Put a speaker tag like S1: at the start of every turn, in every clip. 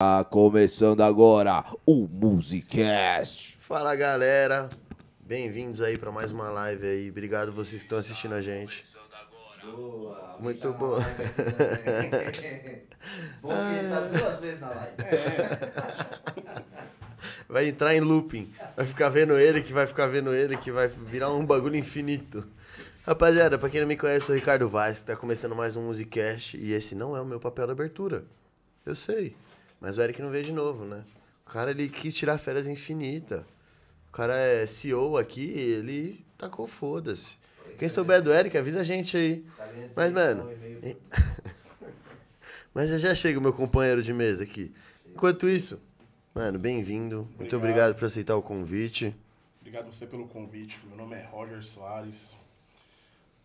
S1: Tá começando agora o Musicast.
S2: Fala galera, bem-vindos aí pra mais uma live aí. Obrigado vocês que estão assistindo a gente. Muito bom.
S3: Bom que ele tá duas vezes na live.
S2: Vai entrar em looping, vai ficar vendo ele que vai ficar vendo ele que vai virar um bagulho infinito. Rapaziada, pra quem não me conhece, eu sou o Ricardo Vaz, tá começando mais um Musicast e esse não é o meu papel de abertura. Eu sei, mas o Eric não veio de novo, né? O cara ele quis tirar férias infinita. O cara é CEO aqui, ele tacou foda-se. Quem souber do Eric, avisa a gente aí. Mas, mano, mas já já chega o meu companheiro de mesa aqui. Enquanto isso, mano, bem-vindo. Muito obrigado por aceitar o convite.
S4: Obrigado você pelo convite. Meu nome é Roger Soares.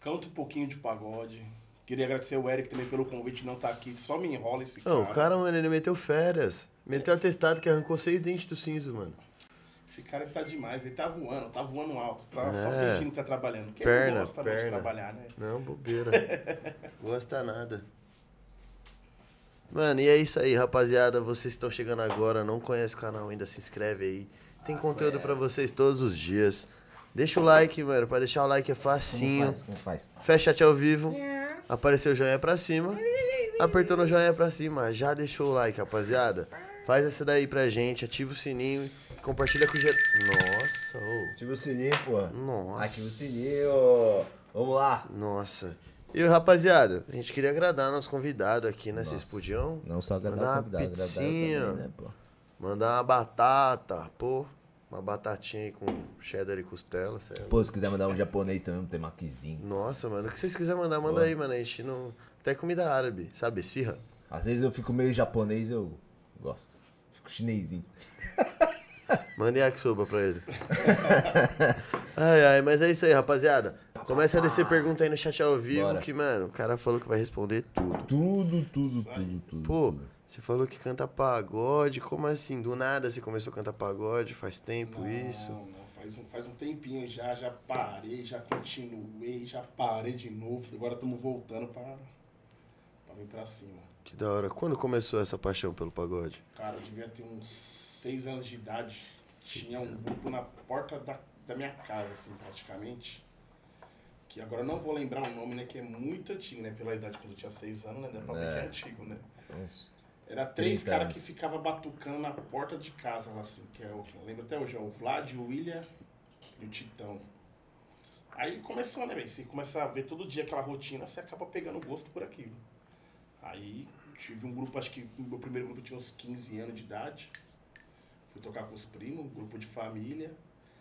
S4: Canto um pouquinho de pagode. Queria agradecer o Eric também pelo convite de não estar aqui. Só me enrola esse cara.
S2: Não, o cara, é um mano, ele meteu férias. Meteu atestado que arrancou seis dentes do cinzo, mano.
S4: Esse cara tá demais. Ele tá voando, tá voando alto. Tá só
S2: É.
S4: fingindo que tá trabalhando. Quem
S2: Perna,
S4: não gosta muito
S2: perna.
S4: de trabalhar, né?
S2: Não, bobeira. Gosta nada. Mano, e é isso aí, rapaziada. Vocês estão chegando agora, não conhece o canal ainda, se inscreve aí.
S4: Ah,
S2: Tem conteúdo pra vocês todos os dias. Deixa o like, mano. Pra deixar o like é facinho.
S3: Como faz?
S2: Fecha chat ao vivo. Apareceu o joinha pra cima. Apertou no joinha pra cima. Já deixou o like, rapaziada. Faz essa daí pra gente. Ativa o sininho. e Compartilha com o geral. Nossa, ô.
S3: Ativa o sininho, pô.
S2: Nossa.
S3: Ativa o sininho. Vamos lá.
S2: Nossa. E rapaziada, a gente queria agradar nosso convidado aqui, né? Vocês podiam
S3: Não só agradar
S2: mandar
S3: o convidado,
S2: uma
S3: agradar
S2: pizzinha,
S3: também, né, pô?
S2: mandar uma batata, pô. Uma batatinha aí com cheddar e costela, sei lá.
S3: Pô, se quiser mandar um japonês também, não tem maquizinho.
S2: Nossa, mano, o que vocês quiserem mandar, manda aí, mano. A gente não. Até comida árabe, sabe? Esfirra.
S3: Às vezes eu fico meio japonês, eu gosto. Fico chinesinho.
S2: Mandei yakisoba pra ele. ai, ai, mas é isso aí, rapaziada. Começa a descer pergunta aí no chat ao vivo,
S3: Bora.
S2: que, mano, o cara falou que vai responder tudo.
S3: Tudo, tudo, tudo, tudo.
S2: Pô, você falou que canta pagode, como assim? Do nada você começou a cantar pagode, faz tempo Tipo isso?
S4: Não, não. Faz um, faz um tempinho já. Já parei, já continuei, já parei de novo. Agora estamos voltando pra, pra vir pra cima.
S2: Que da hora. Quando começou essa paixão pelo pagode?
S4: Cara, eu devia ter uns seis anos de idade. Tinha um grupo na porta da, da minha casa, assim, praticamente. Que agora eu não vou lembrar o nome, né? Que é muito antigo, né? Pela idade, quando eu tinha seis anos, né? Dá pra ver que é antigo, né?
S3: Nossa.
S4: Era três
S3: 30
S4: caras
S3: anos.
S4: que ficavam batucando na porta de casa lá, assim, que é o que eu lembro até hoje, é o Vlad, o William e o Titão. Aí começou, né, velho? Você começa a ver todo dia aquela rotina, você acaba pegando gosto por aquilo. Aí tive um grupo, acho que o meu primeiro grupo tinha uns 15 anos de idade. Fui tocar com os primos, um grupo de família,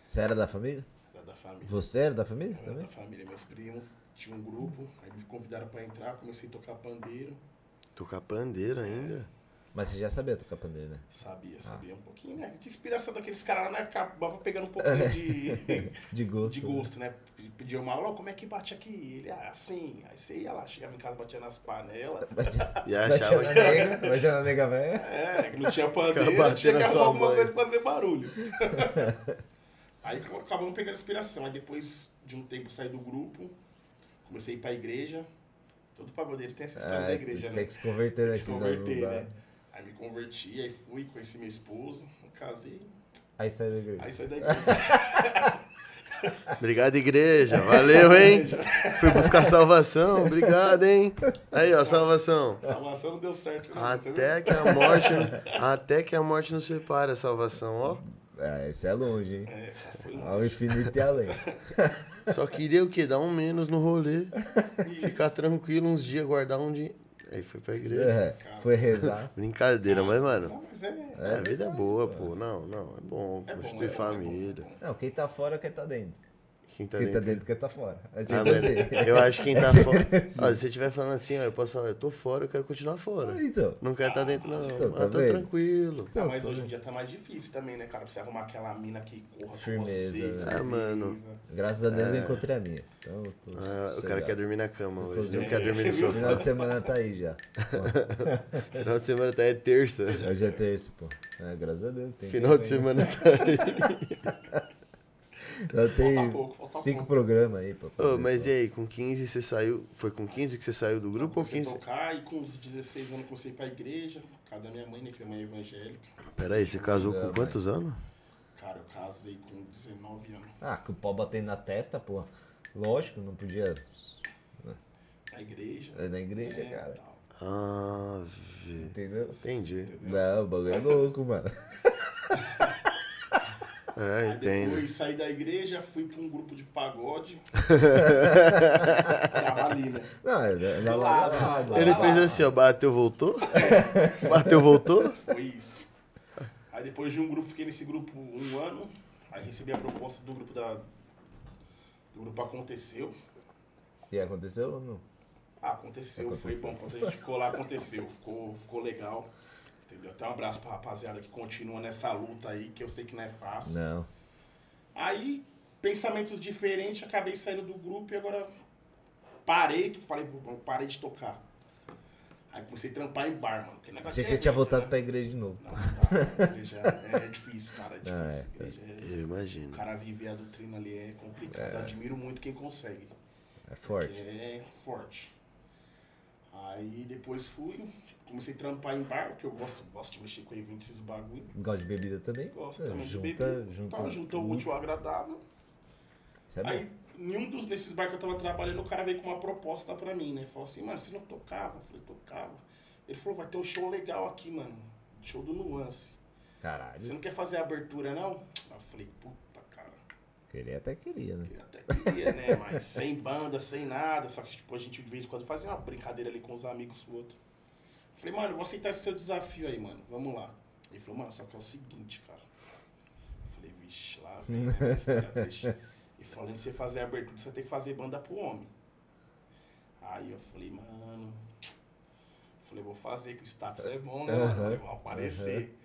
S3: Você era da família?
S4: era da família.
S3: Você era da família
S4: Era
S3: também?
S4: da família, meus primos, tinha um grupo, aí me convidaram pra entrar, comecei a tocar pandeiro.
S2: Tocar pandeira ainda?
S3: Mas você já sabia tocar pandeiro, né?
S4: Sabia, sabia um pouquinho, né? Que inspiração daqueles caras lá, né? Acabava pegando um
S3: É.
S4: pouquinho de,
S3: De gosto.
S4: de
S3: né?
S4: gosto, né? Pedia uma aula, "Ó, como é que bate aqui? Ele, ah, assim. Aí você ia lá, chegava em casa, batia nas panelas.
S3: Batia
S2: E
S3: batia
S2: achava
S3: na
S2: que.
S3: nega, batia na nega velha.
S4: É, que não tinha pandeiro,
S2: Ficava
S4: tinha que
S2: batendo a
S4: arrumar
S2: sua
S4: alguma
S2: mãe.
S4: coisa pra fazer barulho. Aí acab- acabamos pegando inspiração. Aí depois de um tempo saí do grupo, comecei a ir pra igreja. Todo pagodeiro tem essa história
S3: Ah,
S5: É,
S4: da igreja, né?
S3: Tem que se converter, né?
S4: Se
S3: senão
S4: converter,
S3: não dá.
S4: né? Aí me converti, aí fui, conheci minha esposa, casei,
S3: Aí sai da igreja.
S4: aí saí da igreja.
S2: Obrigado, igreja. Valeu, hein? Fui buscar salvação. Obrigado, hein? Aí, ó, salvação.
S4: Salvação não deu certo. Não, você
S2: Até que a morte, até que a morte nos separa, salvação, ó.
S3: Ah, esse é longe, hein?
S4: viu? É, já foi um-
S3: Ao infinito e além.
S2: Só queria o quê? Dar um menos no rolê, ficar tranquilo uns dias, guardar um dia. Aí foi pra igreja.
S3: É, foi rezar.
S2: Brincadeira, mas mano,
S4: Não, mas é, é,
S2: é, a vida é boa, pô. Não, não, é bom,
S4: bom,
S2: constituir
S4: é bom,
S2: família.
S4: é bom, é bom.
S3: Não, quem tá fora, quem tá dentro.
S2: Quem tá
S3: Quem tá
S2: dentro
S3: dentro, quem tá fora. É
S2: Ah,
S3: sempre
S2: mas
S3: assim.
S2: eu acho que quem tá fora. Ó, se você estiver falando assim, ó, eu posso falar, eu tô fora, eu quero continuar fora.
S3: Então,
S2: Não quero estar dentro, não.
S3: Então, tá
S2: eu tô
S3: vendo?
S2: tranquilo.
S4: Ah, mas hoje em dia tá mais difícil também, né, cara? Pra você arrumar aquela mina que corra
S3: Firmeza,
S4: com você.
S3: né?
S4: firmeza.
S2: Ah, mano.
S3: graças a Deus eu encontrei a minha. Então, eu tô
S2: É. Ah, o cara
S3: sossegado.
S2: quer dormir na cama hoje, não
S3: Inclusive,
S2: quer dormir no
S3: O Final
S2: sofá.
S3: de semana tá aí já.
S2: Final de semana tá é terça.
S3: Ó, Hoje é terça, pô. É, graças a Deus. Tem
S2: Final de
S3: tempo ainda.
S2: semana tá aí.
S3: Já tem
S4: pouco, falta
S3: cinco
S4: pouco.
S3: programas aí, pra
S2: Ô,
S3: fazer
S2: mas
S3: só.
S2: e aí, com 15 você saiu. Foi com 15 que você saiu do grupo ou
S4: Comecei a
S2: 15?
S4: tocar e com uns 16 anos comecei a ir pra igreja, por causa da minha mãe, né? Que minha mãe é evangélica.
S2: Pera aí, você casou
S3: Não,
S2: com
S3: mãe.
S2: quantos anos?
S4: Cara, eu casei com 19 anos.
S3: Ah, que o pau batendo na testa, porra. Lógico, não podia.
S4: Na igreja.
S3: É da igreja,
S4: né,
S3: cara.
S4: tal.
S2: Ah, vi.
S3: Entendeu?
S2: Entendi.
S3: Não, o bagulho é louco, mano.
S2: É,
S4: Aí
S2: entendo.
S4: depois saí da igreja, fui pra um grupo de pagode. Tava ali, né?
S3: Não, é da- da-
S4: Lá,
S3: da-
S4: lá,
S3: da-
S4: lá.
S2: Ele fez assim, ó, bateu, voltou? Bateu, voltou?
S4: Foi isso. Aí depois de um grupo, fiquei nesse grupo um ano. Aí recebi a proposta do grupo da. Do grupo Aconteceu.
S3: E aconteceu ou não?
S4: Ah, aconteceu, foi bom. Quando a gente ficou lá, aconteceu. Ficou, ficou legal. Entendeu? Até um abraço pra rapaziada que continua nessa luta aí, que eu sei que não é fácil.
S3: Não.
S4: Aí, pensamentos diferentes, acabei saindo do grupo e agora parei, que eu falei, "Bom, parei de tocar. Aí comecei a trampar em bar, mano. porque o negócio
S3: Achei que
S4: é
S3: você tinha
S4: evento,
S3: voltado
S4: né?
S3: pra igreja de novo.
S4: Não, tá, igreja é difícil, cara, é
S3: Ah,
S4: difícil.
S3: tá.
S4: Igreja é-
S2: Eu
S4: O
S2: imagino.
S4: cara viver a doutrina ali é complicado. Admiro muito quem consegue.
S3: É forte.
S4: É forte. Aí depois fui, comecei a trampar em bar, porque eu gosto, gosto de mexer com eventos, esses bagulho.
S3: Gosta de bebida também?
S4: Gosto
S3: É,
S4: também
S3: junta,
S4: de beber.
S3: Junta,
S4: Tá, juntou o
S3: tudo.
S4: útil ao agradável.
S3: Isso é bom.
S4: Aí, em um dos desses bar que eu tava trabalhando, o cara veio com uma proposta pra mim, né? Falou assim, mano, você não tocava? Eu falei, tocava. Ele falou, vai ter um show legal aqui, mano. Show do Nuance. Você
S3: Caralho.
S4: não quer fazer a abertura, não? Eu falei, puta, cara.
S3: Queria até queria, né?
S4: Eu até queria, né? Mas sem banda, sem nada. Só que, tipo, a gente de vez em quando fazia uma brincadeira ali com os amigos, o outro. Eu falei, mano, eu vou aceitar esse seu desafio aí, mano. Vamos lá. Ele falou, mano, só que é o seguinte, cara. Eu falei, vixe, lá vem. né, esse bicho. E falando de você fazer a abertura, você tem que fazer banda pro homem. Aí eu falei, mano. eu Falei, vou fazer, que o status é bom, né, mano? Eu falei, Vou aparecer.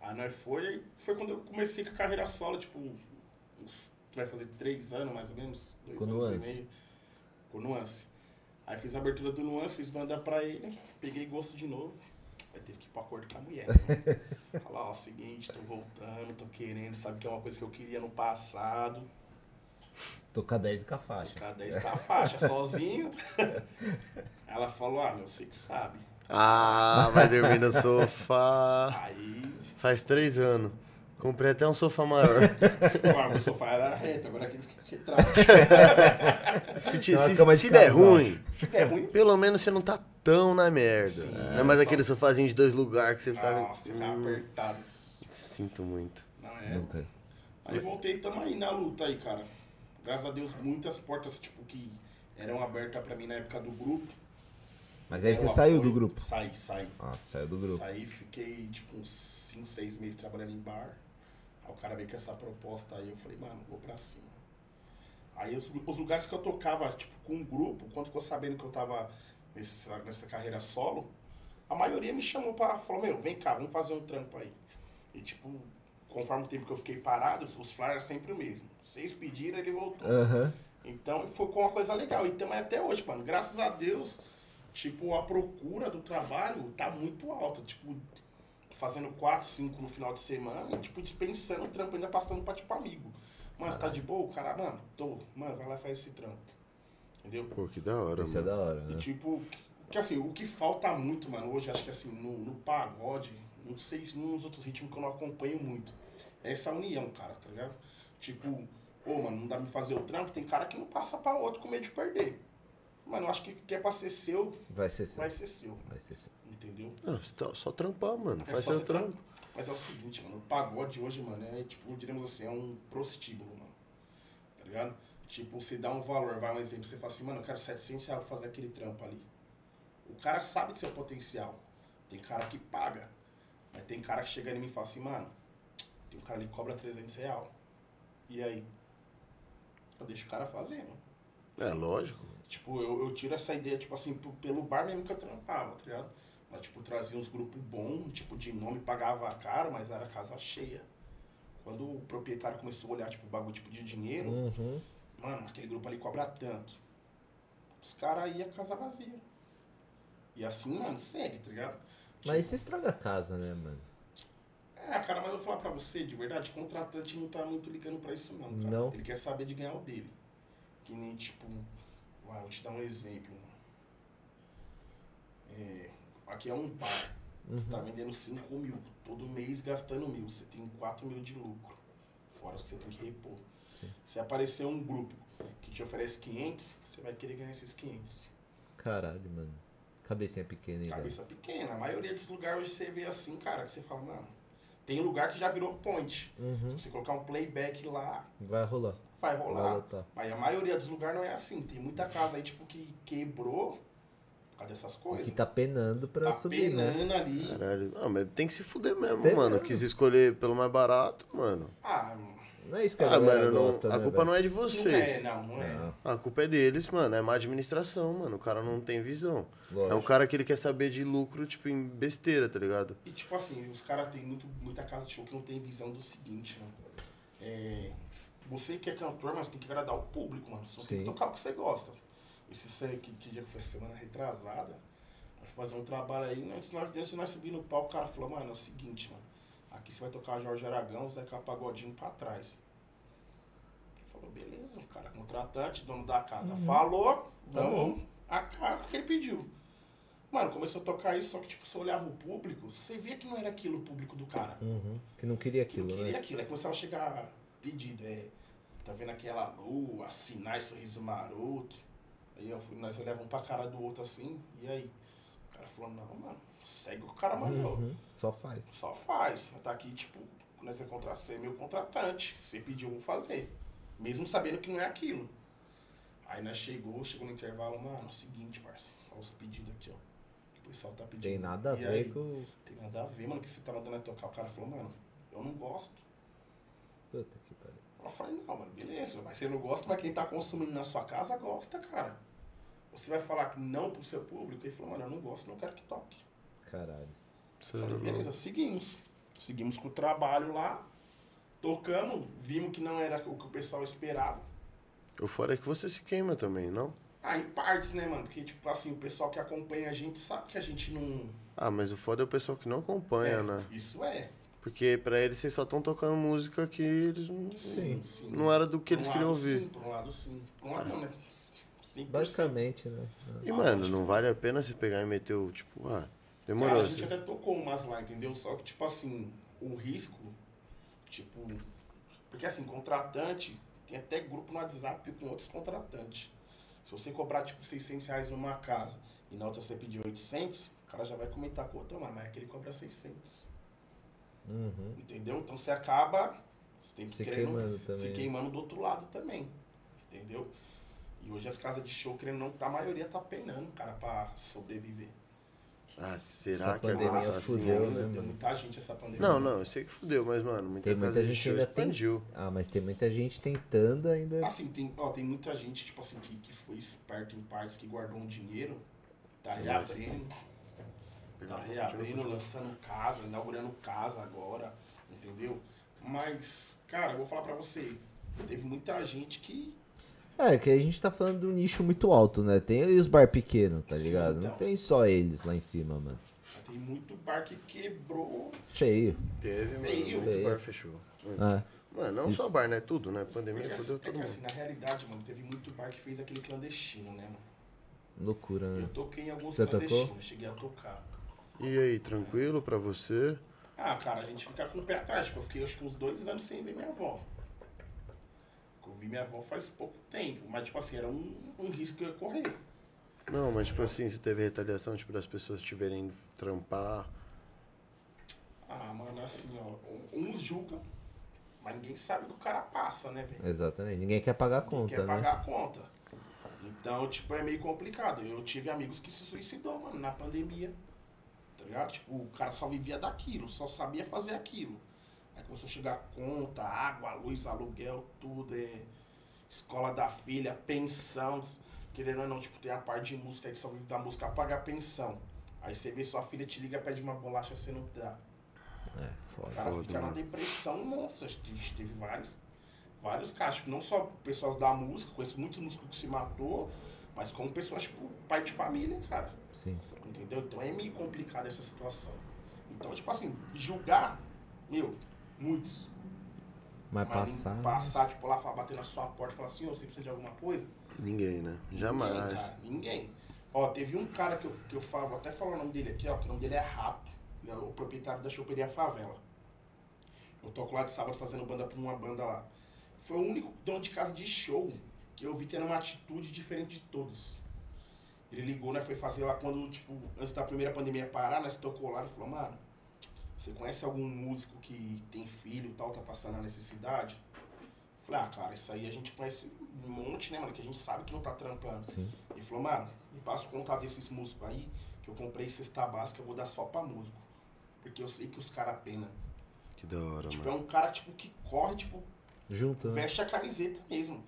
S4: Aí nós foi, aí foi quando eu comecei com a carreira solo, tipo, uns- vai fazer três anos mais ou menos, dois
S3: Com
S4: anos
S3: Nuance.
S4: e meio. Com nuance. Aí fiz a abertura do nuance, fiz banda pra ele, peguei gosto de novo. Aí teve que ir pro acordo com a mulher. Né? Falar, ó, seguinte, tô voltando, tô querendo, sabe que é uma coisa que eu queria no passado.
S3: Tocar 10 com a faixa.
S4: Cada 10 tá a faixa, sozinho. Ela falou, ah, meu, sei que sabe.
S2: Ah, vai dormir no sofá.
S4: Aí,
S2: Faz três anos. Comprei até um sofá maior.
S4: ó, meu sofá era reto, agora aqueles que, que trava.
S2: Se, te-
S3: É uma
S2: se-
S3: cama de
S2: se der
S3: casal.
S2: ruim,
S5: né?
S4: Se der é ruim,
S2: pelo menos você não tá tão na merda.
S4: Sim.
S2: não é mais aquele sofazinho de dois lugares que você ficava.
S4: Nossa, é ficava
S2: Hum,
S4: apertado.
S2: sinto muito.
S4: Não é?
S3: Nunca.
S4: Aí voltei, tamo aí na luta aí, cara. Graças a Deus, muitas portas, tipo, que eram abertas pra mim na época do grupo.
S3: Mas aí
S4: Era
S3: você
S4: o
S3: saiu do
S4: É um apoio.
S3: grupo.
S4: Saí, saí.
S3: Ah, saiu do grupo.
S4: Saí, fiquei, tipo, uns 5, 6 meses trabalhando em bar. Aí o cara veio com essa proposta aí, eu falei, mano, vou pra cima. Aí os, os lugares que eu tocava, tipo, com um grupo, quando ficou sabendo que eu tava nessa, nessa carreira solo, a maioria me chamou pra, falou, meu, vem cá, vamos fazer um trampo aí. E, tipo, conforme o tempo que eu fiquei parado, os flyers sempre o mesmo. Vocês pediram, ele voltou.
S3: Aham.
S4: Então foi uma coisa legal. E também até hoje, mano, graças a Deus, tipo, a procura do trabalho tá muito alta. Tipo, fazendo 4, 5 no final de semana, e, tipo, dispensando o trampo, ainda passando pra tipo amigo. Mano, você tá de boa? O cara, mano, tô. Mano, vai lá e faz esse trampo. Entendeu?
S2: Pô, que da hora,
S3: Isso é
S2: mano.
S3: da hora,
S4: E
S3: né?
S4: tipo, que- que assim, o que falta muito, mano, hoje, acho que assim, no, no pagode, não sei se nos outros ritmos que eu não acompanho muito, é essa união, cara, tá ligado? Tipo, pô, mano, não dá pra me fazer o trampo, tem cara que não passa pra outro com medo de perder. Mano, eu acho que o que é pra ser seu,
S3: Vai ser seu.
S4: vai ser seu,
S3: Vai ser seu.
S4: entendeu?
S2: Não, você tá- só trampar, mano.
S4: É
S2: Faz
S4: só
S2: seu
S4: você
S2: trampo.
S4: tra- Mas é o seguinte, mano, o pagode hoje, mano, é tipo, diremos assim, é um prostíbulo, mano. Tá ligado? Tipo, você dá um valor, vai um exemplo, você fala assim, mano, eu quero 700 reais pra fazer aquele trampo ali. O cara sabe do seu potencial. Tem cara que paga. Mas tem cara que chega em mim e fala assim, mano, tem um cara ali que cobra 300 reais. E aí? Eu deixo o cara fazer, mano.
S2: É lógico.
S4: Tipo, eu, eu tiro essa ideia, tipo assim, p- pelo bar mesmo que eu trampava, tá ligado? Mas, tipo, trazia uns grupos bons, tipo, de nome pagava caro, mas era casa cheia. Quando o proprietário começou a olhar, tipo, bagulho tipo de dinheiro,
S5: Hum.
S3: Uhum.
S4: mano, aquele grupo ali cobra tanto. Os caras iam casa vazia. E assim, mano, segue, tá ligado?
S3: Mas isso estraga a casa, né, mano?
S4: Tipo, É, cara, mas eu vou falar pra você, de verdade, o contratante não tá muito ligando pra isso não, cara.
S2: Não.
S4: Ele quer saber de ganhar o dele. Que nem, tipo, vai, vou te dar um exemplo. É, aqui é um bar. Você tá vendendo 5 mil, todo mês gastando mil. Você tem 4 mil de lucro. Fora o que você tem que repor. Se aparecer um grupo que te oferece 500, você vai querer ganhar esses 500.
S5: Caralho, mano. Cabecinha pequena aí, velho.
S4: Cabeça pequena. A maioria desses lugares hoje você vê assim, cara, que você fala, mano. Tem lugar que já virou point. Se você colocar um playback lá,
S5: Vai rolar.
S4: vai
S5: Uhum. Vai
S4: rolar.
S5: lotar.
S4: Mas a maioria dos lugares não é assim. Tem muita casa aí, tipo, que quebrou por causa dessas
S5: O
S4: coisas.
S5: que tá penando pra
S4: Tá
S5: subir, né?
S4: penando ali.
S2: Caralho. Ah, mas tem que se fuder mesmo,
S5: Tem
S2: mano.
S5: mesmo.
S2: Quis escolher pelo mais barato, mano.
S4: Ah, não
S5: Não é isso que a
S2: Ah,
S5: galera
S2: mano, não-
S5: gosta,
S2: a
S5: né,
S2: culpa
S5: velho?
S2: não é de
S4: é,
S2: vocês.
S4: não, não é.
S5: Não.
S2: A culpa é deles, mano. É má administração, mano. O cara não tem visão.
S5: Lógico.
S2: É um cara que ele quer saber de lucro, tipo, em besteira, tá ligado?
S4: E tipo assim, os caras têm muito, muita casa de show que não tem visão do seguinte, né? É, você que é cantor, mas tem que agradar o público, mano. Você tem
S5: Sim.
S4: que tocar o que você gosta. Esse sangue que, que dia que foi semana retrasada, nós fazer um trabalho aí, antes de nós, antes de nós subir no palco, o cara falou, mano, é o seguinte, mano. Aqui você vai tocar Jorge Aragão, Zeca Pagodinho pra trás. Ele Falou, beleza, o cara é contratante, dono da casa. Falou, vamos a cara que ele pediu. Mano, começou a tocar isso, só que tipo, você olhava o público, você via que não era aquilo o público do cara.
S5: Uhum. Que não queria
S4: Que não
S5: aquilo,
S4: queria
S5: né?
S4: aquilo. Aí começava a chegar pedido, é. Tá vendo aquela lua, sinais, sorriso maroto. Aí eu fui, nós olhavam pra cara do outro assim, e aí? O cara falou, não, mano, segue o que o cara mandou.
S5: Uhum. Só faz.
S4: Só faz. Tá aqui, tipo, quando você, contra... você é meu contratante. Você pediu, eu vou um fazer. Mesmo sabendo que não é aquilo. Aí nós chegou, chegou no intervalo, mano, é o seguinte, parceiro. Olha os pedidos aqui, ó. Que o pessoal tá pedindo.
S5: Tem nada a
S4: E
S5: ver
S4: aí?
S5: com.
S4: Tem nada a ver, mano, que você tá mandando eu tocar. O cara falou, mano, eu não gosto.
S5: Puta que pariu.
S4: Eu falei, não, mano, beleza, mas você não gosta, mas quem tá consumindo na sua casa gosta, cara. Você vai falar que não pro seu público? Ele falou, mano, eu não gosto, não quero que toque.
S5: Caralho.
S2: Cê é
S4: Eu Falei,
S2: louco.
S4: beleza, seguimos. Seguimos com o trabalho lá. Tocamos, vimos que não era o que o pessoal esperava.
S2: O fora é que você se queima também, não?
S4: Ah, em partes, né, mano? Porque, tipo assim, o pessoal que acompanha a gente sabe que a gente não.
S2: Ah, mas o foda é o pessoal que não acompanha,
S4: É,
S2: né?
S4: Isso é.
S2: Porque pra eles vocês só estão tocando música que eles não,
S5: Sim.
S4: sim.
S2: não era do que
S4: Por
S2: eles
S4: um
S2: queriam
S4: lado,
S2: ouvir.
S4: Sim, por um lado, sim. Por um lado, não, né? Sim, por
S5: Basicamente, né?
S2: E, mano, não vale a pena você pegar e meter o tipo, ah, demorou.
S4: Cara, a gente
S2: você-
S4: até tocou umas lá, entendeu? Só que, tipo assim, o risco, tipo. Porque assim, contratante, tem até grupo no WhatsApp com outros contratantes. Se você cobrar, tipo, 600 reais numa casa e na outra você pedir 800, o cara já vai comentar com o outro, "Ah, mas é que ele cobra 600.
S5: Uhum.
S4: Entendeu? Então você acaba. Você tem que
S5: Se
S4: querendo-
S5: queimando
S4: se
S5: também.
S4: queimando do outro lado também. Entendeu? E hoje as casas de show, querendo ou não, a maioria tá penando, cara, pra sobreviver.
S2: Ah, será
S5: Essa
S2: que agora
S5: pandemia
S2: tá assim? né?
S5: fudeu, né,
S4: Deu
S5: mano?
S4: muita gente essa pandemia.
S2: Não, não, eu sei que fudeu, mas, mano, muita
S5: Tem
S2: casa
S5: muita
S2: de
S5: gente
S2: show
S5: ainda tem.
S2: expandiu.
S5: Ah, mas tem muita gente tentando ainda.
S4: Assim, tem, ó, tem muita gente, tipo assim, que, que foi esperto em partes, que guardou um dinheiro, tá reabrindo, tá reabrindo, lançando casa, inaugurando casa agora, entendeu? Mas, cara, eu vou falar pra você, teve muita gente que Ah.
S5: É, que a gente tá falando de um nicho muito alto, né? Tem aí os bar pequenos, tá
S4: Sim,
S5: ligado?
S4: então.
S5: Não tem só eles lá em cima, mano.
S4: tem muito bar que quebrou.
S5: Cheio.
S2: Teve, mano,
S4: Feio.
S2: muito
S5: Feio.
S2: bar fechou.
S5: Ah,
S2: Mano, não só bar, né? Tudo, né? Pandemia
S4: Porque,
S2: fudeu
S4: é
S2: todo
S4: que assim,
S2: mundo.
S4: na realidade, mano, teve muito bar que fez aquele clandestino, né, mano?
S5: loucura,
S4: Eu
S5: né?
S4: toquei em alguns
S5: Você tocou?
S4: clandestinos, cheguei a tocar.
S2: E aí, tranquilo pra você?
S4: Ah, cara, a gente fica com o pé atrás. Tipo, eu fiquei acho que uns dois anos sem ver minha avó. Eu vi minha avó faz pouco tempo, mas tipo assim, era um, um risco que eu ia correr.
S2: Não, mas tipo assim, se teve retaliação, tipo, das pessoas tiverem indo trampar.
S4: Ah, mano, assim, ó, uns julgam, mas ninguém sabe o que o cara passa, né, velho?
S5: Exatamente. Ninguém quer pagar a
S4: Ninguém
S5: conta,
S4: quer
S5: né?
S4: pagar a conta. Então, tipo, é meio complicado. Eu tive amigos que se suicidou, mano, na pandemia. Tá ligado? Tipo, o cara só vivia daquilo, só sabia fazer aquilo. Aí começou a chegar conta, água, luz, aluguel, tudo, é. Escola da filha, pensão. Querendo ou não, tipo, tem a parte de música aí que só vive da música, paga a pensão. Aí você vê sua filha te liga, pede uma bolacha, você não dá.
S5: É,
S4: O
S5: foda.
S4: cara
S2: Foda,
S4: fica na
S2: mano.
S4: depressão um monstra. Teve, teve vários, vários casos. Tipo, não só pessoas da música, conheço muitos músicos que se matou, mas como pessoas, tipo, pai de família, cara.
S5: Sim.
S4: Entendeu? Então é meio complicada essa situação. Então, tipo assim, julgar Meu, muitos.
S5: Mas
S4: Mas
S5: passar. né?
S4: passar, tipo, lá falar, bater na sua porta e falar assim, ô, você precisa de alguma coisa?
S2: Ninguém, né?
S4: Ninguém,
S2: Jamais.
S4: cara, ninguém. Ó, teve um cara que eu, que eu falo, vou até falar o nome dele aqui, ó, que o nome dele é Rato. Ele é o proprietário da choperia Favela. Eu toco lá de sábado fazendo banda pra uma banda lá. Foi o único dono de casa de show que eu vi tendo uma atitude diferente de todos. Ele ligou, né? Foi fazer lá quando, tipo, antes da primeira pandemia parar, né? Se tocou lá e falou, mano, você conhece algum músico que tem filho e tal, tá passando a necessidade? Eu Falei, ah, cara, isso aí a gente conhece um monte, né, mano? Que a gente sabe que não tá trampando.
S5: Sim.
S4: Ele falou, mano, me passa o contato desses músicos aí, que eu comprei cesta básica, eu vou dar só pra músico. Porque eu sei que os caras pena.
S2: Que da hora,
S4: Tipo, é
S2: mano.
S4: um cara, tipo, que corre, tipo,
S5: né? Juntando.
S4: veste a camiseta mesmo.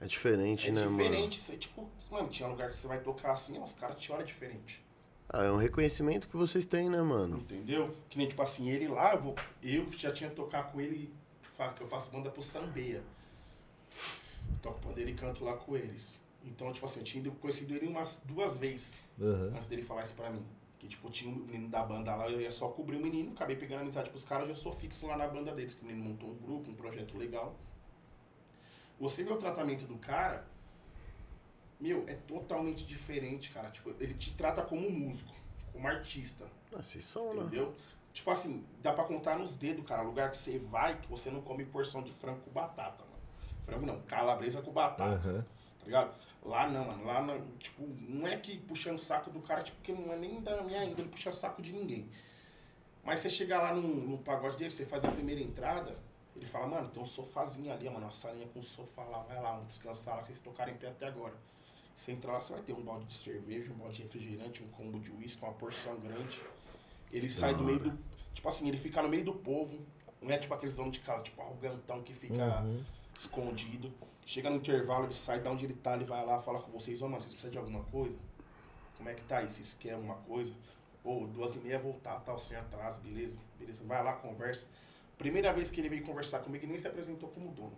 S2: É
S4: É
S2: diferente, né, mano?
S4: diferente. Você, tipo, mano, tinha lugar que você vai tocar assim, ó, os caras te olham diferente.
S2: Ah, é um reconhecimento que vocês têm, né, mano?
S4: Entendeu? Que nem, tipo assim, ele lá, eu, vou, eu já tinha que tocar com ele, que fa- que eu faço banda pro Sambeia. Toco pandeiro e canto lá com eles. Então, tipo assim, eu tinha ido- conhecido ele umas duas vezes.
S5: Aham.
S4: antes dele falar isso pra mim. Que, tipo, tinha um menino da banda lá, eu ia só cobrir o menino, acabei pegando amizade pros caras, eu sou fixo lá na banda deles, que o menino montou um grupo, um projeto legal. Você vê o tratamento do cara, meu, é totalmente diferente, cara. Tipo, ele te trata como músico, como artista,
S2: Ah, vocês são, né?
S4: entendeu? Tipo assim, dá pra contar nos dedos, cara, lugar que você vai que você não come porção de frango com batata, mano. Frango não, calabresa com batata
S5: Aham.
S4: tá ligado? Lá não, mano. Lá, não, tipo, não é que puxando o saco do cara, tipo, que não é nem da minha índole puxar saco de ninguém. Mas você chegar lá no, no pagode dele, você faz a primeira entrada, ele fala, mano, tem um sofazinho ali, mano, uma salinha com um sofá lá, vai lá, vamos descansar lá, vocês tocaram em pé até agora. Você entra lá, você vai ter um balde de cerveja, um balde de refrigerante, um combo de uísque, uma porção grande. Ele sai do meio do. Tipo assim, ele fica no meio do povo. Não é tipo aqueles donos de casa, tipo arrogantão que fica escondido. Chega no intervalo, ele sai da onde ele tá, ele vai lá, fala com vocês, ó, mano, vocês precisam de alguma coisa? Como é que tá aí? Vocês querem alguma coisa? Ou duas e meia voltar, tal, sem atraso, beleza? Beleza, vai lá, conversa. Primeira vez que ele veio conversar comigo, ele nem se apresentou como dono.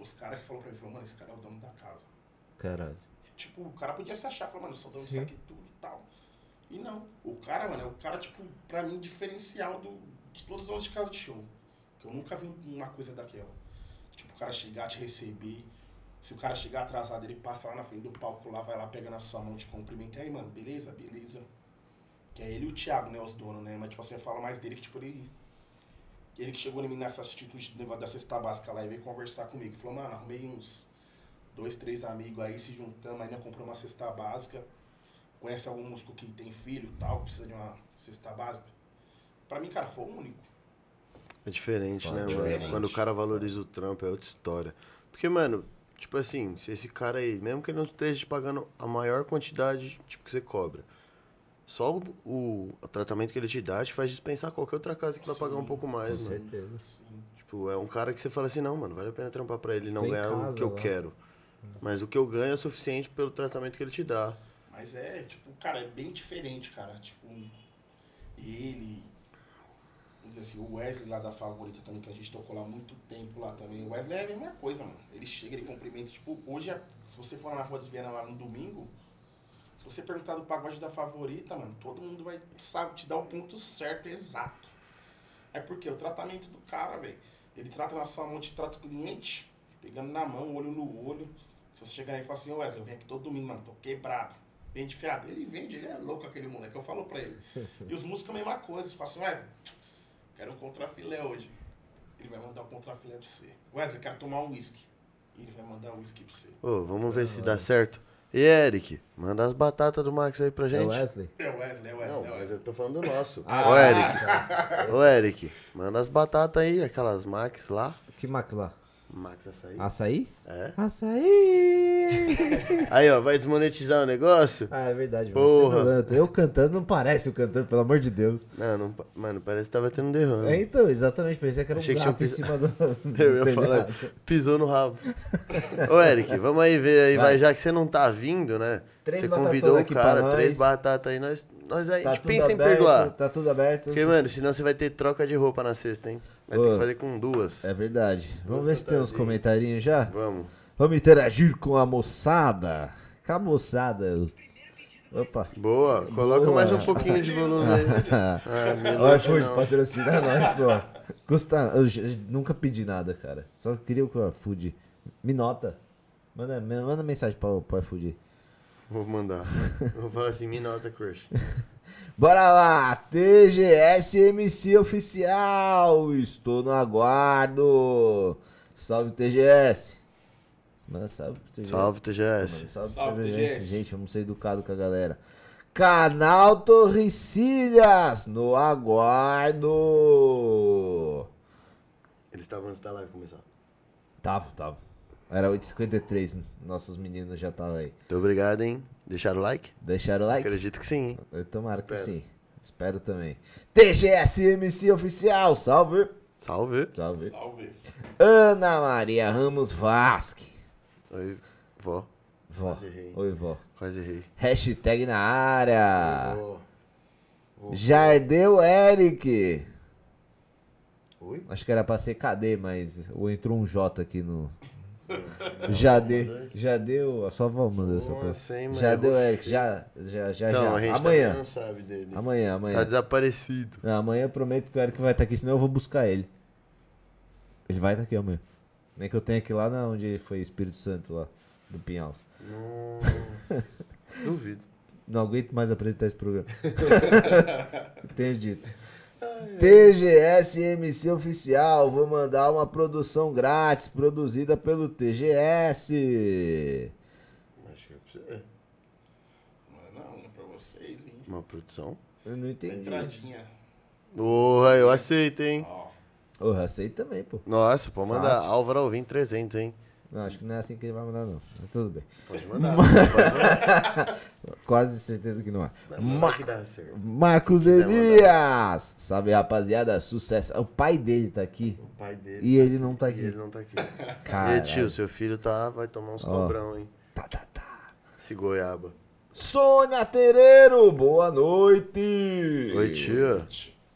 S4: Os caras que falaram pra ele, falaram, mano, esse cara é o dono da casa.
S5: Caralho.
S4: Tipo, o cara podia se achar, falar, mano, eu sou dono disso
S5: Sim.
S4: aqui tudo e tal. E não. O cara, mano, é o cara, tipo, pra mim, diferencial do, de todos os donos de casa de show. Que eu nunca vi uma coisa daquela. Tipo, o cara chegar, te receber. Se o cara chegar atrasado, ele passa lá na frente do palco, lá, vai lá, pega na sua mão, te cumprimenta. E aí, mano, beleza? Beleza. Que é ele e o Thiago, né, os donos, né? Mas, tipo assim, eu falo mais dele que, tipo, ele... Ele que chegou em mim nessa atitude do negócio da cesta básica lá e veio conversar comigo. Falou, mano, arrumei uns dois, três amigos aí, se juntamos, ainda comprou uma cesta básica. Conhece algum músico que tem filho e tal, que precisa de uma cesta básica. Pra mim, cara, foi o único.
S2: É diferente, né,
S4: Diferente.
S2: mano? Quando o cara valoriza o trampo, é outra história. Porque, mano, tipo assim, se esse cara aí, mesmo que ele não esteja te pagando a maior quantidade tipo, que você cobra, só o, o- o tratamento que ele te dá te faz dispensar qualquer outra casa que vai
S4: Sim,
S2: pagar um pouco mais,
S5: Com
S2: mano.
S5: certeza.
S4: Assim,
S2: Tipo, é um cara que você fala assim, não, mano, vale a pena trampar pra ele e não
S5: Tem
S2: ganhar o
S5: casa
S2: que eu
S5: lá.
S2: quero. Mas o que eu ganho é suficiente pelo tratamento que ele te dá.
S4: Mas é, tipo, cara, é bem diferente, cara. Tipo, ele. Vamos dizer assim, o Wesley lá da Favorita também, que a gente tocou lá há muito tempo lá também. O Wesley é a mesma coisa, mano. Ele chega, ele cumprimenta. Tipo, hoje, é- se você for na Rua dos Viana lá no domingo, se você perguntar do pagode da Favorita, mano, todo mundo vai, sabe, te dar o ponto certo, exato. É porque o tratamento do cara, velho. Ele trata na sua mão, te trata o cliente, pegando na mão, olho no olho. Se você chegar aí e falar assim, ô Wesley, eu venho aqui todo domingo, mano, tô quebrado. Vende fiado. Ele vende, ele é louco aquele moleque, eu falo pra ele. E os músicos é a mesma coisa. Você fala assim, Wesley, quero um contrafilé hoje. Ele vai mandar o contrafilé pra você. Wesley, quero tomar um uísque. Ele vai mandar o uísque pra você.
S2: Ô, vamos ver se dá certo. E Eric, manda as batatas do Max aí pra
S5: É
S2: gente.
S5: Wesley?
S4: É o Wesley, é o
S2: Não,
S4: Wesley. é o
S2: mas
S4: Wesley.
S2: eu tô falando do nosso.
S5: Ah,
S2: Ô, Eric. Ô, Eric, manda as batatas aí, aquelas Max lá.
S5: Que Max lá?
S2: Max açaí.
S5: Açaí?
S2: É.
S5: Açaí!
S2: Aí, ó, vai desmonetizar o negócio?
S5: ah, é verdade. mano.
S2: Porra.
S5: Tem problema. Eu cantando não parece o cantor, pelo amor de Deus.
S2: Não, não, pa- mano, parece que tava tendo um derrame.
S5: É, então, exatamente. Pensei que era um
S2: Achei que tinha
S5: gato em
S2: pis-
S5: cima do... do
S2: Eu ia falar,
S5: telhado.
S2: pisou no rabo. Ô, Eric, vamos aí ver aí, vai. já que você não tá vindo, né?
S5: Três
S2: você
S5: batatona
S2: convidou o
S5: aqui
S2: cara,
S5: pra nós.
S2: três batatas aí, nós, nós aí, a
S5: Tá
S2: gente
S5: tudo
S2: pensa em
S5: aberto,
S2: perdoar.
S5: Tá tudo aberto.
S2: Porque, mano, senão você vai ter troca de roupa na sexta, hein? Vai ter
S5: Ô.
S2: que fazer com duas.
S5: É verdade. Vamos ver se tem uns
S2: fantasias.
S5: comentarinhos já.
S2: Vamos.
S5: Vamos interagir com a moçada. Com a moçada. Opa.
S2: Boa, coloca
S5: Boa.
S2: mais um pouquinho de volume aí. Ah, meu
S5: Ó,
S2: Deus,
S5: iFood,
S2: não.
S5: patrocina nós, pô. Custa. Eu j- nunca pedi nada, cara. Só queria o que o iFood. Me nota. Manda, me- manda mensagem pro, pro iFood.
S2: Vou mandar. Eu Vou falar assim, me nota, crush.
S5: Bora lá! TGS MC Oficial! Estou no aguardo! Salve TGS! Manda salve pro TGS.
S2: Salve, TGS.
S5: Salve,
S4: Salve,
S5: TGS.
S4: TGS.
S5: Gente, vamos ser educados com a galera. Canal Torricilhas, no aguardo.
S2: Eles estavam antes da live começar.
S5: Tava, tava. Era 8h53, nossos meninos já estavam aí.
S2: Muito obrigado, hein? Deixaram o like?
S5: Deixaram o like?
S2: Acredito que sim, hein?
S5: Tomara que
S2: Espero.
S5: sim. Espero também. TGS MC Oficial, salve.
S2: Salve.
S5: Salve.
S4: Salve.
S5: Ana Maria Ramos Vasque.
S2: Oi, vó.
S5: Vó.
S2: Quase errei.
S5: Oi, vó.
S2: Quase errei.
S5: Hashtag na área.
S2: Vó.
S5: Jardel Eric.
S2: Oi?
S5: Acho que era pra ser KD, mas ou entrou um J aqui no. Já deu, já deu, a sua avó mandou essa
S2: Nossa,
S5: coisa.
S2: hein, mano,
S5: já
S2: eu
S5: deu,
S2: vou
S5: Eric,
S2: fe-
S5: já, já, já,
S2: Não, Então, a
S5: já.
S2: gente
S5: Amanhã,
S2: também não sabe dele.
S5: amanhã,
S2: Tá
S5: amanhã.
S2: desaparecido.
S5: Não, amanhã eu prometo que o Eric vai estar aqui, senão eu vou buscar ele. Ele vai estar aqui amanhã. Nem que eu tenha aqui lá na onde foi Espírito Santo, lá, do Pinhaus.
S2: Nossa. Duvido.
S5: Não aguento mais apresentar esse programa. Tenho dito. TGS MC Oficial, vou mandar uma produção grátis produzida pelo TGS.
S2: Acho que é pra você.
S4: Mano, uma é pra vocês, hein?
S2: Uma produção.
S5: Eu não entendi.
S4: Entradinha.
S2: Porra, eu aceito, hein?
S4: Ó.
S5: Oh, eu sei também, pô.
S2: Nossa, pode mandar.
S5: Fácil.
S2: Álvaro Alvim 300, hein?
S5: Não, acho que não é assim que ele vai mandar, não. Mas tudo bem.
S2: Pode mandar. pode mandar.
S5: Quase certeza que não é.
S2: Mas que dá certo.
S5: Marcos
S2: quiser mandar.
S5: Elias! Salve, rapaziada. Sucesso. O pai dele tá aqui
S2: O pai dele.
S5: e ele não tá
S2: E ele
S5: aqui.
S2: não tá aqui.
S5: Caralho.
S2: E tio, seu filho tá, vai tomar uns cobrão, hein?
S5: Tá, tá, tá.
S2: Esse goiaba.
S5: Sônia Tereiro, boa noite!
S2: Oi, tio.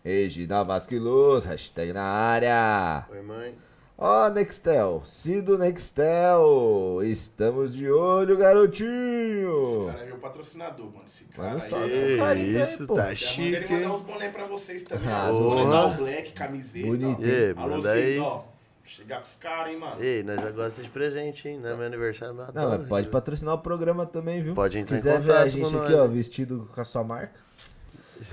S5: Regina Vasquilos, hashtag na área.
S2: Oi, mãe.
S5: Ó, Nextel, Cido Nextel, estamos de olho,
S4: Esse
S5: garotinho.
S4: cara é meu patrocinador, mano. Esse cara
S5: Olha
S4: aí.
S5: só,
S4: Já
S5: né?
S2: Que
S5: Cara, então,
S2: isso,
S5: pô.
S2: tá
S4: mandei ele
S2: chique,
S4: mandar
S2: hein?
S4: uns boné pra vocês também.
S5: Ah,
S4: Ah, os
S2: porra.
S4: boné da Black, camiseta.
S5: Bonito,
S4: ó.
S2: hein? Ê,
S4: Alô,
S2: manda
S4: Cido,
S2: aí.
S4: ó. Chegar com os caras, hein, mano.
S2: Ei, nós é gosta de presente, hein? Não é meu aniversário, mas eu
S5: Não,
S2: adoro
S5: mas pode
S2: receber.
S5: patrocinar o programa também, viu?
S2: Pode entrar em
S5: Se quiser ver
S2: contato
S5: a gente
S2: com
S5: aqui,
S2: nós.
S5: ó, vestido com a sua marca.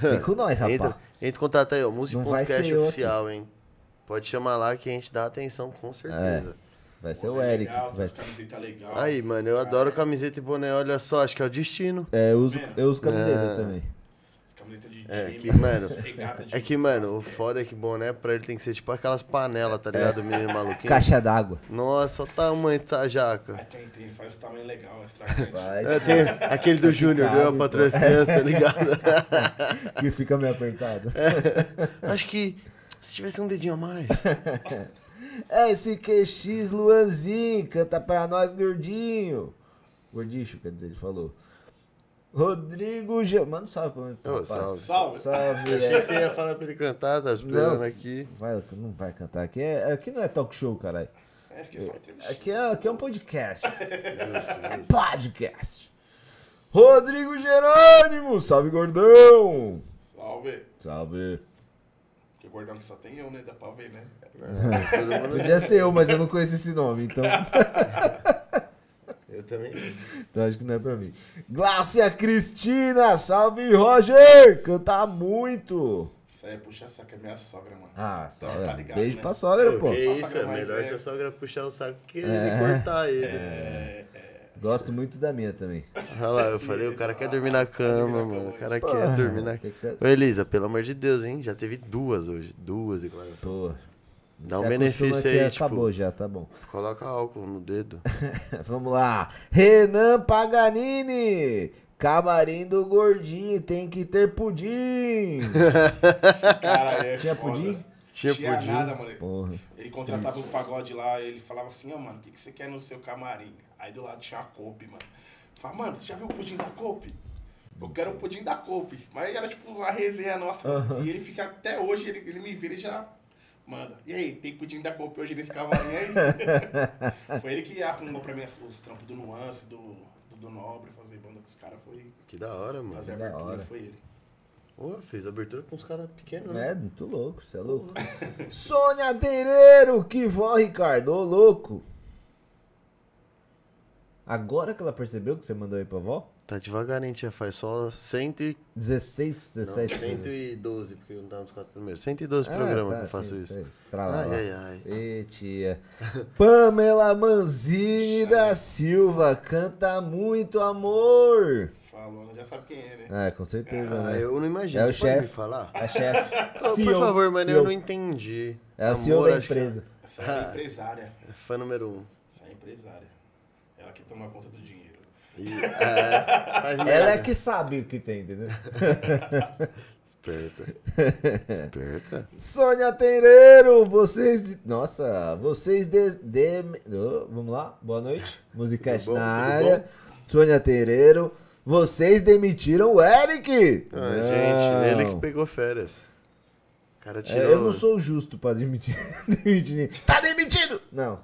S5: Vem com nós, rapaz.
S2: Entra, entra em contato aí, ó.
S5: Não vai ser
S2: Music.cast
S5: eu
S2: oficial, hein? Pode chamar lá que a gente dá atenção, com certeza.
S5: Vai
S2: é
S5: ser o
S4: Boné
S5: Eric. que
S4: legal, tá
S5: vai...
S4: as camisetas legal.
S2: Aí, mano, eu adoro camiseta e boné. Olha só, acho que é o destino.
S5: É, eu uso, eu uso
S2: Ah.
S5: camiseta também.
S4: As camisetas de
S2: É
S4: time,
S2: que, mano,
S4: regata de-
S2: É que, mano, o foda é que boné pra ele tem que ser tipo aquelas panelas, tá ligado? O menino maluquinho.
S5: É. Caixa d'água.
S2: Nossa, olha o tamanho dessa
S4: Aí
S2: jaca.
S4: É, tem, tem, faz o tamanho legal, estraga.
S5: Vai,
S2: É, tem aquele do Júnior,
S5: Cabe,
S2: deu
S5: pô.
S2: a patrocínio, tá ligado?
S5: que fica meio apertado. É,
S2: Acho que se tivesse um dedinho a mais.
S5: SQX Luanzinho, canta pra nós, gordinho. Gordicho, quer dizer, ele falou. Rodrigo G. Manda um salve pra mim.
S2: Ô,
S5: rapaz.
S2: salve.
S4: Salve.
S5: Salve,
S2: Achei
S5: é.
S2: que você ia falar pra ele cantar, tá esperando
S5: Não.
S2: aqui.
S5: Vai, não vai cantar aqui. É, aqui não é talk show, caralho.
S4: É que é só entrevista.
S5: Aqui é, aqui é um podcast. É podcast. Rodrigo Jerônimo, salve gordão.
S4: Salve.
S5: Salve.
S4: Porque o gordão que só tem eu, né? Dá pra ver, né?
S2: Todo mundo-
S5: Podia ser eu, mas eu não conheço esse nome, então,
S2: Eu também.
S5: então acho que não é pra mim. Glácia Cristina, salve Roger, canta muito.
S4: Isso aí é puxar saco, é minha sogra, mano.
S5: Ah, sogra.
S4: Tá ligado,
S5: Beijo
S4: né?
S5: pra sogra, pô.
S2: Que isso,
S4: Nossa,
S2: é
S4: mas
S2: melhor
S4: é-
S2: se a sogra puxar o saco que ele cortar ele.
S5: Gosto muito da minha também.
S2: Olha lá, eu falei, o cara quer dormir na cama, mano. O cara quer dormir na
S5: tem que ser
S2: cama. Ô, Elisa, pelo amor de Deus, hein? Já teve duas hoje. Duas declarações.
S5: Pô.
S2: Dá um
S5: se acostuma
S2: benefício
S5: que
S2: aí, tipo-
S5: Acabou já, tá bom.
S2: Coloca álcool no dedo.
S5: Vamos lá. Renan Paganini. Camarim do gordinho, tem que ter pudim.
S4: Esse cara é
S5: Tinha
S4: foda.
S5: pudim?
S2: Tinha pudim.
S4: nada, mano.
S5: Porra.
S4: Ele contratava um pagode lá, ele falava assim, ó, mano, o que, que você quer no seu camarim? Aí do lado tinha a Cope, mano. Fala, mano, você já viu o pudim da Cope? Eu quero o pudim da Cope. Mas era tipo a resenha nossa. E ele fica até hoje, ele, ele me vê, ele já manda. E aí, tem pudim da Cope hoje nesse camarim aí? foi ele que arrumou pra mim as- os trampos do Nuance, do, do, do Nobre, fazer banda com os caras. Foi
S2: Que da hora, mano.
S4: fazer
S5: da
S4: abertura,
S5: hora.
S4: foi ele.
S2: Ô, fez abertura com uns caras pequenos, né?
S5: É, muito louco, você é louco. Sônia Tereiro, que vó, Ricardo, ô louco. Agora que ela percebeu que você mandou aí pra vó?
S2: Tá devagar, hein, tia? Faz só 100 e...
S5: 16,
S2: Não,
S5: 17.
S2: 112, porque eu não tava nos quatro primeiros. 112
S5: Ah,
S2: programas
S5: tá,
S2: que eu faço
S5: sim,
S2: isso.
S5: sei. Tra lá,
S2: Ai,
S5: lá.
S2: ai, ai.
S5: Ê, tia. Pamela Manzini da Silva, canta muito amor.
S4: Falou, já sabe quem é, né?
S5: É, com certeza,
S2: Ah,
S5: né?
S2: eu não imagino.
S5: É o
S2: Você pode
S5: chefe.
S2: me falar?
S5: A chefe.
S2: Ô, por
S5: CEO,
S2: favor, mano, eu
S5: CEO.
S2: não entendi.
S5: É a CEO da
S2: acho que
S5: empresa.
S4: Essa é a empresária.
S2: é Fã número um.
S4: Essa é a empresária. Ela que toma conta do dinheiro.
S2: E, é, faz
S5: Ela é
S2: merda.
S5: que sabe o que tem, entendeu?
S2: Esperta. Esperta.
S5: Sônia Tereiro, vocês. de- Nossa, vocês. De... de- Ô, vamos lá, boa noite. Musicast
S2: Tudo bom,
S5: na
S2: tudo
S5: área. Sônia Tereiro, vocês demitiram o Eric!
S2: Ah, gente, ele que
S5: Não.
S2: pegou férias. O cara tirou.
S5: É, eu não sou justo pra demitir, demitir ninguém. Tá demitido! Não,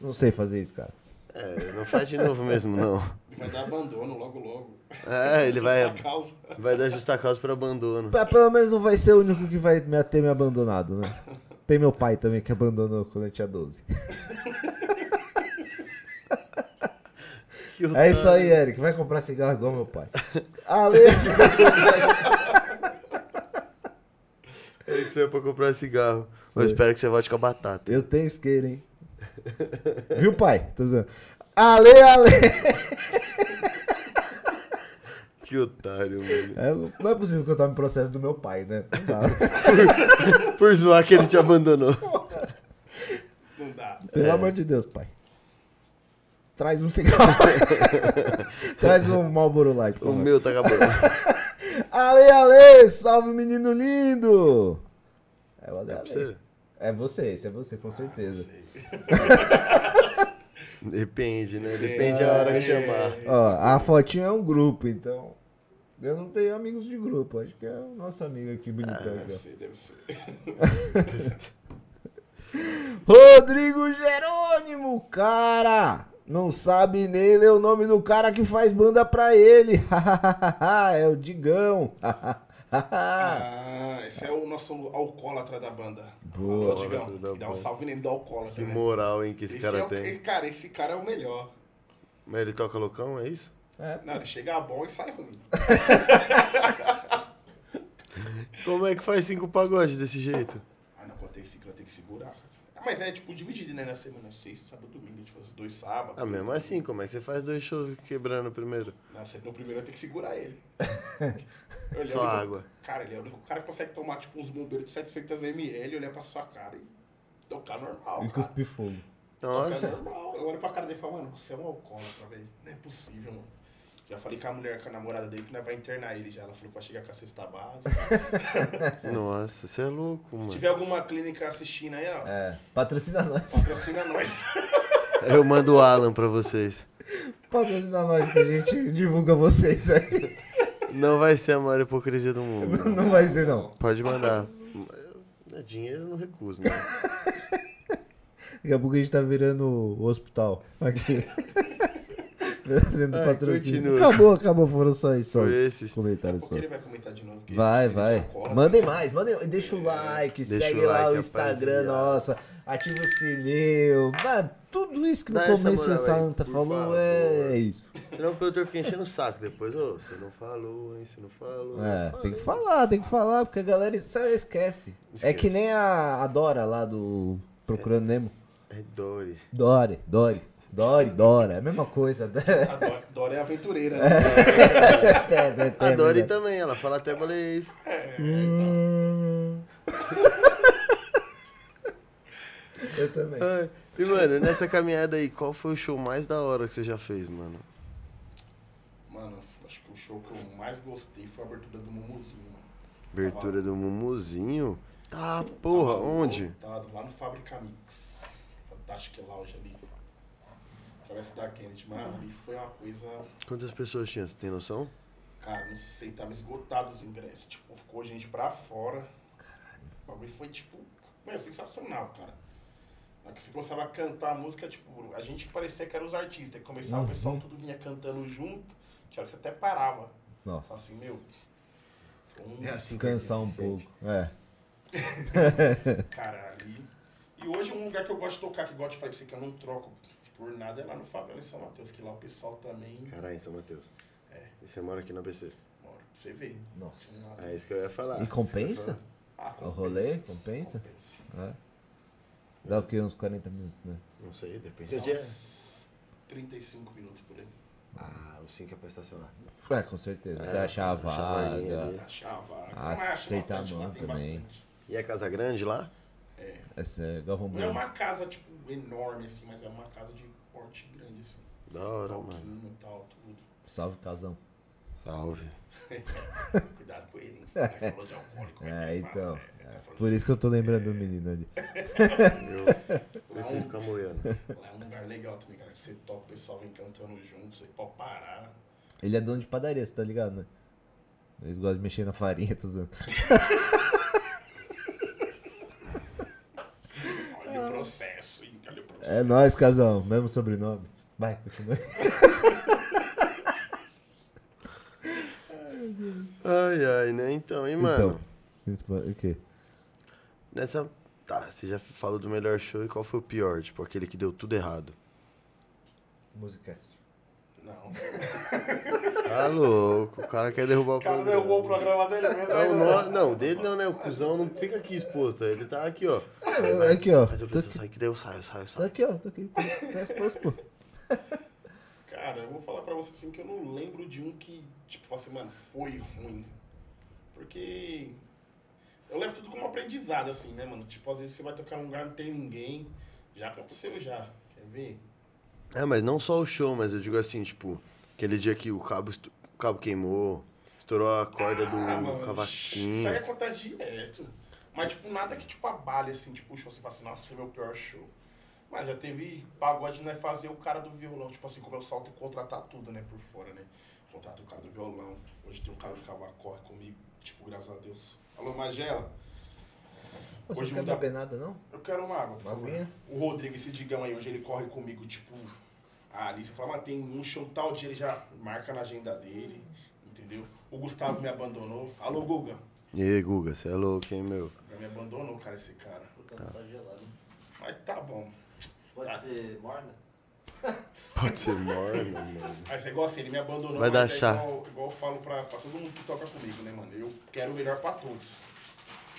S5: não sei fazer isso, cara.
S2: É, não faz de novo mesmo, não.
S4: E vai dar abandono logo, logo.
S2: É, ele vai,
S4: Essa causa.
S2: vai dar justa causa pro abandono.
S5: Pe- Pelo menos não vai ser o único que vai me- ter me abandonado, né? Tem meu pai também que abandonou quando eu tinha 12.
S2: Que
S5: É isso aí, Eric. Vai comprar cigarro igual meu pai. Ale.
S2: É que saiu pra comprar cigarro. Eu
S5: É.
S2: espero que você volte com a batata.
S5: Eu tenho isqueiro, hein? Viu, pai? Tô dizendo. Ale, ale!
S2: Que otário, mano.
S5: É, não é possível que eu tome processo do meu pai, né? Não dá.
S2: Por zoar que ele te abandonou.
S4: Não dá.
S2: É.
S5: Pelo amor de Deus, pai. Traz um cigarro. Traz um Marlboro Light. pra
S2: O
S5: nós.
S2: meu tá acabando.
S5: Ale, ale! Salve, menino lindo! É o Ale,
S2: É pra
S5: ale.
S2: você.
S5: É você, esse é você, com certeza.
S2: Depende, né? Depende a
S4: É.
S2: hora que chamar.
S5: Ó, a fotinha é um grupo, então. Eu não tenho amigos de grupo. Acho que é o nosso amigo aqui, bonitão.
S2: Ah,
S5: aqui, ó.
S4: Deve ser, deve ser.
S5: Rodrigo Jerônimo, cara! Não sabe nem ler o nome do cara que faz banda pra ele. é o Digão.
S4: Ah, esse é o nosso alcoólatra da banda.
S5: Boa.
S4: Alô, Digão.
S2: Da
S4: Que Dá um
S2: banda.
S4: salve nele do alcoólatra,
S2: Que
S4: né?
S2: moral, hein, que esse
S4: Esse
S2: cara
S4: é o-
S2: tem.
S4: esse- Cara, esse cara é o melhor.
S2: Mas ele toca loucão, é isso?
S4: Não, ele chega bom e sai ruim.
S2: Como é que faz cinco pagodes desse jeito?
S4: Ah, não, quando tem ciclo, tem que segurar. Ah, Mas é tipo dividido, né? Na semana, sexta, sábado, domingo. Tipo, os dois sábados.
S2: Ah, mesmo assim, como é que você faz dois shows quebrando o primeiro?
S4: Não, você no primeiro tem que segurar ele. Ele é o
S2: Só
S4: único-
S2: água.
S4: Cara, ele é o único cara que consegue tomar, tipo, uns bombeiros de 700ml, olhar pra sua cara e tocar normal.
S5: E
S4: cara.
S5: cuspir fogo.
S4: Tocar
S2: Nossa.
S4: normal. Eu olho pra cara dele e falo, mano, você é um alcoólatra, velho. Não é possível, mano. Já falei com a mulher, com a namorada dele, que nós vai internar ele já. Ela falou pra chegar com a cesta básica.
S2: Nossa, você é louco,
S4: Se
S2: mano.
S4: tiver alguma clínica assistindo aí, ó,
S5: É, patrocina nós.
S4: patrocina nós.
S2: Eu mando o Alan pra vocês.
S5: Patrocina nós que a gente divulga vocês aí.
S2: Não vai ser a maior hipocrisia do mundo.
S5: Não vai ser, não.
S2: Pode mandar. É, Dinheiro eu não recuso, né? mano.
S5: Daqui a pouco a gente tá virando o hospital aqui. Fazendo
S2: Ai,
S5: patrocínio.
S2: continua.
S5: Acabou, acabou, foram só isso. só
S2: Foi esses.
S5: Comentários
S4: Porque
S5: só.
S4: ele vai comentar de novo. que
S5: Vai,
S4: ele é
S5: vai.
S4: alcoólatra.
S5: Mandem mais, mandem. Deixa o like,
S2: né? É, Deixa
S5: segue
S2: o
S5: lá o
S2: like,
S5: Instagram,
S2: rapaziada.
S5: nossa. Ativa o sininho. Mano, tudo isso que no
S2: Dá essa
S5: começo
S2: moral
S5: a
S2: aí,
S5: Santa
S2: por
S5: falou
S2: favor.
S5: é isso.
S2: Senão o produtor fica enchendo o saco depois. Ô, você não falou, hein? Você não falou.
S5: É,
S2: Fala,
S5: tem que
S2: hein?
S5: falar, tem que falar, porque a galera isso- esquece. É
S2: Esquece.
S5: que nem a, a Dora lá do Procurando Nemo.
S2: É doido.
S5: Dore, Dore, Dore, Dora. É a mesma coisa.
S4: A Dora, Dora é aventureira, né?
S5: Até, até, até,
S2: A então. Dory
S5: verdade.
S2: também, ela fala até balês.
S5: Hum. Eu também.
S2: Ai, E, mano, nessa caminhada aí, qual foi o show mais da hora que você já fez, mano?
S4: Mano, acho que o show que eu mais gostei foi a abertura do Mumuzinho, mano.
S2: Abertura do Mumuzinho. Tá, porra,
S4: Tava
S2: onde?
S4: lotado, lá no Fábrica Mix. Fantástico Lounge ali. Através da Kennedy. Mano, ali foi uma coisa.
S2: Quantas pessoas tinha? Você tem noção?
S4: Cara, não sei, tava esgotado os ingressos. Tipo, ficou gente pra fora. O bagulho foi, tipo, meu, sensacional, cara. Na hora que você começava a cantar a música, tipo, a gente que parecia que era os artistas. Que começava o
S2: Uhum.
S4: pessoal, tudo vinha cantando junto. Tinha hora que você até parava.
S5: Nossa.
S4: Assim, meu. Então,
S2: É assim que a gente
S5: Descansar um
S2: se
S5: pouco.
S2: sente.
S5: É.
S4: cara, ali. E hoje um lugar que eu gosto de tocar, que eu gosto de falar pra você que eu não troco por nada, é lá no Favela em São Mateus, que lá o pessoal também
S2: Caralho, em São Mateus. É. E você mora aqui na BC.
S4: mora. pra Você vê.
S5: Nossa.
S2: É isso que eu ia falar.
S5: E compensa?
S4: Ah,
S5: O rolê? Compensa?
S4: Compensa.
S5: Dá o quê? Uns 40 minutos, né?
S2: Não sei, depende
S4: Dá
S2: do dia.
S4: uns 35 minutos por aí.
S2: Ah, o 5 é pra estacionar.
S5: É, com certeza. Até achar a
S2: achar a vaguinha
S5: vaga.
S2: ali.
S4: Achava.
S5: Ah, aceitamento também.
S2: E a Casa Grande lá?
S5: Essa é Galvão
S4: Não é
S5: Bueno.
S4: uma casa, tipo, enorme, assim, mas é uma casa de porte grande, assim.
S2: Da hora, mano.
S4: Pouquinho e tal, tudo.
S5: Salve, casão.
S2: Salve.
S4: Cuidado com ele, hein? Ele falou de alcoólico. como que
S5: É,
S4: ele
S5: então.
S4: fala, né? Ele tá falando
S5: Por isso que eu tô lembrando do menino ali.
S2: Eu
S4: Lá
S2: prefiro ficar moendo.
S4: um- lá é um lugar legal também, cara. que Você toca, o pessoal vem cantando junto, você pode parar.
S5: Ele é dono de padaria, você tá ligado, né? Eles gostam de mexer na farinha, tô usando.
S4: Olha o processo, hein? Olha o processo.
S5: É nóis, casão. Mesmo sobrenome. Vai, continua.
S2: Ai, ai, né? Então, hein, mano?
S5: Então, o quê?
S2: Nessa. Tá, você já falou do melhor show e qual foi o pior? Tipo, aquele que deu tudo errado.
S5: Música.
S4: Não.
S2: Tá louco, o cara quer derrubar o
S4: O cara derrubou o programa dele mesmo.
S2: É
S4: aí
S2: o
S4: não-
S2: nó- Não, dele não, né? O cuzão não fica aqui exposto. Ele tá É aqui, ó.
S5: Aqui, ó.
S2: Mas eu
S5: Tô
S2: preciso
S5: aqui,
S2: sair, que daí eu saio, eu saio, eu
S5: tô
S2: saio.
S5: aqui, ó. Tô aqui. Tô tá exposto, pô.
S4: Cara, eu vou falar pra você assim que eu não lembro de um que, tipo, fala assim, mano, foi ruim. Porque eu levo tudo como aprendizado, assim, né, mano? Tipo, às vezes você vai tocar num lugar, não tem ninguém. Já aconteceu já. Quer ver?
S2: É, mas não só o show, mas eu digo assim, tipo, aquele dia que o cabo, estu- o cabo queimou, estourou a corda do
S4: Ah, Isso aí
S2: cavaquinho.
S4: acontece direto. Mas, tipo, nada que, tipo, abale, assim, tipo, o show, você fala assim, nossa, foi meu pior show. Mas já teve pagode, né, fazer o cara do violão, tipo assim, como eu solto, contratar tudo, né, por fora, né. Contrato o cara do violão. Hoje tem um cara de cavacorre comigo, tipo, graças a Deus. Alô, Magela.
S5: Pô, Você
S4: Hoje
S5: não quer
S4: muda-
S5: beber nada, não?
S4: Eu quero uma água, por
S5: Uma
S4: favor.
S5: aguinha?
S4: O Rodrigo, esse digão aí, hoje ele corre comigo, tipo, a Alice fala, mas tem um show tal dia, ele já marca na agenda dele, entendeu? O Gustavo me abandonou. Alô, Guga.
S2: E aí, Guga, você é louco, hein, meu?
S4: Já me abandonou, cara, esse cara.
S6: Tá. tá gelado.
S4: Mas tá bom.
S6: Pode ser morna?
S2: Pode ser morno, mano.
S4: Mas é igual assim, ele me abandonou.
S2: Vai
S4: mas
S2: dar
S4: é
S2: chá.
S4: Igual, igual eu falo pra, pra todo mundo que toca comigo, né, mano? Eu quero o melhor pra todos.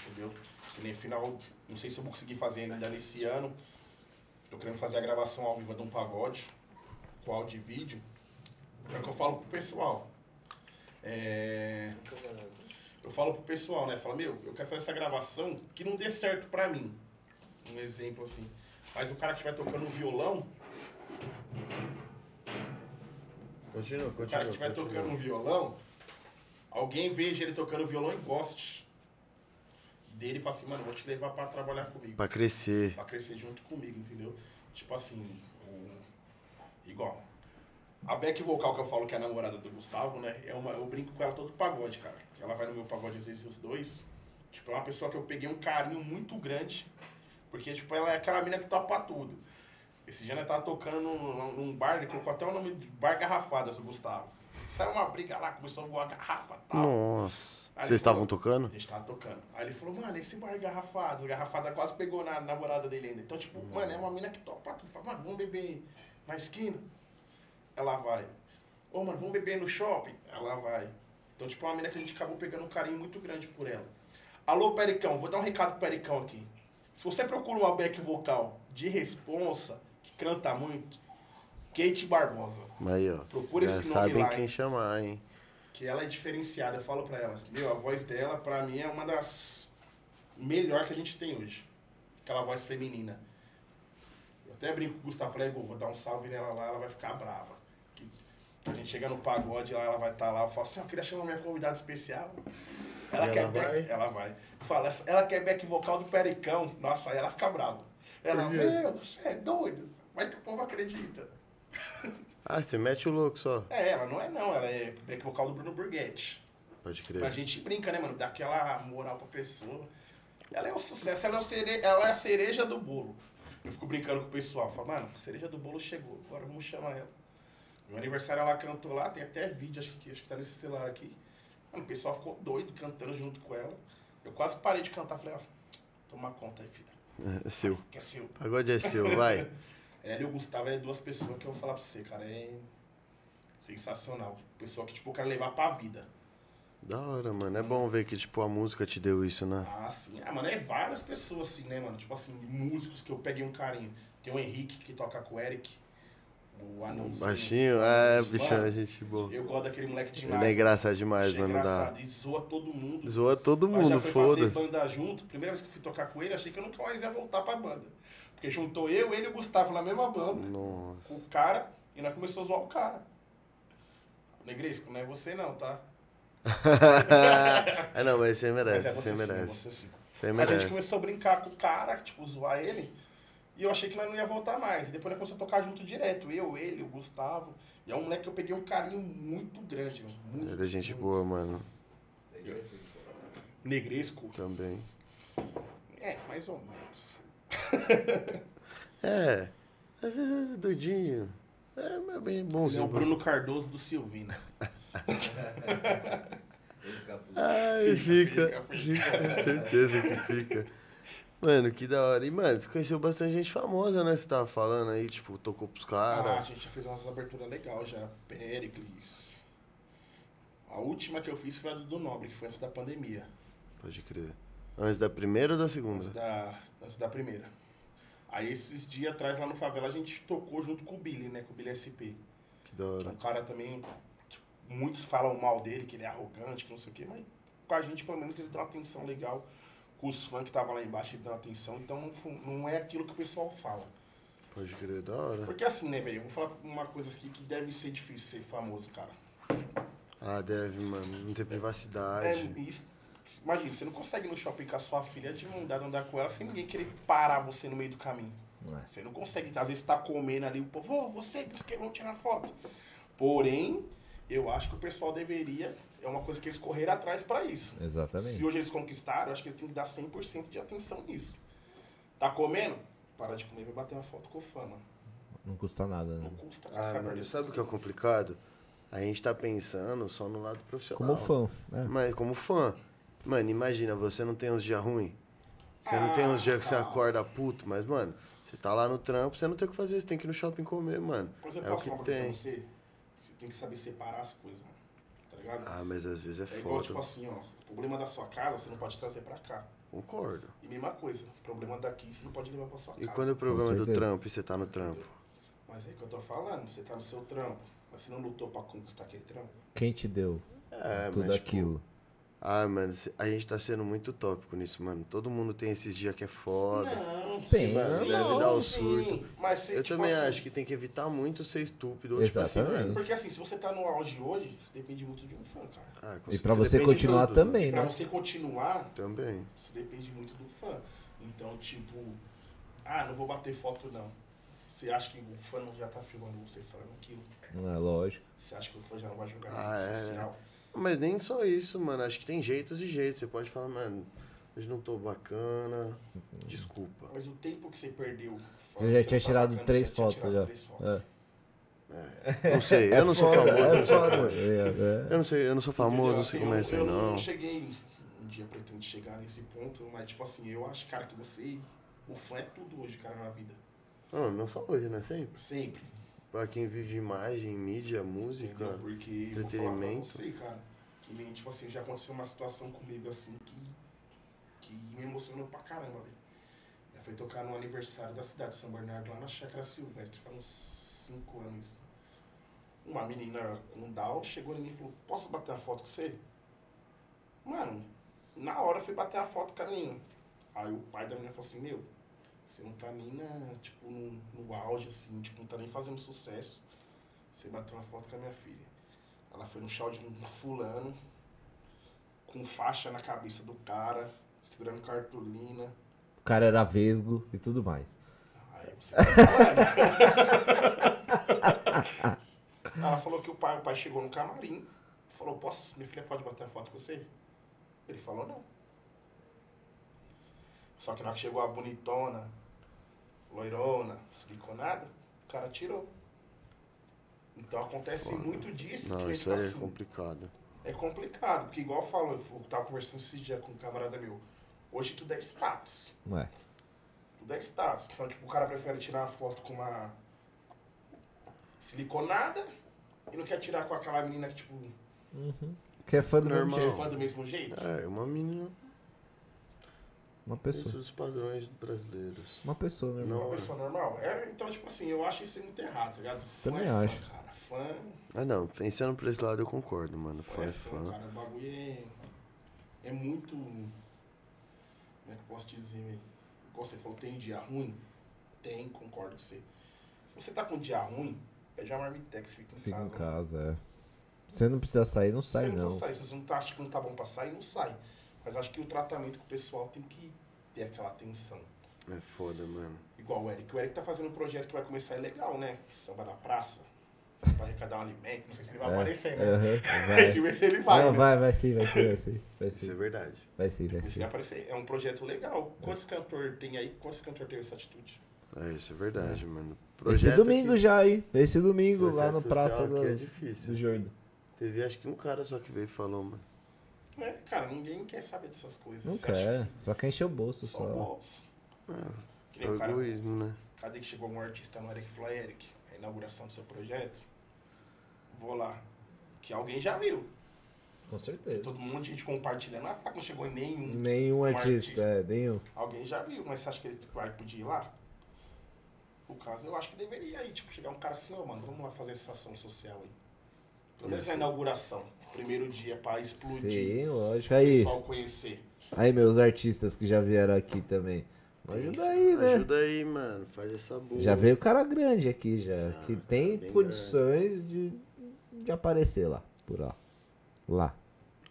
S4: Entendeu? Que nem final, não sei se eu vou conseguir fazer ainda nesse ano. Tô querendo fazer a gravação ao vivo de um pagode, com áudio e vídeo. É o que eu falo pro pessoal. É. Eu falo pro pessoal, né? Fala, meu, eu quero fazer essa gravação que não dê certo pra mim. Um exemplo assim. Mas o cara que estiver tocando violão,
S2: Continua,
S4: O cara que
S2: continua.
S4: estiver tocando um violão, alguém veja ele tocando violão e goste dele e fala assim, mano, vou te levar pra trabalhar comigo.
S2: Pra crescer.
S4: Pra crescer junto comigo, entendeu? Tipo assim, o- igual. A Beck Vocal, que eu falo que é a namorada do Gustavo, né? É uma, eu brinco com ela todo pagode, cara. Porque Ela vai no meu pagode às vezes os dois. Tipo, é uma pessoa que eu peguei um carinho muito grande. Porque, tipo, ela é aquela mina que topa tudo. Esse dia ela tava tocando num, num bar, ele colocou até o nome de Bar Garrafadas, o Gustavo. Saiu uma briga lá, começou a voar garrafa e tal.
S2: Nossa.
S4: Aí
S2: Vocês estavam
S4: falou-
S2: tocando?
S4: Ah, A gente tava tocando. Aí ele falou, mano, esse bar é garrafado. A garrafada quase pegou na namorada dele ainda. Então, tipo, mano, é uma mina que topa tudo. Fala, mano, vamos beber na esquina. Ela vai. Ô, mano, vamos beber no shopping. Ela vai. Então, tipo, é uma mina que a gente acabou pegando um carinho muito grande por ela. Alô, Pericão, vou dar um recado pro Pericão aqui. Se você procura uma back vocal de responsa, que canta muito, Kate Barbosa.
S2: Mas aí, ó.
S4: Procura
S2: já
S4: esse nome
S2: sabem
S4: lá,
S2: quem
S4: hein?
S2: chamar, hein?
S4: que ela é diferenciada. Eu falo pra ela, meu, a voz dela, pra mim, é uma das melhor que a gente tem hoje. Aquela voz feminina. Eu até brinco com o Gustavo, falei, "Gu, vou dar um salve nela lá, ela vai ficar brava. Que, que a gente chega no pagode lá, ela vai estar lá, eu falo assim, "Ah, eu queria chamar minha convidada especial. Ela,
S2: E
S4: quer
S2: ela
S4: back,
S2: vai?
S4: ela vai. Fala, ela quer back vocal do Pericão. Nossa, aí ela fica brava. Ela, meu, você é doido? Vai que o povo acredita.
S2: Ah, você mete o louco só.
S4: É, ela não é não, ela é back vocal do Bruno Burguetti.
S2: Pode crer.
S4: A gente brinca, né, mano? Dá aquela moral pra pessoa. Ela é o sucesso, ela é, o cere- ela é a cereja do bolo. Eu fico brincando com o pessoal. Falo, mano, a cereja do bolo chegou, agora vamos chamar ela. No meu aniversário ela cantou lá, tem até vídeo, acho que, acho que tá nesse celular aqui. Mano, o pessoal ficou doido cantando junto com ela. Eu quase parei de cantar. Falei, ó, toma conta aí, filha.
S2: É seu.
S4: Que é seu.
S2: Pagode é seu, vai.
S4: Ela e o Gustavo é duas pessoas que eu vou falar pra você, cara. É sensacional. Pessoa que, tipo, eu quero levar pra vida.
S2: Da hora, mano. É bom ver que, tipo, a música te deu isso, né?
S4: Ah, sim. Ah, mano, é várias pessoas, assim, né, mano? Tipo assim, músicos que eu peguei um carinho. Tem o Henrique que toca com o Eric. O anãozinho.
S2: Baixinho, é,
S4: Mano,
S2: bichão, é gente boa.
S4: Eu gosto daquele moleque demais.
S2: Ele é engraçado demais,
S4: Achei
S2: mano. Da...
S4: engraçado. E zoa todo mundo.
S2: Zoa todo
S4: Mas
S2: mundo,
S4: já foi fazer
S2: foda-se.
S4: banda junto. Primeira vez que eu fui tocar com ele, achei que eu nunca mais ia voltar pra banda. Porque juntou eu, ele e o Gustavo na mesma banda.
S2: Nossa.
S4: com o cara e nós começou a zoar o cara. Negresco, não é você não, tá?
S2: ah, não, mas você
S4: Mas
S2: merece,
S4: é você
S2: você
S4: sim, é
S2: merece.
S4: você sim.
S2: Você
S4: A gente
S2: merece.
S4: começou a brincar com o cara, tipo, zoar ele. E eu achei que nós não ia voltar mais. E depois nós começamos a tocar junto direto. Eu, ele, o Gustavo. E é um moleque que eu peguei um carinho muito grande, mano. Muito,
S2: Ele é gente
S4: muito.
S2: boa, mano.
S4: Negresco?
S2: Também.
S4: É, mais ou menos.
S2: É. Às vezes é doidinho. É, mas bem
S4: Ele é o
S2: bonzinho.
S4: Bruno Cardoso do Silvino.
S2: Ai, fica.
S4: Fica, fica,
S2: Fica, certeza que fica. Mano, que da hora. E, mano, você conheceu bastante gente famosa, né? Você tava falando aí, tipo, tocou pros
S4: Ah, a
S2: caras.
S4: gente já fez umas aberturas legal já. Pericles. A última que eu fiz foi a do do Nobre, que foi antes da pandemia.
S2: Pode crer. Antes da primeira ou da
S4: Antes
S2: segunda?
S4: da, antes da primeira. Aí esses dias atrás lá no Favela a gente tocou junto com o Billy, né? Com o Billy SP.
S2: Que da
S4: Que é um
S2: hora.
S4: cara também. tipo, Muitos falam mal dele, que ele é arrogante, que não sei o quê, mas com a gente pelo menos ele deu uma atenção legal. Com os fãs que estavam lá embaixo, ele deu uma atenção. Então não fu- não é aquilo que o pessoal fala.
S2: Pode crer, da hora.
S4: Porque assim, né, velho? Eu vou falar uma coisa aqui que deve ser difícil ser famoso, cara.
S2: Ah, deve, mano. Não ter
S4: É,
S2: privacidade.
S4: isso, imagina, você não consegue ir no shopping com a sua filha de mandar andar com ela sem ninguém querer parar você no meio do caminho.
S5: Não é.
S4: Você não consegue, às vezes tá comendo ali, o povo, "Ô, você que os que vão tirar foto. Porém, eu acho que o pessoal deveria, é uma coisa que eles correram atrás pra isso. Se
S5: Exatamente.
S4: hoje eles conquistaram, eu acho que eles têm que dar 100% de atenção nisso. Tá comendo? Para de comer, vai bater uma foto com o fã, mano.
S5: Não custa nada,
S4: Não
S5: né?
S4: custa.
S2: Ah,
S4: sabe?
S2: mano, sabe o que é o complicado? A gente tá pensando só no lado profissional.
S5: Como fã, né?
S2: Mas como fã. Mano, imagina, você não tem uns dias ruins. Você
S4: É,
S2: não tem uns dias que você acorda puto, mas, mano, você tá lá no trampo, você não tem o que fazer, você tem que ir no shopping comer, mano.
S4: Mas eu
S2: É o
S4: posso
S2: que
S4: falar uma coisa pra
S2: tem.
S4: você? Você tem que saber separar as coisas, mano. Tá ligado?
S2: Ah, mas às vezes é
S4: É igual, tipo
S2: foda.
S4: assim, ó, o problema da sua casa você não pode trazer pra cá.
S2: Concordo.
S4: E mesma coisa, o problema daqui você não pode levar pra sua
S2: E
S4: casa.
S2: quando é o problema do
S5: certeza.
S2: trampo e você tá no trampo?
S4: Mas é que eu tô falando, você tá no seu trampo, mas você não lutou pra conquistar aquele trampo.
S5: Quem te deu
S2: É,
S5: tudo
S2: mas, tipo,
S5: aquilo?
S2: Ah, mano, cê- a gente tá sendo muito tópico nisso, mano. Todo mundo tem esses dias que é foda.
S4: Não,
S5: Tem,
S4: sim,
S2: deve dar o
S4: sim, Mas você,
S2: Eu
S4: tipo
S2: também
S4: assim,
S2: acho que tem que evitar muito ser estúpido. ou, Tipo assim,
S5: Exatamente.
S2: mano,
S4: Porque assim, se você tá no auge hoje, isso depende muito de um fã, cara.
S2: ah, com-
S5: E pra você
S2: depende de
S5: continuar
S2: tudo, né?
S5: também,
S4: Pra
S5: né?
S4: você continuar,
S2: Também.
S4: isso depende muito do fã. Então, tipo, ah, não vou bater foto não. Você acha que o fã não já tá filmando você falando aquilo?
S5: É lógico.
S4: Você acha que o fã já não vai jogar na
S2: Ah,
S4: rede
S2: é.
S4: social?
S2: Mas nem só isso, mano. Acho que tem jeitos e jeitos. Você pode falar, mano, hoje não tô bacana. Desculpa.
S4: Mas o tempo que você perdeu.
S5: Você já tinha
S4: tá
S5: tirado
S4: bacana,
S5: três
S4: você tinha
S5: fotos
S4: tirado
S5: já.
S4: três fotos.
S5: É.
S2: Não sei, eu não sou
S5: Foda,
S2: famoso.
S5: É foda. É, é.
S2: Eu não sei, eu não sou famoso,
S4: Entendeu?
S2: não sei
S4: Assim,
S2: como é
S4: eu-
S2: isso aí,
S4: eu
S2: não.
S4: cheguei. Um dia pretendo chegar nesse ponto, mas tipo assim, eu acho, cara, que você. O fã é tudo hoje, cara, na vida.
S2: Não, não só hoje, né? Sempre.
S4: Sempre.
S2: Pra quem vive de imagem, mídia, música.
S4: Entendeu? Porque. vou falar pra
S2: entretenimento.
S4: Você, cara. E, tipo assim, já aconteceu uma situação comigo assim que. que me emocionou pra caramba, velho. Já foi tocar no aniversário da cidade de São Bernardo, lá na Chácara Silvestre, faz uns 5 anos. Uma menina com um Down chegou em mim e falou: Posso bater uma foto com você? Mano, na hora eu fui bater a foto com a menina. Aí o pai da menina falou assim: Meu, você não tá nem na, tipo, no, no auge, assim, tipo, não tá nem fazendo sucesso. Você bateu uma foto com a minha filha. Ela foi no chão de um fulano, com faixa na cabeça do cara, segurando cartolina.
S5: é. O cara era vesgo e tudo mais.
S4: Aí você tá falando. né?" Ela falou que o pai, o pai chegou no camarim, falou, posso, minha filha pode bater a foto com você? Ele falou, não. Só que na hora que chegou a bonitona, loirona, siliconada, o cara tirou. Então acontece muito disso,
S2: Não,
S4: que
S2: isso
S4: tipo
S2: aí é
S4: assim,
S2: complicado.
S4: é complicado, porque igual eu falo, eu fu- tava conversando esse dia com um camarada meu. Hoje tudo é status.
S5: Ué.
S4: Tudo é status. Então, tipo, o cara prefere tirar uma foto com uma siliconada e não quer tirar com aquela menina que, tipo,
S5: Que é fã do mesmo
S2: Normal.
S5: jeito.
S4: é fã do mesmo jeito.
S2: É, uma menina
S5: Uma
S2: dentro
S5: pessoa.
S2: dos padrões brasileiros.
S5: Uma pessoa, né, irmão?
S4: Uma
S2: Não, é.
S4: pessoa normal. É, então, tipo assim, eu acho isso muito errado, tá ligado? Fã
S5: Também
S4: é fã,
S5: acho.
S4: cara. Fã,
S2: Ah, não, pensando por esse lado eu concordo, mano.
S4: fã
S2: Fã
S4: é
S2: é
S4: fã,
S2: fã.
S4: cara. O bagulho é, é muito. Como é que eu posso dizer, velho? Igual você falou, tem dia ruim? Tem, concordo com você. Se você tá com um dia ruim, pede uma marmitex, fica em
S5: Fica
S4: casa.
S5: em casa, é. Você não precisa sair, não sai,
S4: você não.
S5: não.
S4: precisa sair. Se você não tá, acha que não tá bom pra sair, não sai. Mas acho que o tratamento com o pessoal tem que ter aquela atenção.
S2: É foda, mano.
S4: Igual o Eric. O Eric tá fazendo um projeto que vai começar é legal, né? Samba na praça. Vai arrecadar um alimento, não sei se ele vai aparecer, né?
S5: Aham,
S4: Tem que
S2: tipo,
S5: vai.
S4: ver se ele vai.
S5: Vai, É, não,
S4: né?
S5: vai, vai sim, vai sim, vai sim. Vai
S2: Isso é
S5: sim,
S2: verdade.
S5: vai sim, vai
S4: Mas se
S5: sim.
S4: ele aparecer, é um projeto legal. Quantos
S5: É.
S4: cantor tem aí? Quantos cantor teve essa atitude?
S2: É, isso é verdade, mano.
S5: Esse domingo
S2: aqui-
S5: já, hein? Esse domingo lá
S2: projeto
S5: no
S2: social
S5: Praça
S2: aqui
S5: do,
S2: é
S5: do
S2: difícil.
S5: Jordan.
S2: Teve acho que um cara só que veio e falou, mano.
S4: É, cara, ninguém quer saber dessas coisas.
S5: Não
S4: Você acha
S5: quer, só quer encher o
S4: que
S5: bolso
S4: Só
S5: só.
S4: bolsa.
S2: É,
S4: Que nem o cara,
S2: egoísmo, né?
S4: cadê que chegou um artista no Eric e falou, Eric, a inauguração do seu projeto? Vou lá. Que alguém já viu.
S5: Com certeza.
S4: Todo mundo, gente compartilhando. Ah, fala que não chegou em nenhum.
S5: Nenhum
S4: Um
S5: artista,
S4: artista.
S5: é, nenhum.
S4: Alguém já viu, mas você acha que ele vai podia ir lá? No caso, eu acho que deveria ir, tipo, chegar um cara assim, ó, mano, vamos lá fazer essa ação social aí. Pelo menos a
S2: Isso.
S4: inauguração. Primeiro dia pra explodir.
S5: Sim, lógico.
S4: O
S5: Aí,
S4: pessoal conhecer.
S5: aí, meus artistas que já vieram aqui também. Ajuda aí, né?
S2: Ajuda aí, mano. Faz essa boa.
S5: Já veio o cara grande aqui, já. que tem
S2: bem
S5: condições de, de aparecer lá. Por lá. Lá.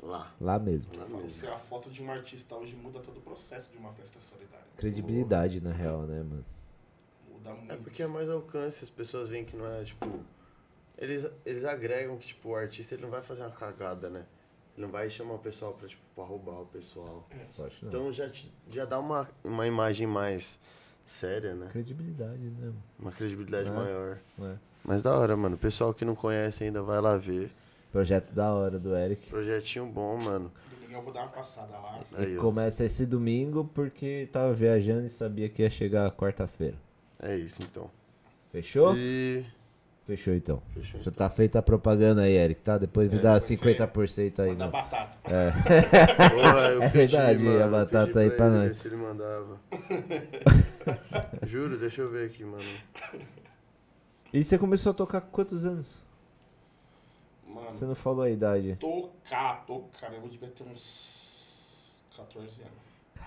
S2: Lá.
S5: Lá mesmo.
S2: Lá
S4: Fala, se
S2: mesmo.
S4: a foto de um artista hoje muda todo o processo de uma festa solidária.
S5: Credibilidade, na real, né, mano?
S4: Muda muito.
S2: É porque é mais alcance, as pessoas veem que não é, tipo. Eles, eles agregam que, tipo, o artista ele não vai fazer uma cagada, né? Ele não vai chamar o pessoal pra, tipo, pra roubar o pessoal.
S5: Acho não.
S2: Então já, te- já dá uma, uma imagem mais séria, né?
S5: Credibilidade, né, mano?
S2: Uma credibilidade
S5: É.
S2: maior.
S5: Não é?
S2: Mas da hora, mano. O pessoal que não conhece ainda vai lá ver.
S5: Projeto da hora do Eric.
S2: Projetinho bom, mano.
S4: Domingo eu vou dar uma passada lá.
S2: Aí,
S5: E
S2: ó.
S5: começa esse domingo porque tava viajando e sabia que ia chegar quarta-feira.
S2: É isso, então.
S5: Fechou?
S2: E...
S5: Fechou então.
S2: Fechou,
S5: Você tá feita a propaganda aí, Eric, tá? Depois me dá
S4: É, você-
S5: 50% aí, né?
S4: Manda
S5: mano.
S4: batata.
S2: Porra, eu
S5: É
S2: pedi,
S5: verdade,
S2: mano,
S5: a
S2: eu
S5: batata
S2: pedi
S5: aí pra
S2: ele
S5: nós.
S2: ver Se ele mandava. Juro, deixa eu ver aqui, mano.
S5: E você começou a tocar com quantos anos? Você
S4: Mano,
S5: não falou a idade.
S4: tocar, tocar. Eu devia ter uns 14 anos.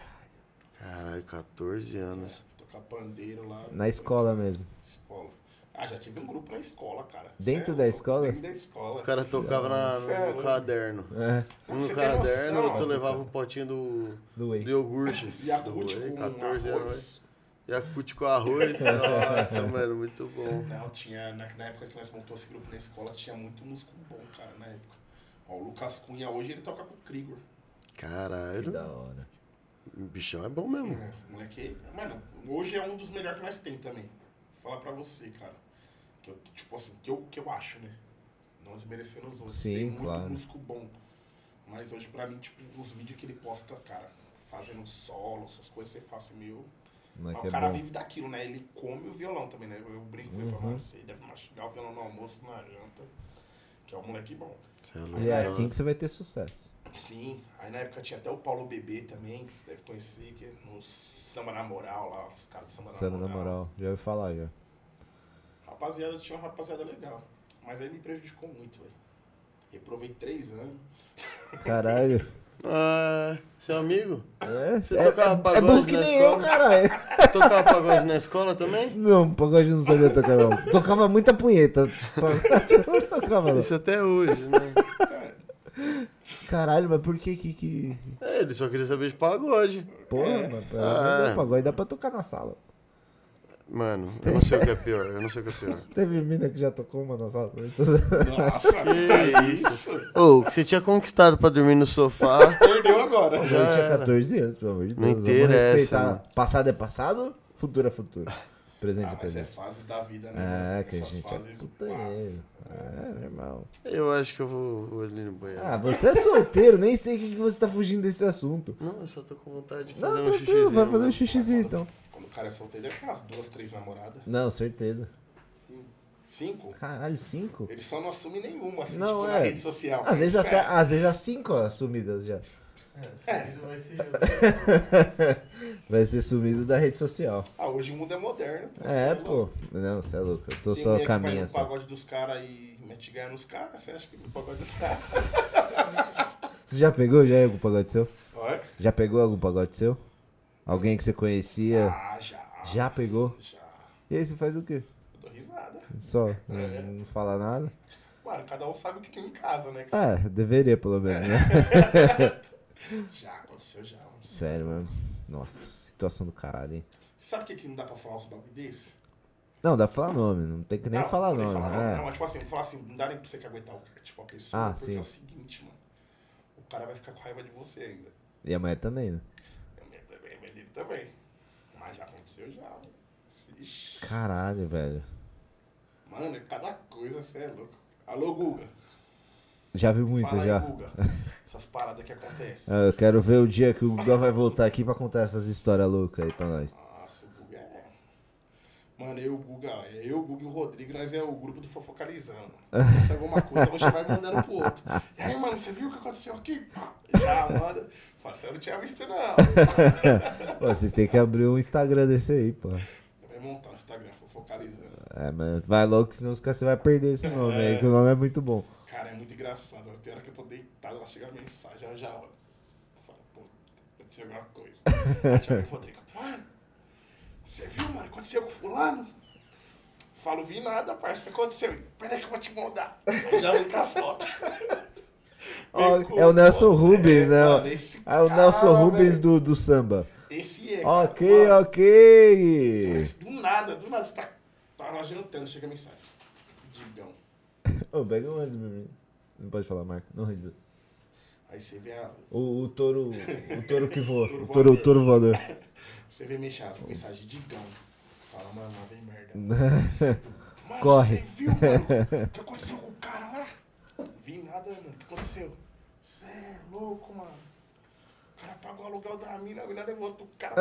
S2: Caralho, 14 anos.
S4: É, Tocar pandeiro lá.
S5: Na escola mesmo.
S4: Escola. Ah, já tive um grupo na escola, cara.
S5: Dentro
S4: Sério,
S5: da escola?
S4: Dentro da escola.
S2: Os caras tocavam na- no,
S4: Sério?
S2: caderno.
S5: É,
S2: Um no
S4: Você tem
S2: caderno,
S4: noção?
S2: outro levava um o potinho do,
S5: do Way.
S2: do iogurte.
S4: Yakut
S2: Do-
S4: com
S2: é,
S4: 14 tipo, arroz.
S2: Yakult com arroz. Nossa, mano, muito bom.
S4: Não, tinha, na, na época que nós montamos esse grupo na escola, tinha muito músico bom, cara, na época. Ó, o Lucas Cunha hoje ele toca com o Krigor.
S5: Que da
S2: Caralho,
S5: hora.
S2: o bichão é bom mesmo.
S4: O moleque, mano, hoje é um dos melhores que nós tem também. Vou falar pra você, cara. Que eu, tipo assim, que eu, que eu acho, né? Não desmerecendo os outros.
S5: Sim,
S4: tem muito
S5: claro.
S4: músico bom. Mas hoje, pra mim, tipo, os vídeos que ele posta, cara, fazendo solo, essas coisas, você faz assim, meu.
S5: Não é
S4: Mas
S5: que
S4: o
S5: é
S4: cara
S5: bom.
S4: vive daquilo, né? Ele come o violão também, né? Eu brinco com ele, falo,
S5: Uhum.
S4: "Mano, você deve mastigar o violão no almoço, na janta, que é um moleque bom.
S2: Cê é
S4: né?
S2: louco,
S5: E é
S2: mano.
S5: assim que você vai ter sucesso.
S4: Sim, aí na época tinha até o Paulo Bebê também, que você deve conhecer, que é no Samba na Moral lá, os caras do Samba,
S5: Sendo na
S4: na Moral.
S5: moral. Já ouvi falar, já.
S4: Rapaziada, tinha uma rapaziada legal, mas aí me prejudicou muito, velho. Reprovei três anos.
S5: Caralho.
S2: Ah, seu amigo?
S5: É,
S2: Você
S5: é,
S2: tocava
S5: é, é bom
S2: pagode
S5: que
S2: na
S5: nem eu,
S2: escola?
S5: caralho.
S2: Tocava pagode na escola também?
S5: Não, pagode não sabia tocar, não. Tocava muita punheta. Pagode eu não tocava, não.
S2: Isso até hoje, né?
S5: Caralho, mas por que que. que...
S2: É, ele só queria saber de pagode.
S5: Porra, mano. pelo
S2: Ah.
S5: amor de Deus, Pagode dá pra tocar na sala.
S2: Mano, eu não sei o que é pior, eu não sei o que é pior.
S5: Teve mina que já tocou uma então, na sala.
S4: Nossa,
S2: Que isso? Ô, que você tinha conquistado pra dormir no sofá.
S4: perdeu agora.
S5: Eu tinha 14 anos, pelo amor de Deus.
S2: Não interessa,
S5: respeitar.
S2: mano.
S5: Passado é passado, futuro é futuro. Presente,
S4: Ah, mas é
S5: presente.
S4: fases da vida, né?
S5: É, que a
S4: Essas
S5: gente é
S4: fases
S5: putanheiro. É, normal.
S2: Eu acho que eu vou, vou ali no banheiro.
S5: Ah, você é solteiro, nem sei o que que você tá fugindo desse assunto.
S2: Não, eu só tô com vontade de fazer
S5: Não,
S2: um
S5: tranquilo,
S2: xixizinho.
S5: vai fazer um
S2: mano.
S5: xixizinho então.
S4: Quando o cara é solteiro, é aquelas duas, três namoradas.
S5: Não, certeza.
S4: Cinco?
S5: Caralho, cinco?
S4: Ele só não assume nenhuma, assim,
S5: Não,
S4: tipo,
S5: é.
S4: na rede social.
S5: Às vezes
S4: Sério.
S5: até, às vezes há cinco assumidas já. um
S2: É,
S6: Subido vai ser.
S5: Vai ser sumido da rede social.
S4: Ah, hoje o mundo é moderno. pô,
S5: É,
S4: cê louco.
S5: pô. Não, você é louco. Eu tô
S4: Tem
S5: só
S4: mulher que vai
S5: caminha
S4: no
S5: só.
S4: pagode dos caras e mete ganha nos caras, você acha que no pagode dos caras...
S5: Você já pegou já algum pagode seu?
S4: Olha.
S5: Já pegou algum pagode seu? Alguém que você conhecia?
S4: Ah, já.
S5: Já pegou?
S4: Já.
S5: E aí você faz o quê?
S4: Eu dou risada.
S5: Só não, não fala nada?
S4: Mano, cada um sabe o que tem em casa, né? cara?
S5: Ah, deveria pelo menos,
S4: É.
S5: né? Ah.
S4: Já, aconteceu já. mano.
S5: Sério, mano. Nossa, situação do caralho, hein?
S4: Sabe o que, que não dá pra falar os bagulho desse?
S5: Não, dá pra falar nome, não tem que nem
S4: Não,
S5: falar
S4: não tem
S5: nome.
S4: que
S5: né?
S4: Não, mas tipo assim, falar assim, não dá nem pra você que aguentar o cara, tipo, a pessoa,
S5: Ah,
S4: porque
S5: sim.
S4: é o seguinte, mano. O cara vai ficar com raiva de você ainda.
S5: E a mulher também, né?
S4: É meu também, é meu dele também. Mas já aconteceu já, mano. Ixi.
S5: Caralho, velho.
S4: Mano, é cada coisa, você é louco. Alô, Guga.
S5: Já vi muito
S4: Fala
S5: já.
S4: aí, Guga. Essas paradas que acontecem.
S5: Ah, eu quero ver o dia que o Guga vai voltar aqui pra contar essas histórias loucas aí pra nós.
S4: Nossa, o Guga é. Mano, eu, o Guga, é eu, o Guga e o Rodrigo, nós é o grupo do Fofocalizando. Se alguma coisa, a gente vai mandando pro outro. E aí, mano, você viu o que aconteceu aqui? Pá, Já, manda. Fala, você não tinha visto, não.
S5: Pô, vocês têm que abrir um Instagram desse aí, pô.
S4: Vai montar o Instagram Fofocalizando.
S5: É, mas vai logo, que senão os caras você vai perder esse nome aí, que o nome é muito bom.
S4: Cara, é muito engraçado. Tem hora que eu tô deitado, ela chega a mensagem, ela já olha. Eu falo, pô, aconteceu alguma coisa. Aí chega o Rodrigo, mano, você viu, mano, aconteceu com fulano? Eu Falo, vi nada, parça, o que aconteceu? Ele, Peraí que eu vou te mandar. Aí já vem com as fotos.
S5: Ó,
S4: Vem com-
S5: é o Nelson Rubens, né?
S4: mano, esse
S5: É o Nelson
S4: cara,
S5: Rubens
S4: velho.
S5: do, do samba.
S4: Esse é, cara,
S5: Ok,
S4: mano.
S5: ok.
S4: Parece Do nada, do nada, você tá, tá lá jantando, chega a mensagem. Digão.
S5: Ô, pega um antes, meu menino. Não pode falar, Marco. Não, Red Bull.
S4: Aí você vê a,
S5: o, o touro. O touro que voa.
S4: Touro
S5: O touro, o touro
S4: voador.
S5: voador.
S4: Você vem mensagem, mensagem de gão. Fala, mano, lá vem merda. Mano,
S5: Corre.
S4: Você viu, mano? O que aconteceu com o cara lá? Vi nada, mano. O que aconteceu? Você é louco, mano. O cara pagou o aluguel da mina, a mina levou outro cara.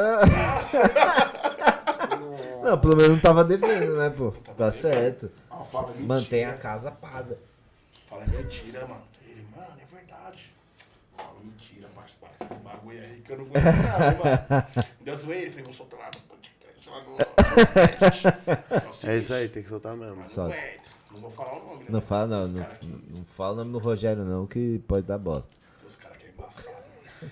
S5: Não, pelo menos não tava devendo, né, pô? Tá certo.
S4: Ah, fala, é mentira.
S5: Mantém a casa paga.
S4: Fala, é mentira, mano. Ele, mano, é verdade. Fala, mentira, parceiro. Para com esses bagulho aí que eu não aguento não, mano. Ainda zoei ele. Falei, vou soltar lá no podcast, lá no...
S2: É isso aí, tem que soltar mesmo.
S4: Mas
S5: Só-
S4: não aguento. Não vou falar o nome, né?
S5: Não fala, não.
S4: Os
S5: Não,
S4: caras que-
S5: não fala o nome do Rogério, não, que pode dar bosta.
S4: Os caras que é embaçado. né?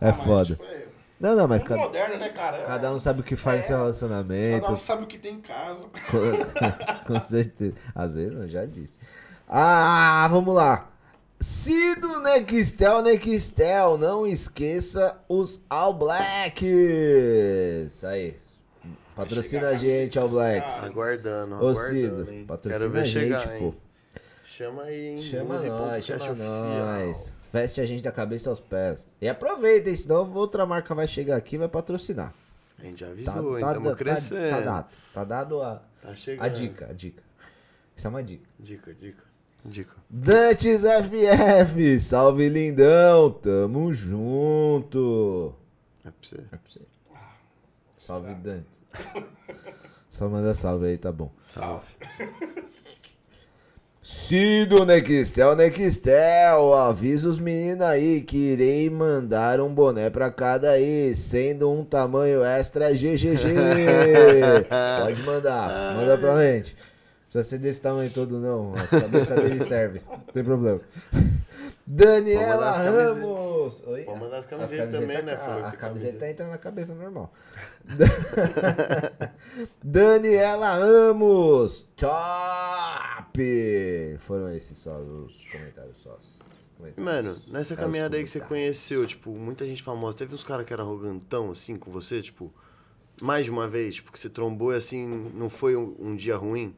S5: É
S4: Ah, mas,
S5: foda.
S4: tipo, é
S5: Não, não, mas
S4: mas
S5: cada,
S4: moderno, né, cara?
S5: cada um sabe o que faz no seu relacionamento.
S4: É. Cada um sabe o que tem em casa.
S5: Com- Com certeza. Às vezes não, já disse. Ah, vamos lá. Se do Nextel, Nextel, não esqueça os All Blacks. Aí. Patrocina a gente, All Blacks.
S2: Aguardando,
S5: Ô,
S2: aguardando,
S5: Cido,
S2: hein? Quero
S5: patrocina
S2: ver
S5: a
S2: chegar,
S5: gente, pô.
S2: hein? Chama aí, hein?
S5: Chama
S2: Use ponto
S5: nós,
S2: cast
S5: chama
S2: oficial.
S5: nós. Veste a gente da cabeça aos pés. E aproveita, hein, senão outra marca vai chegar aqui e vai patrocinar.
S2: A gente já
S5: Tá,
S2: avisou, hein?
S5: tá,
S2: Tamo
S5: tá,
S2: crescendo.
S5: tá dado. Tá dado a,
S2: Tá chegando.
S5: a dica, a dica. Isso é uma dica.
S2: Dica, dica, dica.
S5: Dantes FF, salve lindão, tamo junto.
S2: É pra você.
S5: Salve Dantes. Só manda salve aí, tá bom.
S2: Salve.
S5: Cido Nextel, Nextel, é, avisa os meninos aí que irei mandar um boné pra cada aí, sendo um tamanho extra GGG. Pode mandar, manda pra gente. Não Precisa ser desse tamanho todo não, a cabeça dele serve, não tem problema.
S2: Vamos
S5: Daniela
S2: mandar as camisetas.
S5: Ramos. Oi?
S2: Vamos mandar as
S5: As
S2: camisetas também, né,
S5: tá-
S2: Flor?
S5: A,
S2: Tem
S5: a camiseta
S2: camiseta.
S5: entra na cabeça normal. Daniela Ramos, top! Foram esses só os comentários só. os comentários.
S2: Mano, nessa
S5: É, os
S2: caminhada aí que você
S5: comentários.
S2: conheceu, tipo, muita gente famosa, teve uns caras que era arrogantão, assim, com você, tipo, mais de uma vez, tipo, que você trombou e, assim, não foi um, um dia ruim?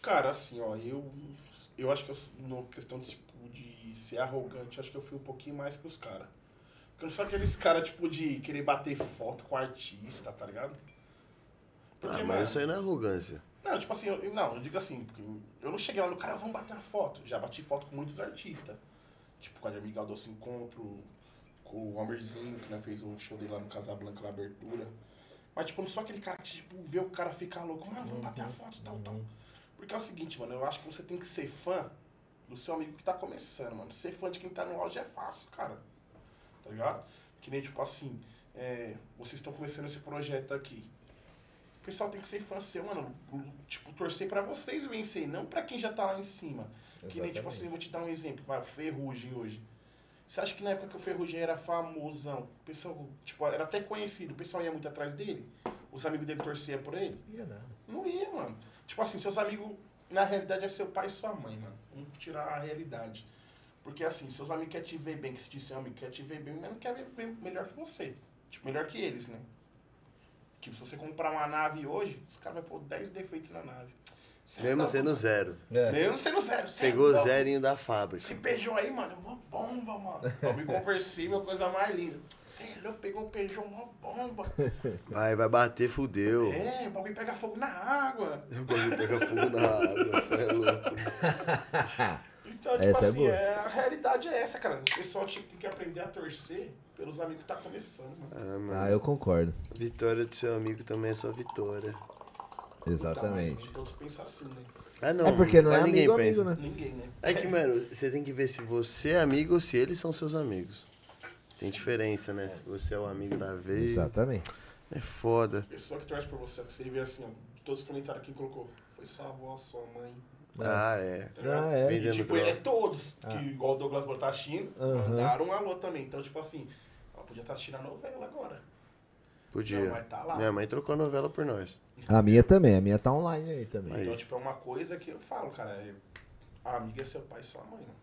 S4: Cara, assim, ó, eu, eu acho que eu, no questão de, tipo, de ser arrogante, eu acho que eu fui um pouquinho mais que os caras. Porque eu não sou aqueles caras, tipo, de querer bater foto com artista, tá ligado? Porque,
S2: Ah,
S4: mano,
S2: mas isso aí não é arrogância.
S4: Não, tipo assim, eu, não, eu digo assim, porque eu não cheguei lá no cara, "Ah, vamos bater uma foto. Já bati foto com muitos artistas. Tipo, com a Amigal Doce Encontro, com o Almerzinho, que né, fez o show dele lá no Casablanca na abertura. Mas, tipo, não sou aquele cara que, tipo, vê o cara ficar louco, mano, vamos bater a foto, tal, tal. Porque é o seguinte, mano, eu acho que você tem que ser fã do seu amigo que tá começando, mano. Ser fã de quem tá no auge é fácil, cara. Tá ligado? Que nem, tipo assim, é, vocês estão começando esse projeto aqui. O pessoal tem que ser fã seu, mano. Tipo, torcer pra vocês vencer, não pra quem já tá lá em cima. Que nem,
S3: Exatamente.
S4: tipo assim, vou te dar um exemplo. Vai, o Ferrugem hoje. Você acha que na época que o Ferrugem era famosão, o pessoal, tipo, era até conhecido, o pessoal ia muito atrás dele? Os amigos dele torciam por ele?
S3: Não ia nada.
S4: Não ia, mano. Tipo assim, seus amigos, na realidade, é seu pai e sua mãe, mano. Vamos tirar a realidade. Porque assim, seus amigos querem te ver bem, que se disser amigo quer te ver bem, mas não quer ver bem- melhor que você. Tipo, melhor que eles, né? Tipo, se você comprar uma nave hoje, os caras vão pôr 10 defeitos na nave. Cê é
S2: Mesmo
S4: louco.
S2: sendo zero.
S3: É.
S4: Mesmo sendo zero. cê é
S2: Pegou o
S4: louco.
S2: zerinho da fábrica.
S4: Esse Peugeot aí, mano, é uma bomba, mano. Bagulho conversível, coisa mais linda. Você é louco, pegou um Peugeot, uma bomba.
S2: Vai, vai bater, fudeu.
S4: É, o bagulho pega fogo na água.
S2: O bagulho pega fogo na água, você é louco.
S4: Então, tipo
S5: Essa é
S4: assim,
S5: boa.
S4: é- a realidade é essa, cara. O pessoal tipo, tem que aprender a torcer pelos amigos que tá começando, mano.
S2: Ah, mano.
S5: Ah, eu concordo.
S2: Vitória do seu amigo também é sua vitória.
S4: Tá, mas
S5: Exatamente.
S4: nem todos pensam assim, né?
S2: Ah, não.
S5: É porque não é
S2: mas ninguém
S5: amigo, amigo,
S2: pensa.
S5: né?
S4: Ninguém, né?
S2: É que, mano, você tem que ver se você é amigo ou se eles são seus amigos. Tem diferença, né? Se você é o amigo da vez.
S5: Exatamente.
S2: É foda.
S4: Pessoa que torce por você, que você vê assim, ó, todos os comentários que colocou. Foi sua avó, sua mãe.
S2: Ah, é.
S4: tá ligado?
S5: Ah, é. Ah.
S4: E, tipo,
S2: Vendendo
S4: ele é
S2: droga.
S4: todos, que igual o Douglas Bortachino, mandaram um alô também. Então, tipo assim, ela podia estar assistindo a novela agora. Não,
S2: Podia.
S4: mas tá lá.
S2: Minha mãe trocou novela por nós.
S5: A minha também, a minha tá online aí também.
S2: Aí.
S4: Então, tipo, é uma coisa que eu falo, cara. É, a amiga é seu pai e sua mãe, né?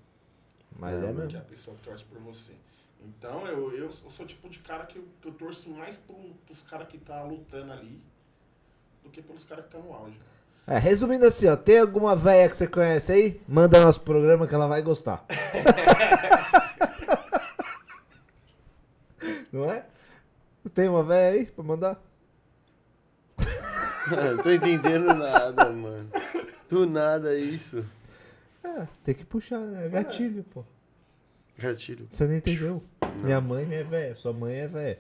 S5: Mas
S2: É,
S5: é
S4: que é
S5: mesmo.
S4: a pessoa que torce por você. Então, eu, eu sou o tipo de cara que eu, que eu torço mais pro, pros caras que tá lutando ali do que pelos caras que tá no auge.
S5: É, resumindo assim, ó, tem alguma véia que você conhece aí? Manda nosso programa que ela vai gostar. Não é? Tem uma véia aí pra mandar?
S2: Não tô entendendo nada, mano. Do nada isso.
S5: É, tem que puxar, né? É Gatilho, pô.
S2: Gatilho.
S5: Você não entendeu. Minha mãe não é véia, sua mãe é véia.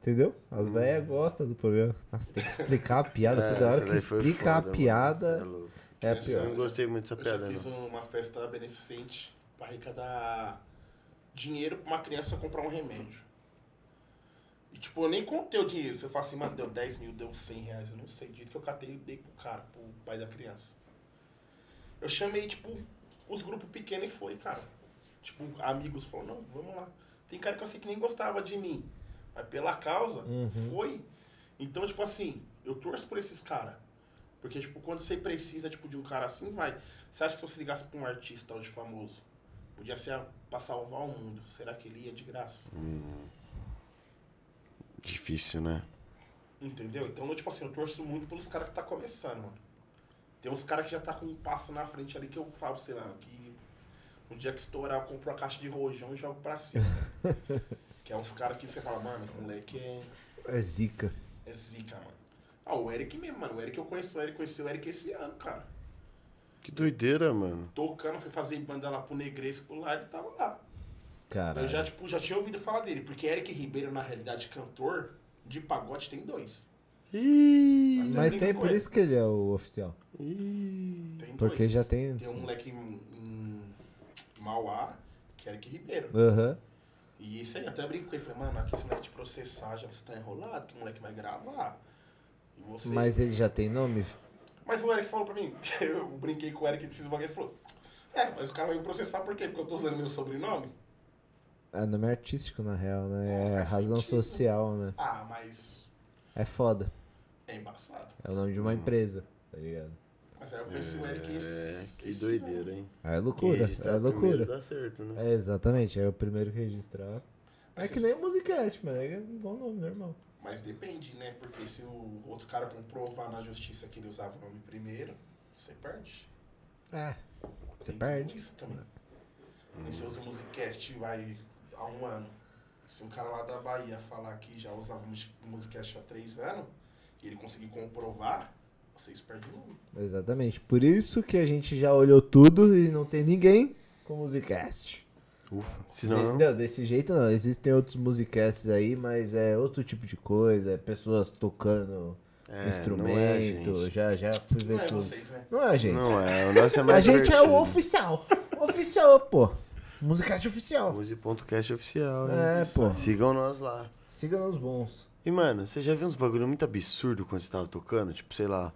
S5: Entendeu?
S4: Hum.
S5: As véias gostam do programa. Nossa, tem que explicar a piada.
S2: É,
S5: toda hora
S2: Ah, essa
S5: que
S2: daí foi
S5: explica
S2: foda,
S5: a
S2: mano.
S5: piada,
S2: Cê é louco.
S5: é a
S4: Essa
S2: Eu
S5: pior.
S2: não gostei muito dessa
S4: Eu já
S2: piada,
S4: fiz
S2: não.
S4: uma festa beneficente para arrecadar dinheiro para uma criança comprar um remédio. E tipo, eu nem contei o dinheiro. Você fala assim, mano, deu 10 mil, deu 100 reais. Eu não sei. Dito que eu catei e dei pro cara, pro pai da criança. Eu chamei, tipo, os grupos pequenos e foi, cara. Tipo, amigos falou não, vamos lá. Tem cara que eu sei que nem gostava de mim. Mas pela causa, foi. Então, tipo assim, eu torço por esses caras. Porque, tipo, quando você precisa, tipo, de um cara assim, vai. Você acha que se você ligasse pra um artista hoje famoso, podia ser a- pra salvar o mundo. Será que ele ia de graça? um-
S2: Difícil, né?
S4: Entendeu? Então, eu, tipo assim, eu torço muito pelos caras que tá começando, mano. Tem uns caras que já tá com um passo na frente ali que eu falo, sei lá, que um dia que estourar eu compro uma caixa de rojão e jogo pra cima. que é uns caras que você fala, mano, o moleque é,
S5: É zica.
S4: é zica, mano. Ah, o Eric mesmo, mano. O Eric eu conheço, o Eric conheci o Eric esse ano, cara.
S2: Que doideira, mano.
S4: Tocando, fui fazer banda lá pro Negresco lá, ele tava lá.
S5: Caralho.
S4: Eu já, tipo, já tinha ouvido falar dele, porque Eric Ribeiro, na realidade, cantor de pagode, tem dois.
S2: Ih,
S5: Mas tem, por isso que ele é o oficial.
S2: ih.
S4: Tem
S5: Porque
S4: dois.
S5: já tem-
S4: Tem um moleque em, em Mauá, que é Eric Ribeiro.
S5: Aham.
S4: E isso aí, eu até brinquei, falei, mano, aqui esse moleque te processar, já você tá enrolado, que o moleque vai gravar. E você...
S5: Mas ele já tem nome?
S4: Mas o Eric falou pra mim, eu brinquei com o Eric desses bagulho, ele falou, é, mas o cara vai me processar por quê? Porque eu tô usando meu sobrenome?
S5: É nome artístico, na real, né? É
S4: faz
S5: razão
S4: sentido.
S5: social, né?
S4: Ah, mas
S5: É foda.
S4: é embaçado.
S5: É o nome
S2: Hum.
S5: de uma empresa, tá ligado?
S4: Mas aí eu conheci o Eric
S2: É,
S4: esse-
S2: que
S4: esse ano.
S2: doideira, hein?
S5: É loucura, é loucura.
S2: tá Dá certo, né?
S5: É exatamente, é o primeiro que registrar. É
S4: Mas
S5: que
S4: isso-
S5: nem o Musicast, mano. É um bom nome, normal.
S4: Mas depende, né? Porque se o outro cara comprovar na justiça que ele usava o nome primeiro, você perde.
S5: É. Você
S4: Tem tudo
S5: perde.
S4: Isso também.
S2: Hum.
S4: E se usa o Musicast vai há um ano. Se um cara lá da Bahia falar que já usava o Mus- Musicast há três anos, e ele conseguir comprovar, vocês perdem o mundo.
S5: Exatamente. Por isso que a gente já olhou tudo e não tem ninguém com Musicast.
S2: Ufa. Senão,
S5: Não, desse jeito não. Existem outros musicasts aí, mas é outro tipo de coisa, é pessoas tocando
S2: É,
S5: instrumento.
S2: não é a gente.
S5: já, já fui ver
S4: Não é
S5: tudo.
S4: vocês, né?
S5: Não é a gente.
S2: não é. O nosso é
S5: a
S2: mais
S5: gente é o
S2: divertido.
S5: oficial. oficial, pô. Musicast oficial.
S2: Use.cast oficial,
S5: É,
S2: hein?
S5: pô.
S2: Sigam nós lá.
S5: Siga nos bons.
S2: E, mano, você já viu uns bagulho muito absurdo quando você tava tocando? Tipo, sei lá,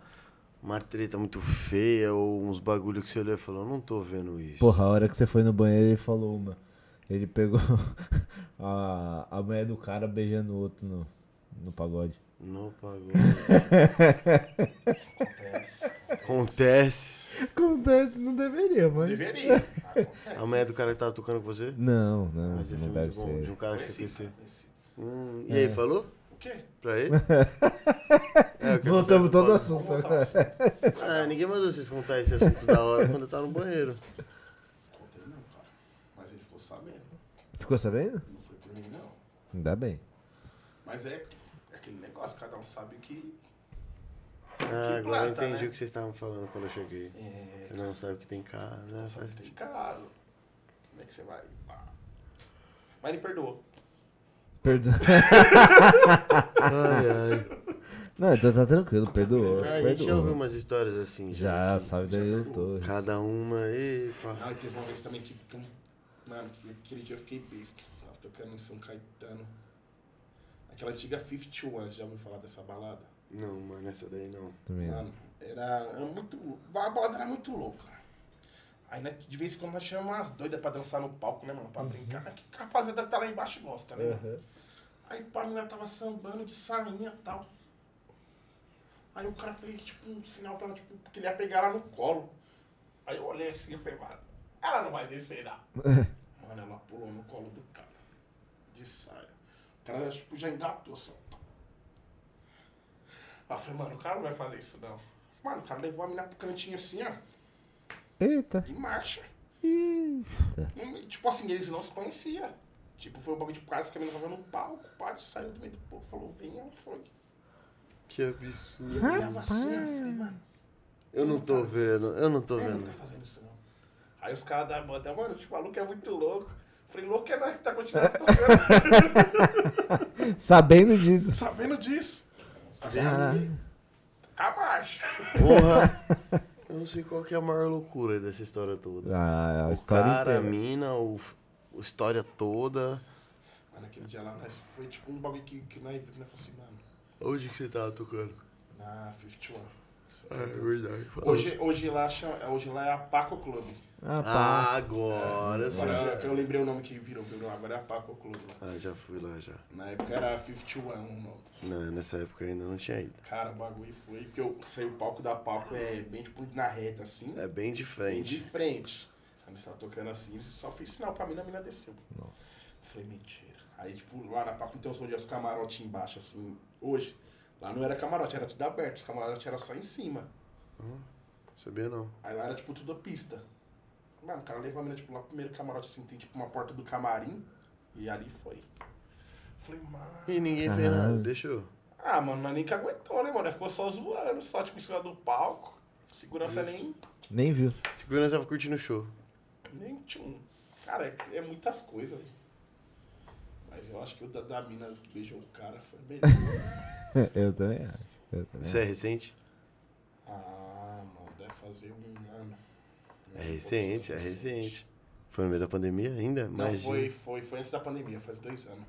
S2: uma treta muito feia ou uns bagulho que você olhou e falou, não tô vendo isso.
S5: Porra, a hora que você foi no banheiro, ele falou uma. Ele pegou a, a mulher do cara beijando o outro no, no pagode.
S2: Não pagou.
S4: Acontece.
S2: Acontece.
S5: Acontece, não deveria, mas.
S4: Deveria. Acontece.
S2: A mulher do cara que tava tocando com você?
S5: Não, não,
S2: Mas esse é
S5: não
S2: muito
S5: deve
S2: bom. De
S5: ser. É.
S2: um cara que você
S4: Conheci,
S2: conheceu.
S4: cara, conheci.
S2: Hum, e aí, falou?
S4: O quê?
S2: Pra ele? É, o que acontece,
S5: Voltamos todo
S2: Paulo?
S5: assunto.
S4: Vamos voltar ao assunto.
S2: Ah, ninguém mandou vocês contar esse assunto da hora quando eu tava no banheiro.
S4: Contei não, cara. Mas ele ficou sabendo.
S5: Ficou sabendo?
S4: Não foi por mim, não.
S5: Ainda bem.
S4: Mas é é aquele negócio, cada um sabe o que.
S2: Ah, agora eu
S4: planta,
S2: entendi
S4: né?
S2: o que vocês estavam falando quando eu cheguei.
S4: É,
S2: Não sabe o que tem em casa.
S4: só
S2: Faz...
S4: que tem caro. Como é que você vai? Pá. Mas ele perdoou.
S5: Perdoa.
S2: Ai, ai.
S5: Não, então tá tranquilo, perdoou.
S2: Ah, a gente já ouviu
S5: perdoou.
S2: umas histórias assim.
S5: Já,
S2: que-
S5: sabe daí eu tô.
S2: Cada uma, epa.
S4: Não, e teve uma vez também que. que um- mano, que aquele dia eu fiquei besta. Tava tocando em São Caetano. Aquela antiga 51, já ouviu falar dessa balada?
S2: Não, mano, essa daí não.
S5: Também.
S2: Ah,
S4: Mano, era, era muito. A balada era muito louca. Aí né, de vez em quando nós chamamos umas doidas pra dançar no palco, né, mano? Pra
S2: Uhum.
S4: brincar. Que a rapaziada que tá lá embaixo gosta, né? mano? Aí pá, a menina tava sambando de sainha e tal. Aí o cara fez tipo um sinal pra ela, tipo, que ele ia pegar ela no colo. Aí eu olhei assim e falei, mano, ela não vai descer, não. mano, ela pulou no colo do cara. De saia. O cara tipo, já engatou assim. ó. Aí eu falei, mano, o cara não vai fazer isso não. Mano, o cara levou a mina pro cantinho assim, ó,
S5: Eita.
S4: e marcha. Hum, Tipo assim, eles não se conheciam. Tipo, foi um bagulho de quase que a mina tava no palco, o padre saiu do meio do povo, falou, vem, ela foi.
S2: Que
S4: E eu
S2: absurdo.
S4: olhava assim, eu falei, mano,
S2: Eu não tô vendo, eu não tô
S4: eu não
S2: vendo.
S4: tá fazendo isso não. Aí os caras da banda, mano, esse maluco é muito louco. Eu Falei, louco é nós que tá continuando tocando,
S5: Sabendo disso.
S4: sabendo disso. Tá Aí os caras,
S5: Caralho.
S4: Tá a marcha.
S2: Porra! Eu não sei qual que é a maior loucura dessa história toda.
S5: Ah, a
S2: o
S5: história
S2: cara, a
S5: inteira.
S2: mina, o, o história toda.
S4: Mas naquele dia lá, nós, foi tipo um bagulho que, que nós vimos, nós falamos assim, mano,
S2: Onde que você tava tocando?
S4: na 51.
S2: É verdade.
S4: Hoje, hoje, lá, chama- hoje lá é a Paco Club.
S5: Ah, pá.
S2: Ah, agora é eu sei.
S4: Agora é. eu lembrei o nome que virou, virou. Agora é a Paco Club lá.
S2: Ah, já fui lá já.
S4: Na época era 51 o nome.
S2: Não, nessa época eu ainda não tinha ido.
S4: Cara, o bagulho foi. Porque eu saí o palco da Paco é bem tipo na reta assim.
S2: É bem
S4: bem de
S2: diferente.
S4: frente. A mina tava tocando assim, eu só fiz sinal pra mina, a mina desceu. Nossa. Falei, mentira. Aí, tipo, lá na Paco não tem uns onde é os camarotes embaixo, assim, hoje. Lá não era camarote, era tudo aberto. Os camarotes eram só em cima.
S2: Sabia não.
S4: Aí lá era tipo tudo pista. Mano, o cara levou a mina, tipo, lá pro primeiro camarote assim, tem tipo uma porta do camarim. E ali foi. Falei, mano.
S2: E ninguém fez nada, deixou.
S4: Ah, mano, mas nem que aguentou, né, mano? Ela Ficou só zoando, só tipo em cima do palco. Segurança nem.
S5: Nem viu.
S2: Segurança tava curtindo o show.
S4: Nem tchum. Cara, é, é muitas coisas, velho. Mas eu acho que o da, da mina que beijou o cara foi melhor.
S5: Eu também acho. Eu também.
S2: Isso é recente?
S4: ah, mano, deve fazer um ano.
S2: É recente, é recente. Foi no meio da pandemia ainda?
S4: Não,
S2: Imagina.
S4: foi, foi, foi antes da pandemia, faz dois anos.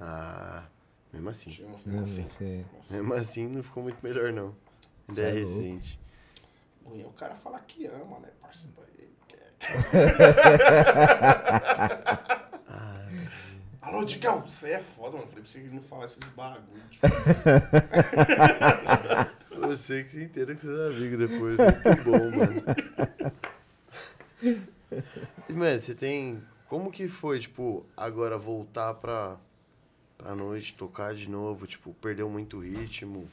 S2: Ah, mesmo assim.
S4: Tinha uns
S5: Não,
S4: assim.
S5: você-
S2: Mesmo assim não ficou muito melhor, não. Ainda é
S5: Cê é louco.
S2: recente.
S4: Ruim é o cara falar que ama, né, parceiro? Ele quer. Alô, Digão, você é foda, mano. Falei pra você não falar esses bagulho. Tipo,
S2: Você que se inteira com seus amigos depois. Muito bom, mano. E, mano, você tem. Como que foi, tipo, agora voltar pra, pra noite, tocar de novo? Tipo, perdeu muito ritmo,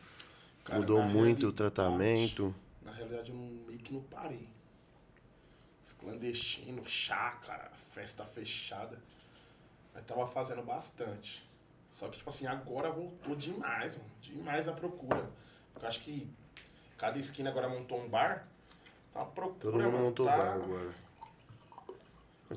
S4: Cara,
S2: mudou
S4: na
S2: muito o
S4: realidade,
S2: tratamento.
S4: Na realidade, eu não, meio que não parei. Os clandestinos, chácara, festa fechada. Mas tava fazendo bastante. Só que, tipo assim, agora voltou demais, mano. Demais a procura. Porque eu acho que cada esquina agora montou um bar. Tá uma procura.
S2: Todo mundo
S4: mano,
S2: montou
S4: tá-
S2: bar agora.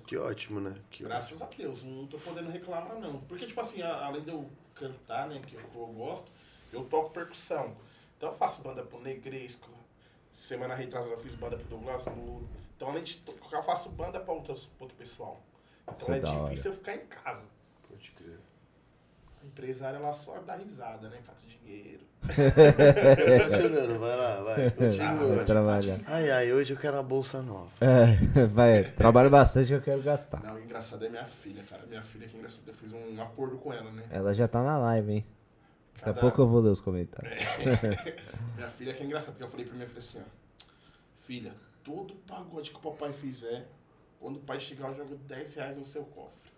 S2: Que ótimo, né? Que
S4: Graças a Deus, não tô podendo reclamar não. Porque, tipo assim, a- além de eu cantar, né, que eu, que eu gosto, eu toco percussão. Então eu faço banda pro Negresco. Semana retrasada eu fiz banda pro Douglas Muro. Então além de tocar, eu faço banda pra outras, pra outro pessoal. Então
S5: Isso é
S4: é
S5: da hora.
S4: difícil eu ficar em casa.
S2: Pode crer.
S4: A empresária, ela só dá risada, né, cata dinheiro.
S2: Só tirando, vai lá, vai.
S5: Vai
S2: Continua.
S5: trabalhar.
S2: Ai, ai, hoje eu quero uma bolsa nova.
S5: É, vai, trabalho bastante que eu quero gastar.
S4: Não, o engraçado é minha filha, cara. Minha filha que é engraçada, eu fiz um acordo com ela, né.
S5: Ela já tá na live, hein? Daqui a
S4: Cada-
S5: pouco eu vou ler os comentários.
S4: Minha filha que é engraçada, porque eu falei pra minha filha assim, ó. Filha, todo pagode que o papai fizer, quando o pai chegar, eu jogo 10 reais no seu cofre.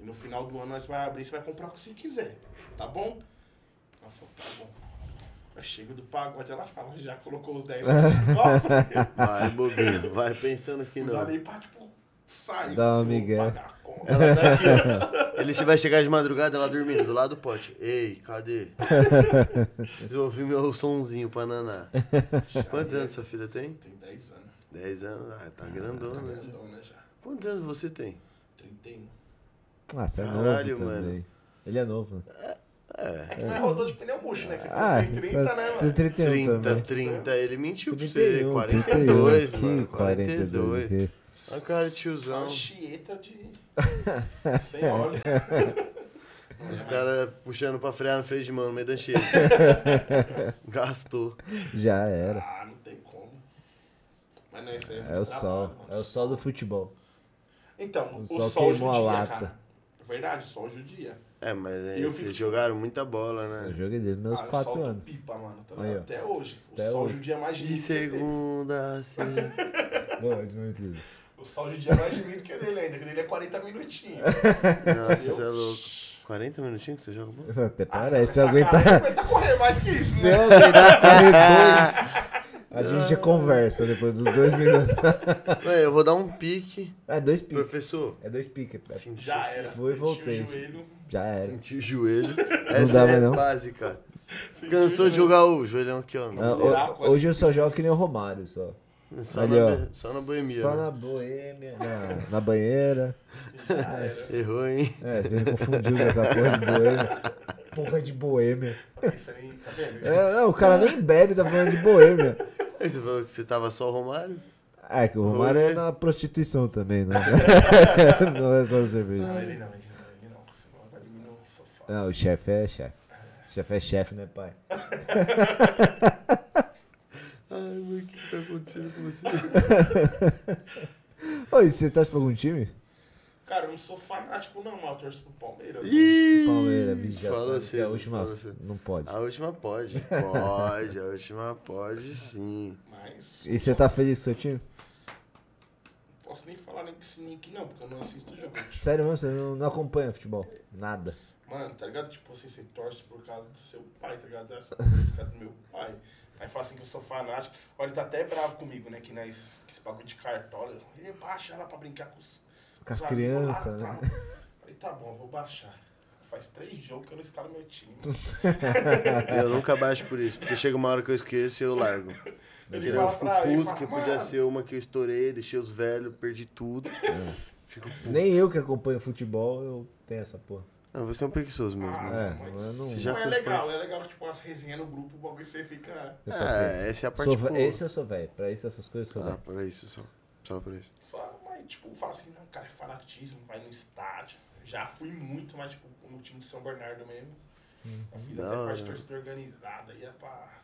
S4: E no final do ano nós vai abrir, você vai comprar o que você quiser, tá bom? Ela falou, tá bom. Eu chego do pagode, ela fala, já colocou os 10 reais no cofre.
S2: Vai, bobinho, vai pensando que não.
S4: Não dá nem pra, tipo, sair,
S5: Dá uma
S4: assim, vou
S5: migué.
S4: pagar a conta.
S2: Ela tá aqui, ó. Ele vai chegar de madrugada, ela dormindo, do lado do pote. Ei, cadê? Preciso ouvir meu sonzinho pra naná. Quantos anos sua filha tem?
S4: Tem 10 anos,
S2: 10 anos. Ah, tá grandona já.
S4: grandona já.
S2: Quantos anos você tem?
S4: 31.
S5: Ah, você é
S2: Caralho,
S5: novo também.
S2: mano.
S5: Ele é novo, né?
S4: É que não é rodou de pneu murcho, né? Que você
S5: Ah,
S4: falou que tem 30, né, mano?
S5: tem 31
S2: 30,
S5: também.
S2: 30. Ele mentiu pra você.
S5: 31,
S2: 42,
S5: 31,
S2: mano.
S5: que
S2: 42.
S5: 42.
S2: Olha a cara de tiozão.
S4: Só chieta de. Sem
S5: É.
S4: óleo.
S2: Os caras puxando pra frear no freio de mão, no meio da cheia. Gastou.
S5: Já era.
S4: Ah, não tem como. Mas não, isso aí é
S5: É
S4: muito
S5: o sol.
S4: trabalho, mano.
S5: É o sol do futebol.
S4: Então,
S5: O
S4: o,
S5: sol
S4: sol,
S5: queimou a
S4: judia,
S5: lata.
S4: cara. É Verdade, o sol judia.
S2: É, mas aí
S4: E eu
S2: vocês
S4: fico-
S2: jogaram muita bola,
S5: Eu
S2: né?
S5: joguei desde meus
S4: Ah, o
S5: 4
S4: sol do
S5: anos.
S4: Pipa, mano. tá
S5: Aí,
S4: ligado?
S5: ó.
S4: até hoje. O
S5: Até
S4: sol
S5: hoje.
S4: judia é mais
S2: De
S4: lindo. que dele.
S2: segunda, assim.
S5: Bom, isso não é tudo.
S4: O sol judia é mais lindo que dele ainda, que dele é 40 minutinhos.
S2: Nossa,
S4: Eu-
S2: você é louco. 40 minutinhos que você joga bola?
S5: Até parece. Se eu
S4: Ah, Essa cara
S5: aguentar.
S4: não aguenta correr mais que isso,
S5: Se
S4: né?
S5: eu aguentar correr dois. A gente conversa depois dos dois minutos.
S2: Não, eu vou dar um pique.
S5: É dois piques.
S2: Professor,
S5: É dois piques. é-
S2: senti,
S4: Já era.
S5: Foi e
S4: Sentiu o
S5: voltei.
S4: joelho,
S5: Já era.
S2: senti o joelho.
S5: dá
S2: Essa
S5: mais
S2: é
S5: não. né?
S2: básica.
S4: sentiu
S2: Cansou
S4: o
S2: de
S4: joelho.
S2: jogar o joelhão aqui, ó.
S5: Ah,
S4: Vamos lá,
S5: ho-
S4: quase.
S5: hoje eu só jogo que nem o Romário, só.
S2: Só,
S5: Ali,
S2: na,
S5: ó.
S2: só na boemia.
S5: Só
S2: né?
S5: na boêmia. Não, na banheira.
S2: Errou, hein?
S5: É, você me confundiu com essa porra de boêmia. Porra de boêmia.
S4: Isso aí, tá vendo?
S5: É, não, o cara nem bebe, tá falando de boêmia.
S2: Aí você falou que você tava só o Romário?
S5: É, que o Romário é na prostituição também, né? Não é só na
S4: Não,
S5: cerveja.
S4: ele não, ele não, ele não. Senão vai dormir no sofá.
S5: Não, o chefe é chefe. Chefe é chefe, né, pai?
S2: Ai, mano, o que que tá acontecendo com você?
S5: Oi, você torce pra algum time?
S4: Cara, eu não sou fanático, não, mas eu torço pro Palmeiras.
S2: Ih,
S5: Palmeiras, vigia.
S2: Falou
S5: sabe que é a
S2: cedo,
S5: última.
S2: falou cedo.
S5: Não pode.
S2: A última pode. Pode, a última pode sim.
S4: Mas
S5: E você tá feliz com o seu time?
S4: não posso nem falar nem que esse link, não, porque eu não assisto o jogo.
S5: Sério mesmo, você não, não acompanha futebol? Nada.
S4: Mano, tá ligado? Tipo assim, você torce por causa do seu pai, tá ligado? Essa coisa por causa do meu pai. Aí fala assim que eu sou fanático. Olha, ele tá até bravo comigo, né? Que nós, que esse bagulho de cartola. Ele baixa ela pra brincar com os.
S5: Com as
S4: os amigos lá,
S5: crianças, né?
S4: tal. Falei, tá bom, eu vou baixar. Faz três jogos que eu não escalo meu time.
S2: Eu nunca baixo por isso, porque chega uma hora que eu esqueço e eu largo. Porque
S4: Ele
S2: eu
S4: fala
S2: fico
S4: pra ele,
S2: puto
S4: fala,
S2: que podia
S4: "Mano,
S2: ser uma que eu estourei, deixei os velhos, perdi tudo. Fico puto.
S5: Nem eu que acompanho futebol, eu tenho essa porra.
S2: Não, você é um preguiçoso mesmo.
S4: Ah,
S5: É,
S4: mas
S5: mas não-
S4: não,
S2: Já
S4: é
S2: foi
S4: legal, é legal que tipo umas resenhas no grupo, o bagulho você fica.
S5: Tem paciência.
S2: É, essa é a parte
S5: Sou ve-
S2: boa.
S5: esse eu sou velho. Pra isso, essas coisas eu sou
S2: Ah,
S5: velho.
S2: pra isso só. Só pra isso.
S4: Só, mas, tipo, fala assim, não, cara, é fanatismo, vai no estádio. Já fui muito, mas, tipo, no time de São Bernardo mesmo. Eu fiz
S2: Da
S4: até parte
S2: hora.
S4: de torcida organizada, ia pra.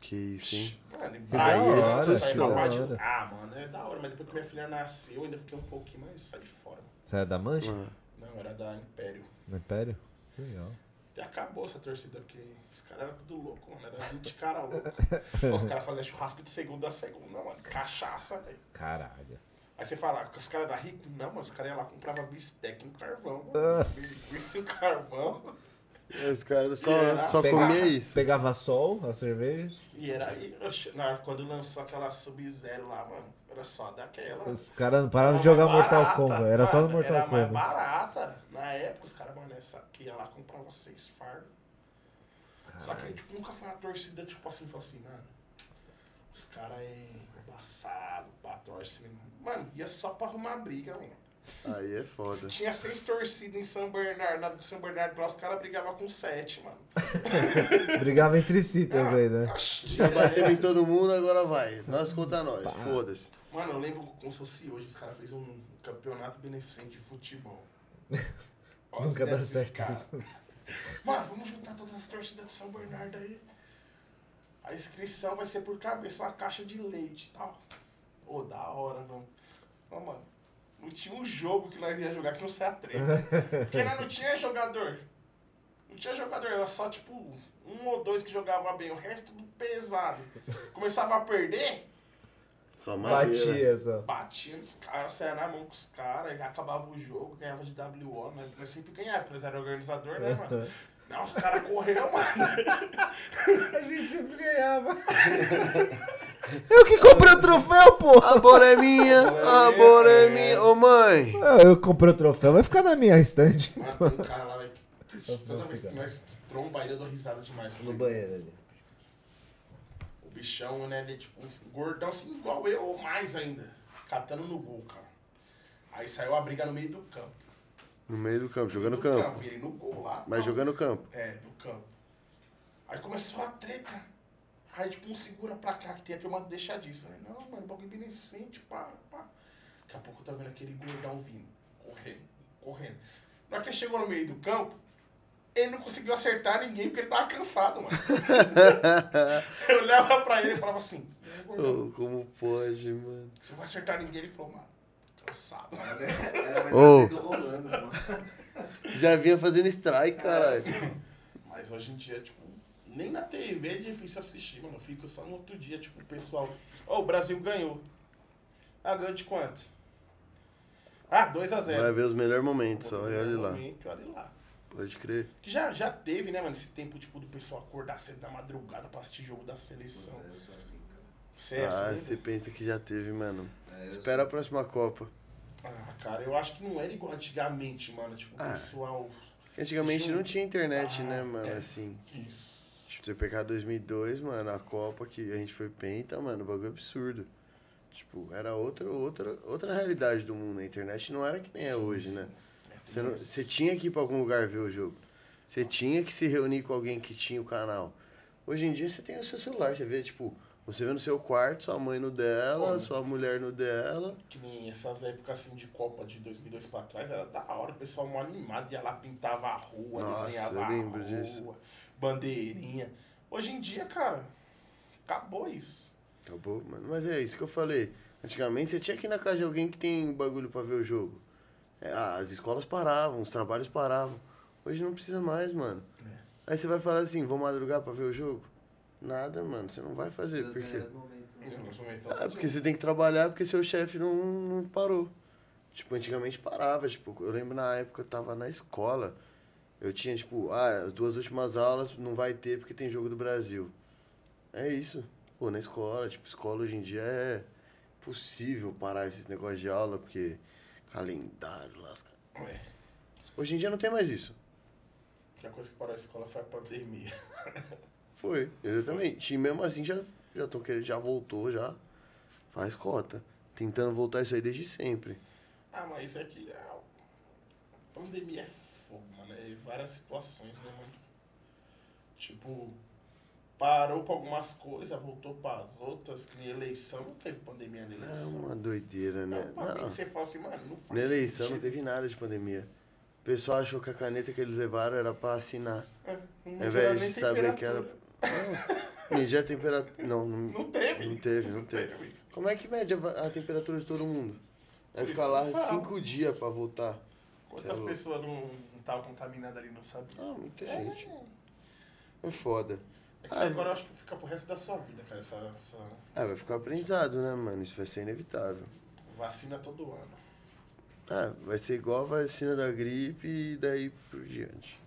S2: Que isso, hein?
S4: Mano, e
S5: da
S4: aí
S2: hora,
S4: eu
S2: que
S4: saí pra
S5: da
S4: parte.
S5: hora.
S4: Ah, mano, é da hora, mas depois que minha filha nasceu, eu ainda fiquei um pouquinho mais sai de fora.
S5: Você é da Mancha?
S2: Ah,
S4: Não, era da Império.
S5: No Império? Legal.
S4: Até acabou essa torcida, porque os caras eram tudo louco, mano. Era 20 caras loucos. Os caras faziam churrasco de segunda a segunda, mano. Cachaça, velho.
S5: Caralho.
S4: Aí você fala, que os caras da rico, não, mano, os caras iam lá comprava bistec no carvão.
S5: Nossa.
S4: Bistec no carvão.
S2: é, Os caras só,
S4: Era
S2: só
S5: pegava.
S2: comia isso.
S5: Pegava sol, a cerveja.
S4: E era aí, oxe, na hora, quando lançou aquela Sub-Zero lá, mano, era só daquela.
S5: Os caras não paravam de
S4: Era
S5: jogar
S4: mais
S5: Mortal
S4: barata,
S5: Kombat. Era só no
S4: mano,
S5: Mortal
S4: Era mais
S5: Kombat.
S4: barata. Na época, os caras, mano, essa que ia lá comprava seis fardos. Só que aí, tipo, nunca foi uma torcida, tipo assim, falou assim, mano, os caras é embaçado, pá, torce. né? Mano, ia só pra arrumar briga, mano.
S2: Aí é foda.
S4: Tinha seis torcidas em São Bernardo, na do São Bernardo lá, os caras brigavam com sete, mano. Ah,
S5: Brigava entre si também, né?
S4: Oxi,
S2: Já bateu
S4: é.
S2: em todo mundo, agora vai. Nós contra nós, foda-se.
S4: Mano, eu lembro como se fosse hoje, os caras fez um campeonato beneficente de futebol. Olha as
S5: Nunca dá
S4: ideias desses
S5: certo
S4: caras.
S5: isso.
S4: Mano, vamos juntar todas as torcidas de São Bernardo aí. A inscrição vai ser por cabeça, uma caixa de leite e tal. Ô, da hora, vamos. Ô, mano, não tinha um jogo que nós ia jogar que não saia treta. Porque nós não tinha jogador. Não tinha jogador, era só tipo um ou dois que jogava bem, o resto tudo pesado. Começava a perder,
S2: Só madeira.
S5: Batia só.
S4: batia nos caras, saia na mão com os caras, e acabava o jogo, ganhava de WO, mas nós sempre ganhava, porque nós era organizador, né, mano? Não, os caras correram, mano.
S5: A gente sempre ganhava. Eu que comprei o troféu, porra!
S2: A bola é minha, a bola é minha. Ô mãe,
S5: Ah, Eu comprei o troféu, vai ficar na minha estante.
S4: Mano, tem um cara lá, velho. que Toda
S5: Nossa,
S4: vez que
S5: cara.
S4: nós tromba ele, eu dou risada demais. com
S5: No
S4: ele.
S5: banheiro ali.
S4: O bichão, né? Ele é tipo um gordão assim, igual eu ou mais ainda. Catando no gol, cara. Aí saiu a briga no meio do campo.
S2: no meio do campo, jogando
S4: do
S2: campo.
S4: Ele no gol lá.
S2: Mas
S4: tal.
S2: jogando campo.
S4: É, do campo. Aí começou a treta. Aí, tipo, um segura pra cá, que tem a turma do deixadiça, né? Não, mano, bagulho beneficente, para, pá. Daqui a pouco eu tô vendo aquele gordão vindo, correndo, correndo. Na hora que ele chegou no meio do campo, ele não conseguiu acertar ninguém porque ele tava cansado, mano. eu olhava pra ele e falava assim, "E aí, gordão,
S2: Ô, como pode, mano?
S4: você não vai acertar ninguém? Ele falou, mano, cansado, né?
S6: Era mais
S2: Ô.
S6: do rolando, mano.
S2: Já vinha fazendo strike, caralho.
S4: Mas hoje em dia, tipo, nem na TV é difícil assistir, mano. Eu fico só no outro dia, tipo, o pessoal. Ó, o Brasil ganhou. Ah, ganhou de quanto? Ah, 2x0.
S2: Vai ver os melhores momentos, só. E olha lá.
S4: Olha lá.
S2: Pode crer.
S4: Que já, já teve, né, mano, esse tempo, tipo, do pessoal acordar cedo da madrugada pra assistir jogo da seleção. Você é
S2: Ah,
S4: assim?
S2: você pensa que já teve, mano.
S6: É, eu
S2: Espera a próxima Copa.
S4: Ah, cara, eu acho que não era igual antigamente, mano. Tipo, o
S2: Ah.
S4: pessoal.
S2: Porque antigamente não tinha internet,
S4: Ah,
S2: né, mano?
S4: é.
S2: Assim.
S4: Isso.
S2: Tipo, você pegar 2002, mano, a Copa que a gente foi penta, mano, o bagulho é absurdo. Tipo, era outra, outra, outra realidade do mundo. A internet não era que nem é hoje, né?
S4: É,
S2: Você, não- você tinha que ir pra algum lugar ver o jogo. Você tinha que se reunir com alguém que tinha o canal. Hoje em dia você tem o seu celular, você vê, tipo, você vê no seu quarto, sua mãe no dela,
S4: Como?
S2: sua mulher no dela.
S4: Que nem essas épocas assim de Copa de 2002 pra trás, era da hora, o pessoal mó animado, ia lá, pintava a rua,
S2: Nossa,
S4: desenhava
S2: eu
S4: a
S2: lembro
S4: rua,
S2: disso.
S4: bandeirinha. Hoje em dia, cara, acabou isso.
S2: Acabou, mano. Mas é isso que eu falei. Antigamente você tinha que ir na casa de alguém que tem bagulho pra ver o jogo. É, ah, as escolas paravam, os trabalhos paravam. Hoje não precisa mais, mano. Aí você vai falar assim, vou madrugar pra ver o jogo? Nada, mano, você não vai fazer,
S6: Não
S2: porque.
S6: era o momento, né?
S4: Nos momentos
S2: Ah, porque você tem que trabalhar porque seu chefe não, não parou. Tipo, antigamente parava, tipo, eu lembro na época eu tava na escola, eu tinha, tipo, ah, as duas últimas aulas não vai ter porque tem jogo do Brasil. É isso. Pô, na escola, tipo, escola hoje em dia é possível parar esses negócios de aula, porque calendário, lasca.
S4: É,
S2: Hoje em dia não tem mais isso.
S4: a única coisa que parou a escola foi a pandemia.
S2: Foi, exatamente. E mesmo assim já, já, tô querendo, já voltou, já faz cota. Tentando voltar isso aí desde sempre.
S4: Ah, mas isso aqui, a pandemia é fogo, mano, é várias situações, né, mano? Tipo, parou pra algumas coisas, voltou pras outras, que nem eleição, não teve pandemia na
S2: É
S4: eleição.
S2: uma doideira, né?
S4: Não, pra mim,
S2: Não.
S4: você fala assim, mano, não faz
S2: Na eleição não
S4: sentido.
S2: teve nada de pandemia. O pessoal achou que a caneta que eles levaram era pra assinar.
S4: É, Não
S2: Ao
S4: tirou
S2: invés
S4: nem
S2: de saber que era.
S4: temperatura.
S2: Não, medir a temperatura. Não, não,
S4: Não teve.
S2: não teve, não teve. Como é que mede a, a temperatura de todo mundo? Vai
S4: Isso
S2: ficar
S4: que
S2: lá
S4: eu falo.
S2: cinco dias pra votar. Tá
S4: Quantas
S2: louco.
S4: pessoas não não estavam contaminadas ali, não sabe?
S2: Ah, muita gente.
S4: né?
S2: É foda.
S4: É que isso
S2: Ah,
S4: agora eu acho que fica pro resto da sua vida, cara, essa, essa
S2: Ah, vai ficar aprendizado, né, mano? Isso vai ser inevitável.
S4: vacina todo ano.
S2: Ah, vai ser igual a vacina da gripe e daí por diante.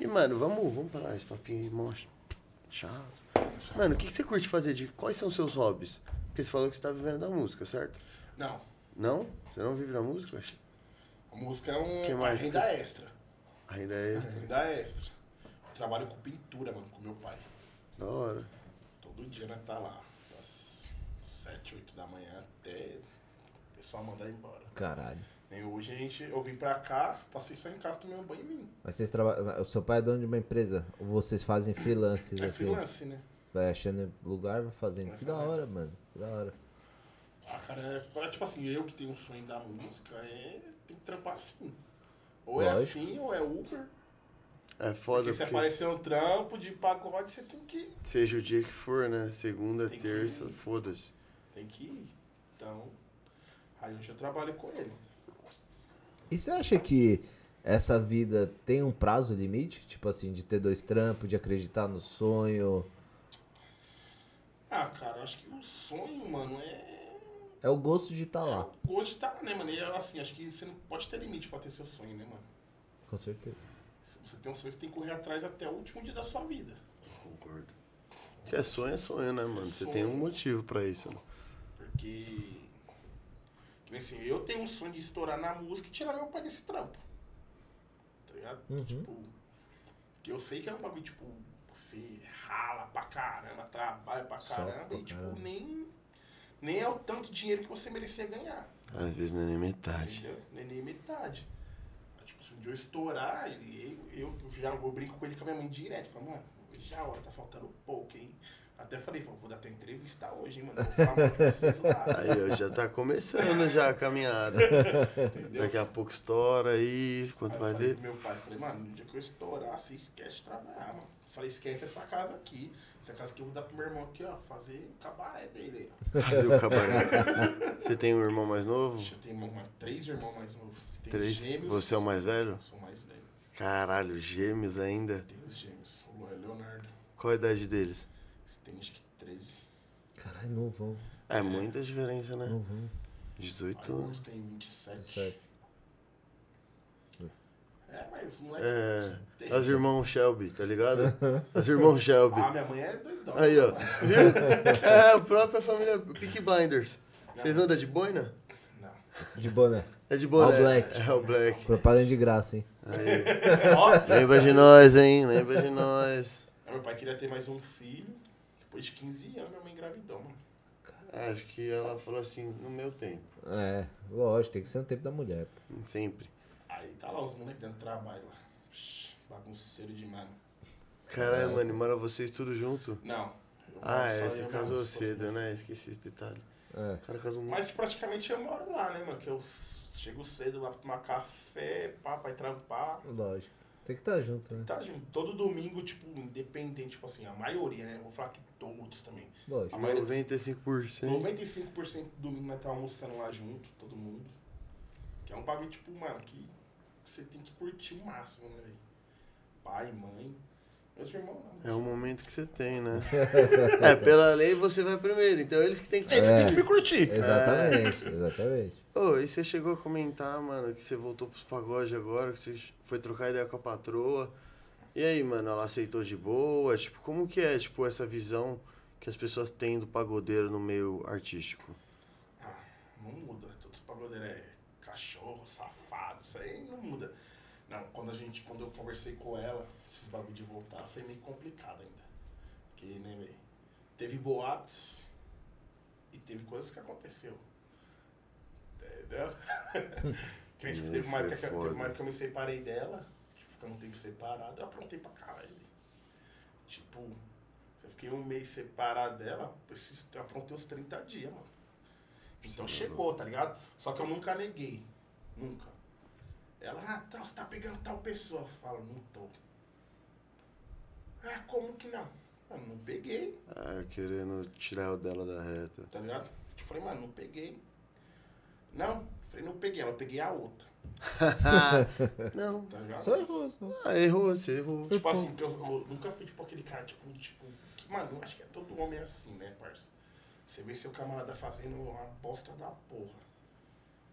S2: E, mano, vamos, vamos parar esse papinho aí, mostra. Chato. Mano, o que, que você curte fazer? De, quais são os seus hobbies? Porque você falou que você tá vivendo da música, certo?
S4: Não,
S2: Não? Você não vive da música?
S4: A música é um,
S2: Que
S4: uma
S2: mais
S4: renda
S2: tu-
S4: extra.
S2: Ainda é extra.
S4: Renda extra. Eu trabalho com pintura, mano, com meu pai.
S2: Da hora.
S4: Todo dia nós tá lá. Das 7, 8 da manhã até o pessoal mandar embora.
S5: Caralho.
S4: E hoje a gente, eu vim pra cá, passei só em casa, tomei um banho e vim.
S5: Mas vocês trabalham. O seu pai é dono de uma empresa? Ou vocês fazem freelances
S4: É
S5: assim?
S4: freelance, né?
S5: Vai achando lugar, vai fazendo. Que da hora, mano. Que da hora.
S4: Ah, cara, é, é tipo assim, eu que tenho um sonho da música, é, tem que trampar assim. Ou é
S5: Lógico.
S4: assim, ou é Uber.
S2: É
S4: Porque
S2: foda
S4: se
S2: porque,
S4: aparecer um trampo de pagode, você tem que,
S2: seja o dia que for, né? Segunda,
S4: Tem que-
S2: terça, foda-se.
S4: tem que ir. Então, aí hoje eu trabalho com ele.
S5: E você acha que essa vida tem um prazo limite? Tipo assim, de ter dois trampos, de acreditar no sonho.
S4: Ah, cara, eu acho que o sonho, mano, é
S5: É o gosto de estar lá,
S4: Hoje tá, né, mano? E assim, acho que você não pode ter limite pra ter seu sonho, né, mano?
S5: com certeza.
S4: Se você tem um sonho, você tem que correr atrás até o último dia da sua vida.
S2: Concordo. Se é sonho, é sonho, né, mano? Você tem um motivo pra isso. Né?
S4: Porque. que nem assim, eu tenho um sonho de estourar na música e tirar meu pai desse trampo. Tá ligado?
S5: Uhum.
S4: Tipo. Que eu sei que é um bagulho, tipo, você rala pra caramba, trabalha pra
S5: Sofre
S4: caramba
S5: pra
S4: e, tipo,
S5: caramba.
S4: nem. Nem é o tanto dinheiro que você merecia ganhar.
S2: Às vezes não é nem metade.
S4: Entendeu? Nem, nem metade. Aí, Tipo, se um dia eu estourar, ele- eu, eu já eu brinco com ele com a minha mãe direto. Falo, mano, hoje é a hora, tá faltando pouco, hein? Até falei, falo, vou dar até entrevista hoje, hein, mano? Vou falar mais pra vocês lá.
S2: Aí ó, já tá começando já a caminhada.
S4: Entendeu?
S2: Daqui a pouco estoura aí,
S4: Aí
S2: quanto
S4: eu
S2: vai
S4: falei
S2: ver?
S4: pro meu pai, falei, mano, no dia que eu estourar, você esquece de trabalhar, mano. Eu Falei, esquece essa casa aqui. Essa casa que eu vou dar pro meu irmão aqui, ó, fazer o cabaré dele aí, ó.
S2: Fazer o cabaré. Você tem um irmão mais novo?
S4: Eu tenho irmão, mais- três irmãos mais novos. Tem
S2: Três.
S4: gêmeos.
S2: Você é o mais velho?
S4: Eu sou mais velho.
S2: Caralho, gêmeos ainda.
S4: Tem os gêmeos. O Luan e o Leonardo.
S2: Qual a idade deles?
S4: Eles têm acho que 13.
S5: Caralho, não vão.
S2: É muita diferença, né?
S4: Uhum.
S2: 18
S4: Aí o
S2: anos.
S4: outro tem 27.
S5: Certo.
S4: É, mas os moleques.
S2: É.
S4: tem-
S2: As irmãos Shelby, tá ligado? As irmãos Shelby.
S4: Ah, minha mãe é doidão.
S2: Aí, ó. Viu? É a própria família Peaky Blinders. Vocês andam de boina?
S4: Não.
S5: De boné.
S2: É de boina.
S5: All black.
S2: É o Black.
S5: Propaganda de graça, hein?
S2: Aí.
S4: Ó,
S2: Lembra de nós, hein? Lembra de nós.
S4: meu pai queria ter mais um filho. Depois de 15 anos, minha mãe engravidou, mano.
S2: Acho que ela falou assim, no meu tempo.
S5: É, lógico, tem que ser no tempo da mulher. pô.
S2: Sempre.
S4: Aí tá lá os moleques dando trabalho lá. Psh, Bagunceiro demais. mano.
S2: Caralho, mano, e mora vocês tudo junto?
S4: Não. eu
S2: Ah,
S4: moro
S2: é,
S4: só
S2: você
S4: eu e
S2: casou
S4: minha mãe,
S2: cedo,
S4: só-
S2: né? Esqueci esse detalhe.
S5: É.
S2: O cara casou muito.
S4: Mas praticamente eu moro lá, né, mano? Que eu chego cedo lá pra tomar café, pá, pra ir trampar.
S5: Lógico. Tem que estar junto, né?
S4: Tá, gente, todo domingo, tipo, independente, tipo assim, a maioria, né? Vou falar que todos também. A
S5: Lógico.
S4: maioria
S2: 95%.
S4: 95% do domingo nós tá almoçando lá junto, todo mundo. Que é um bagulho, tipo, mano, que você tem que curtir o máximo, né, velho? Pai, mãe. Meus irmãos não.
S2: É o momento que você tem, né? é, pela lei você vai primeiro, então eles que tem que.
S4: Eles têm que me
S5: É.
S4: curtir.
S5: Exatamente, exatamente.
S2: Ô, e você chegou a comentar, mano, que você voltou pros pagodes agora, que você foi trocar ideia com a patroa. E aí, mano, ela aceitou de boa? Tipo, como que é, tipo, essa visão que as pessoas têm do pagodeiro no meio artístico?
S4: Ah, não muda. Todos os pagodeiros é cachorro, safado, isso aí não muda. Não, quando a gente, quando eu conversei com ela, esses bagulho de voltar foi meio complicado ainda. Porque, né, velho? Teve boatos e teve coisas que aconteceu. Entendeu? que a gente
S2: Isso
S4: teve uma época
S2: é
S4: que- teve
S2: foda.
S4: uma época que eu me separei dela, tipo, ficamos um tempo separado, eu aprontei pra caralho. véi. Tipo, eu fiquei um mês separado dela, esses- eu aprontei uns 30 dias, mano. Então chegou, tá ligado? Só que eu nunca neguei. Nunca. Ela, ah, tá, você tá pegando tal pessoa. Eu falo, não tô. Ah, como que não? Eu não peguei,
S2: Ah, querendo tirar o dela da reta.
S4: tá ligado? Eu falei, mano, não peguei. Não, eu falei, não peguei ela, eu peguei a outra,
S2: Não.
S4: tá ligado?
S5: Só é errou, só.
S2: Ah, errou, você errou.
S4: Tipo assim, porque eu, eu nunca fui tipo aquele cara, tipo, tipo, que, mano, eu acho que é todo homem assim, né, parça? Você vê seu camarada fazendo uma bosta da porra.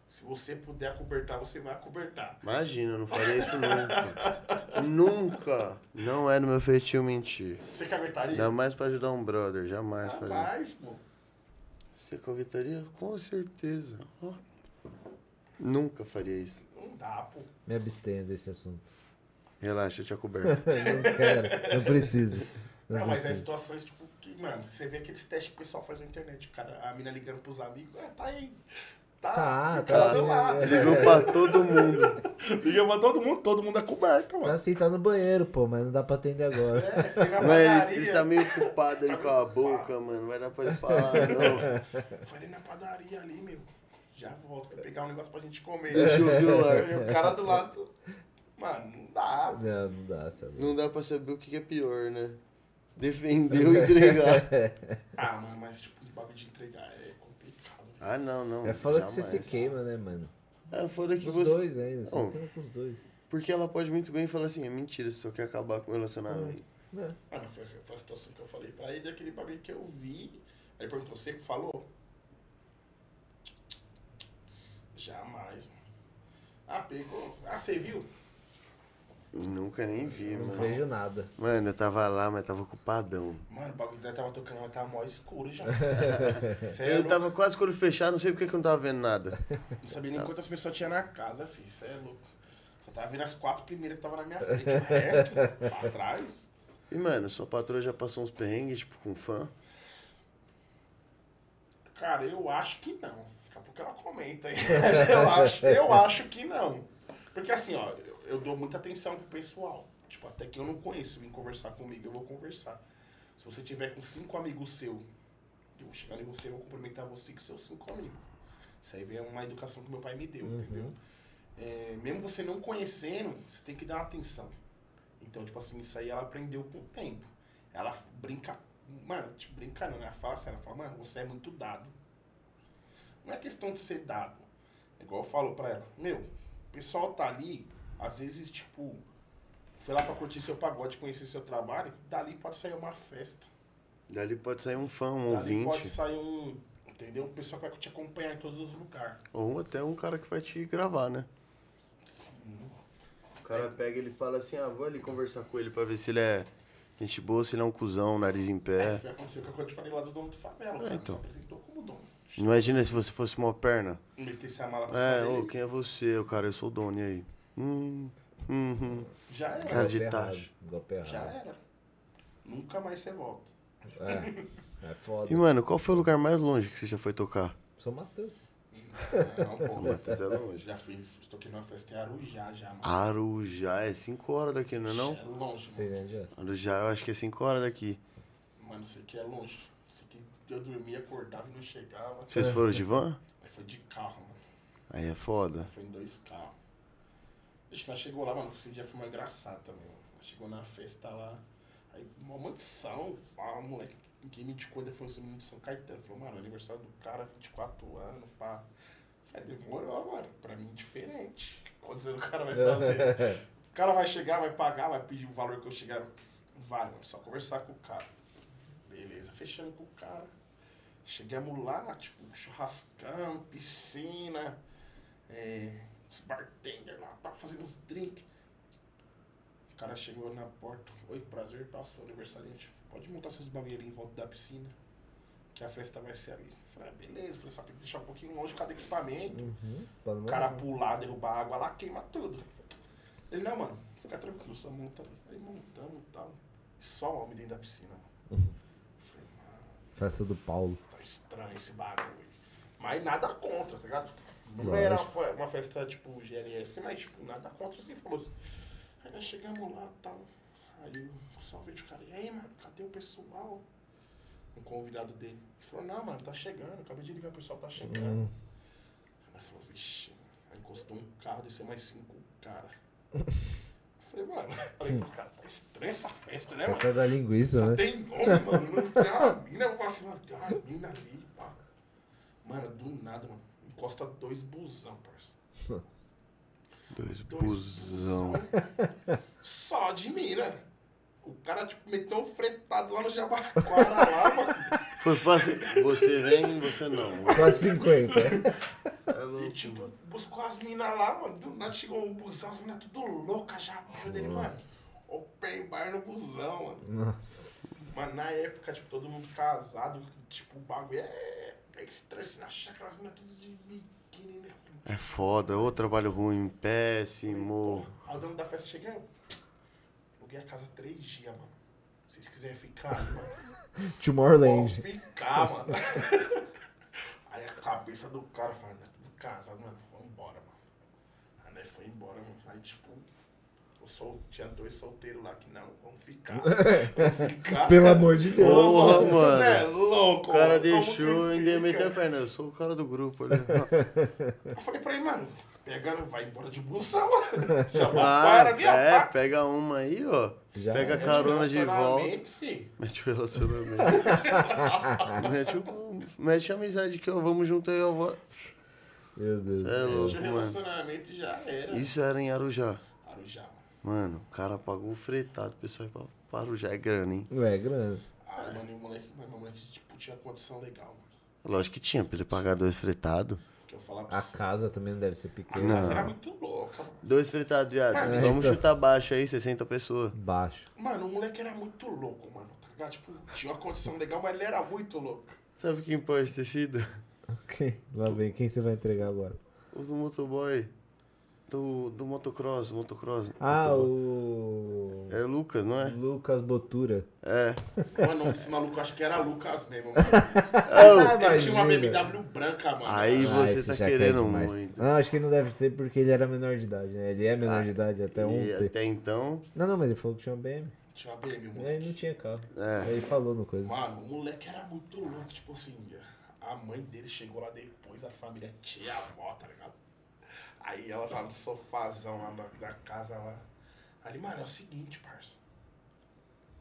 S4: Se você puder acobertar, você vai acobertar.
S2: Imagina, eu não faria isso nunca. nunca! Não é no meu feitio mentir.
S4: Você que aguentaria?
S2: Ainda mais pra ajudar um brother, jamais faria.
S4: Rapaz, pô.
S2: Você coquetaria? Com certeza. Ó. Nunca faria isso.
S4: Não dá, pô.
S5: Me abstenho desse assunto.
S2: Relaxa, eu te acoberto.
S5: Eu não quero, não preciso. Não,
S4: Não, mas é
S5: preciso.
S4: situações tipo que, mano, você vê aqueles testes que o pessoal faz na internet. O cara, a mina ligando pros amigos, ah, tá aí. Tá,
S5: Tá, tá
S4: cancelado.
S5: assim,
S2: Ligou pra todo mundo.
S4: Liga pra todo mundo, todo mundo é coberto,
S5: Tá
S4: mano.
S5: assim, tá no banheiro, pô, mas não dá pra atender agora.
S4: É, fica
S2: Mano, Tá. ele, ele tá meio ocupado ali com a boca, mano. Vai dar pra ele falar, não.
S4: Foi ali na padaria ali, meu. Já volto, fui pegar um negócio pra gente comer.
S2: Deixa o celular.
S4: E o cara do lado. Mano, não dá.
S5: Não, não dá, sabe?
S2: Não dá pra saber o que que é pior, né? Defender ou entregar.
S4: Ah, mano, mas tipo, o bagulho de entregar é complicado.
S2: Ah, não, não.
S5: É foda que você se
S2: jamais.
S5: queima, né, mano?
S2: É foda que
S5: Os
S2: você...
S5: dois ainda, você
S2: Não.
S5: queima com os dois.
S2: Porque ela pode muito bem falar assim, é mentira, você só quer acabar com o relacionamento.
S4: Ah, mas foi, foi a situação que eu falei pra ele, aquele bagulho que eu vi. Aí ele perguntou, você que falou? Jamais, mano. Ah, pegou. Ah, você viu?
S2: Nunca nem vi,
S5: Hum. Não
S2: mano.
S5: vejo nada.
S2: Mano, eu tava lá, mas tava ocupadão.
S4: Mano, o bagulho dela tava tocando, ela tava mó escuro já. Cê é
S2: Eu
S4: louco.
S2: tava quase quando fechar, não sei porque que eu não tava vendo nada.
S4: Não sabia
S2: Tá.
S4: nem quantas pessoas tinha na casa, filho. Isso é louco. Só tava vendo as quatro primeiras que tava na minha frente. O resto, pra trás.
S2: E, mano, sua patroa já passou uns perrengues, tipo, com fã.
S4: Cara, eu acho que não. Daqui a pouco ela comenta, hein? Eu acho, eu acho que não. Porque assim, ó, eu, eu dou muita atenção pro pessoal. Tipo, até que eu não conheço, vem conversar comigo, eu vou conversar. Se você tiver com cinco amigos seu, eu vou chegar em você e vou cumprimentar você com seus cinco amigos. Isso aí vem uma educação que meu pai me deu, entendeu? É, mesmo você não conhecendo, você tem que dar atenção. Então, tipo assim, isso aí ela aprendeu com o tempo. Ela f- brinca, mano, tipo, brinca não, né? Ela fala assim, ela fala, mano, você é muito dado. Não é questão de ser dado. É igual eu falo pra ela, meu, o pessoal tá ali, às vezes, tipo, foi lá pra curtir seu pagode, conhecer seu trabalho, dali pode sair uma festa.
S2: Dali pode sair um fã, um
S4: Dali pode
S2: ouvinte.
S4: sair um, entendeu? Um pessoal que vai te acompanhar em todos os lugares.
S2: Ou até um cara que vai te gravar, né? O cara pega ele fala assim, ah, vou ali conversar com ele pra ver se ele é gente boa, se ele é um cuzão, nariz em
S4: É.
S2: pé.
S4: Foi acontecer o que eu te falei lá do dono do favela, o cara
S2: então.
S4: se apresentou como dono.
S2: Imagina se você fosse uma perna.
S4: Metesse a mala pra
S2: É,
S4: cima
S2: ô,
S4: dele,
S2: quem é você? Eu, cara, eu sou o dono, e aí? Hum, uhum.
S4: já era.
S2: Cara de
S5: Golpe errado,
S2: tacho.
S5: Golpe
S4: Já
S5: errado.
S4: era. Nunca mais você volta.
S5: É, é foda.
S2: E, mano, qual foi o lugar mais longe que você já foi tocar?
S5: Sou Matheus.
S4: Não, pô.
S2: é
S4: Eu
S2: longe.
S4: já fui, toquei numa festa em Arujá já, mano.
S2: Arujá é 5 horas daqui, Ah, não é
S4: É
S2: não?
S4: longe,
S5: Sei né, onde é.
S2: Arujá, eu acho que é 5 horas daqui.
S4: mano. Mano, isso aqui é longe. Isso aqui eu dormia, acordava e não chegava.
S2: Vocês foram de van?
S4: Aí foi de carro, mano.
S2: Aí é foda.
S4: Aí Foi em dois carros. Ixi, nós chegou lá, mano, esse dia foi uma engraçada também, mano. Nós chegou na festa lá, aí uma mansão, pá, um moleque. Quem me indicou ainda foi um de São Caetano. Falou, mano, aniversário do cara, 24 anos, pá. Falei, demorou, mano. Pra mim, é diferente. Quantos anos o cara vai fazer? o cara vai chegar, vai pagar, vai pedir o valor que eu chegar. Vai, mano, só conversar com o cara. Beleza, fechando com o cara. Chegamos lá, tipo, churrascão, piscina, é, os bartender lá, tá fazendo uns drinks. O cara chegou na porta, oi, prazer, passou aniversariante. Pode montar seus bagulho ali em volta da piscina, que a festa vai ser ali. Eu falei, ah, beleza, Eu falei, só tem que deixar um pouquinho longe cada equipamento.
S5: Pra não
S4: O cara pular, derrubar água lá, queima tudo. Ele, não, mano, fica tranquilo, só monta ali. Aí montamos e tal. E só homem dentro da piscina, mano. Eu falei, mano.
S5: Festa do Paulo.
S4: Tá estranho esse bagulho. Mas nada contra, tá ligado? Não era
S5: Lógico.
S4: uma, uma festa tipo GLS, mas tipo, nada contra assim, falou assim. Aí nós chegamos lá e tal. Aí o salvete o cara, e aí, mano, cadê o pessoal? Um convidado dele. Ele falou, não, mano, tá chegando, acabei de ligar, o pessoal tá chegando. Aí falou, vixe, aí encostou um carro, desceu mais cinco cara. Eu falei, mano, falei, cara, tá estranha essa festa, né, mano?
S5: Festa da linguiça,
S4: Só
S5: né?
S4: tem nome, mano. Não tem uma mina. Eu falo assim, mano, tem uma mina ali, pá. Mano, do nada, mano. Encosta dois busão, parça.
S2: Dois
S4: Dois
S2: busão.
S4: Só de mina. O cara, tipo, meteu um fretado lá no Jabaquara, lá, mano.
S2: Foi fácil. Você vem, você não.
S5: 4,50.
S2: É
S4: E,
S2: louco,
S4: tipo,
S2: mano.
S4: buscou as minas lá, mano. Do nada chegou um busão, as minas tudo louca já. Mano, dele, mano. Open bar no busão, mano.
S5: Nossa.
S4: Mas na época, tipo, todo mundo casado, tipo, o bagulho é, é estranho, assim, na chácara, as meninas tudo de biquíni, pequenininho. Eu falei,
S2: É foda, ô trabalho ruim, péssimo.
S4: Aí o dono da festa chega, eu aluguei a casa três dias, mano. Se vocês quiserem ficar, mano, pode
S5: Tomorrowland.
S4: ficar, mano. Aí a cabeça do cara fala, né, tudo casado, mano, vambora, mano. Aí nós foi embora, mano. Aí, tipo, eu sol... tinha dois solteiros lá que não, vamos ficar, vamos ficar.
S5: Pelo amor de Deus.
S2: Porra,
S4: Nossa,
S2: mano.
S4: você É louco,
S2: O cara
S4: mano. Como
S2: deixou
S4: que
S2: e ainda
S4: fica?
S2: meteu a perna. Eu sou o cara do grupo né? ali.
S4: Eu falei pra ele, mano, pegando, vai embora de busão, mano. Já
S2: Ah,
S4: para, minha
S2: é,
S4: pá.
S2: pega uma aí, ó.
S5: Já
S2: Pega a
S4: Mete o
S2: carona de volta.
S4: relacionamento, fi.
S2: Mete o relacionamento. mete, o, mete a amizade que eu vamos junto aí, eu vou.
S5: Meu Deus.
S2: É
S4: Mete
S2: louco,
S4: o
S2: mano.
S4: relacionamento e já era.
S2: Isso era em Arujá.
S4: Arujá, mano.
S2: Mano, o cara pagou o fretado, pessoal. pra- pra Arujá é grana, hein?
S5: É, grana.
S4: Ah, mano, e o moleque, mas meu moleque, tipo, tinha condição legal, mano.
S2: Lógico que tinha, pra ele pagar dois fretados.
S4: Que eu falava
S2: Ah,
S4: pra
S5: A
S4: você.
S5: casa também não deve ser
S4: A
S5: pequena.
S4: casa era muito louca, mano.
S2: Dois fretados, viado.
S4: É,
S2: Vamos
S5: então.
S2: chutar baixo aí, 60 pessoas.
S5: Baixo.
S4: Mano, o moleque era muito louco, mano, tá ligado? Tipo, tinha uma condição legal, mas ele era muito louco.
S2: Sabe quem pode ter sido?
S5: Ok. Lá vem, quem você vai entregar agora?
S2: O do motoboy. Do, do motocross, motocross.
S5: Ah,
S2: Motoboy.
S5: o.
S2: É o Lucas, não é?
S5: Lucas Botura.
S2: É.
S4: Mano, esse maluco, acho que era Lucas mesmo, mano.
S5: Ah,
S4: Ele tinha uma
S5: imagina.
S4: BMW branca, mano.
S2: Aí você
S5: esse
S2: tá
S5: jaca é
S2: querendo
S5: demais.
S2: muito. Ah,
S5: Não, acho que ele não deve ter porque ele era menor de idade, né? Ele é menor de idade até
S2: E
S5: ontem.
S2: até então,
S5: Não, não, mas ele falou que tinha um uma BM.
S4: Tinha uma BMW, mano.
S5: Aí não tinha carro.
S2: É.
S5: Aí ele falou no coisa.
S4: Mano, o moleque era muito louco, tipo assim, a mãe dele chegou lá depois, a família tia, a avó, tá ligado? Aí ela tava no sofazão lá da, da casa lá. Ali, mano, é o seguinte, parça.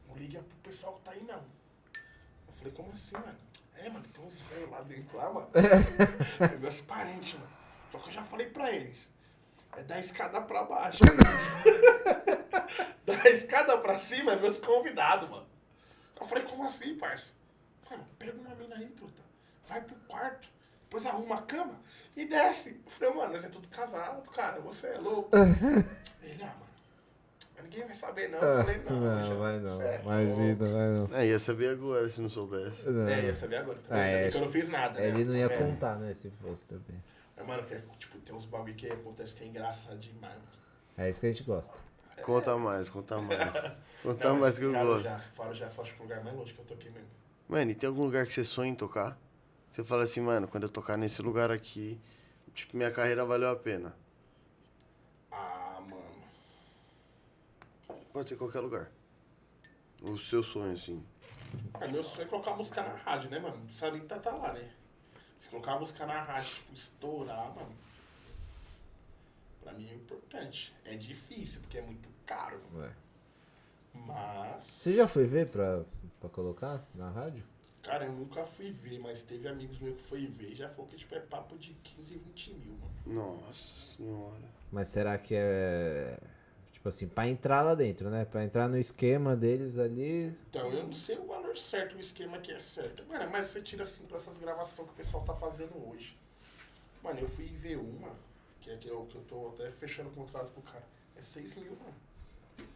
S4: Não liga pro pessoal que tá aí, não. Eu falei, como assim, mano? É, mano, tem uns velhos lá dentro lá, mano. é meus parentes, mano. Só que eu já falei pra eles. É da escada pra baixo. da escada pra cima é meus convidados, mano. Eu falei, como assim, parça? Mano, pega uma mina aí, truta. Vai pro quarto, depois arruma a cama e desce. Eu falei, mano, nós é tudo casado, cara. Você é louco. Ele, ah, mano. Mas ninguém vai saber, não. Eu falei, não.
S5: Ah, não,
S4: já,
S5: vai não.
S4: cê é
S5: Imagina,
S4: louco.
S5: vai não.
S2: é, ia saber agora se não soubesse.
S5: Não.
S4: É, ia saber agora. Tá
S5: Ah,
S4: vendo?
S5: é,
S4: Porque eu não fiz nada. né?
S5: Ele não ia
S4: É.
S5: contar, né? Se fosse também.
S4: Mas, Mano, que é, tipo, tem uns bagulho que acontece que é engraçado demais.
S5: É isso que a gente gosta.
S2: Conta mais, conta mais. Conta
S4: Não,
S2: mais
S4: mas
S2: que eu
S4: Faro
S2: gosto.
S4: Já, Faro já foi acho que o lugar mais longe que eu toquei mesmo.
S2: Mano, e tem algum lugar que você sonha em tocar? Você fala assim, mano, quando eu tocar nesse lugar aqui, tipo, minha carreira valeu a pena.
S4: Ah, mano.
S2: Pode ser qualquer lugar. O seu sonho, assim.
S4: Ah, meu sonho é colocar a música na rádio, né, mano? Não precisa nem tá, tá lá, né? Se colocar a música na rádio, tipo, estourar, mano. Pra mim é importante. É difícil, porque é muito caro.
S5: É.
S4: Mas,
S5: Você já foi ver pra, pra colocar na rádio?
S4: cara, eu nunca fui ver, mas teve amigos meus que foi ver e já falou que, tipo, é papo de 15, 20 mil, mano.
S2: Nossa senhora.
S5: Mas será que é. Tipo assim, pra entrar lá dentro, né? Pra entrar no esquema deles ali.
S4: Então, eu não sei o valor certo, o esquema que é certo. Mano, mas você tira assim pra essas gravações que o pessoal tá fazendo hoje. Mano, eu fui ver uma, que é que eu, que eu tô até fechando o contrato com o cara. É 6 mil, mano.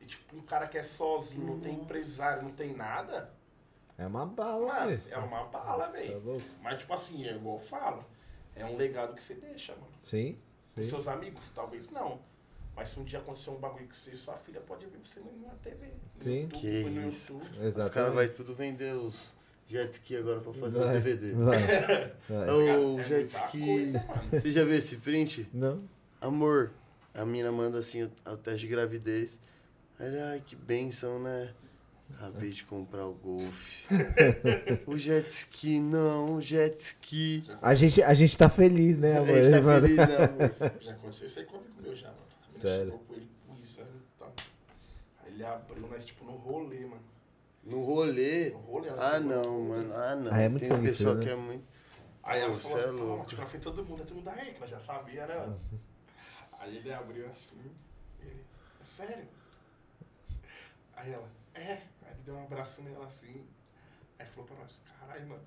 S4: E tipo, um cara que é sozinho, não tem empresário, não tem nada.
S5: É uma bala,
S4: Mano,
S5: velho.
S4: é uma bala,
S5: Cê é
S4: velho.
S5: louco?
S4: Mas tipo assim, é igual eu falo. É um legado que você deixa, mano.
S5: Sim.
S4: Pros
S5: sim.
S4: seus amigos, talvez não. Mas se um dia acontecer um bagulho que você e sua filha pode ver você mesmo na TV. No
S5: Sim.
S4: YouTube,
S2: Que
S4: no
S2: isso.
S4: YouTube.
S5: Exatamente.
S2: Os caras vão tudo vender os jet ski agora pra fazer o
S5: Vai,
S2: DVD.
S5: vai, vai.
S2: Ô,
S4: É
S2: jet
S4: muita
S2: ski.
S4: coisa, mano.
S2: Você já viu esse print?
S5: Não?
S2: Amor, a mina manda assim o, o teste de gravidez. Aí Ele, ai, que benção, né? Acabei de comprar o golfe. o jet ski, não, o jet ski.
S5: A gente, a gente tá feliz, né,
S2: A
S5: amor?
S2: gente tá
S5: Mano,
S2: feliz, né, amor?
S4: Já aconteceu isso aí com o amigo meu já, mano. A menina
S5: Sério?
S4: chegou com ele com o exame e tal. Aí ele abriu, mas tipo no rolê, mano.
S2: No rolê.
S4: No rolê, ela
S2: Ah,
S4: chegou no
S2: não,
S4: rolê.
S2: mano. Ah, não.
S5: Ah, é muito
S2: Tem
S5: sangue
S2: pessoa
S5: frio,
S2: que
S5: né?
S2: é muito.
S4: Aí ela
S2: Pô,
S4: falou
S2: cê é
S4: assim, pô,
S2: louco.
S4: tipo, na frente de todo mundo, todo mundo aí, que nós já sabia, né? mano?" Aí ele abriu assim, ele, "É sério? Aí ela, é. Aí ele deu um abraço nela assim. Aí falou pra nós, caralho, mano,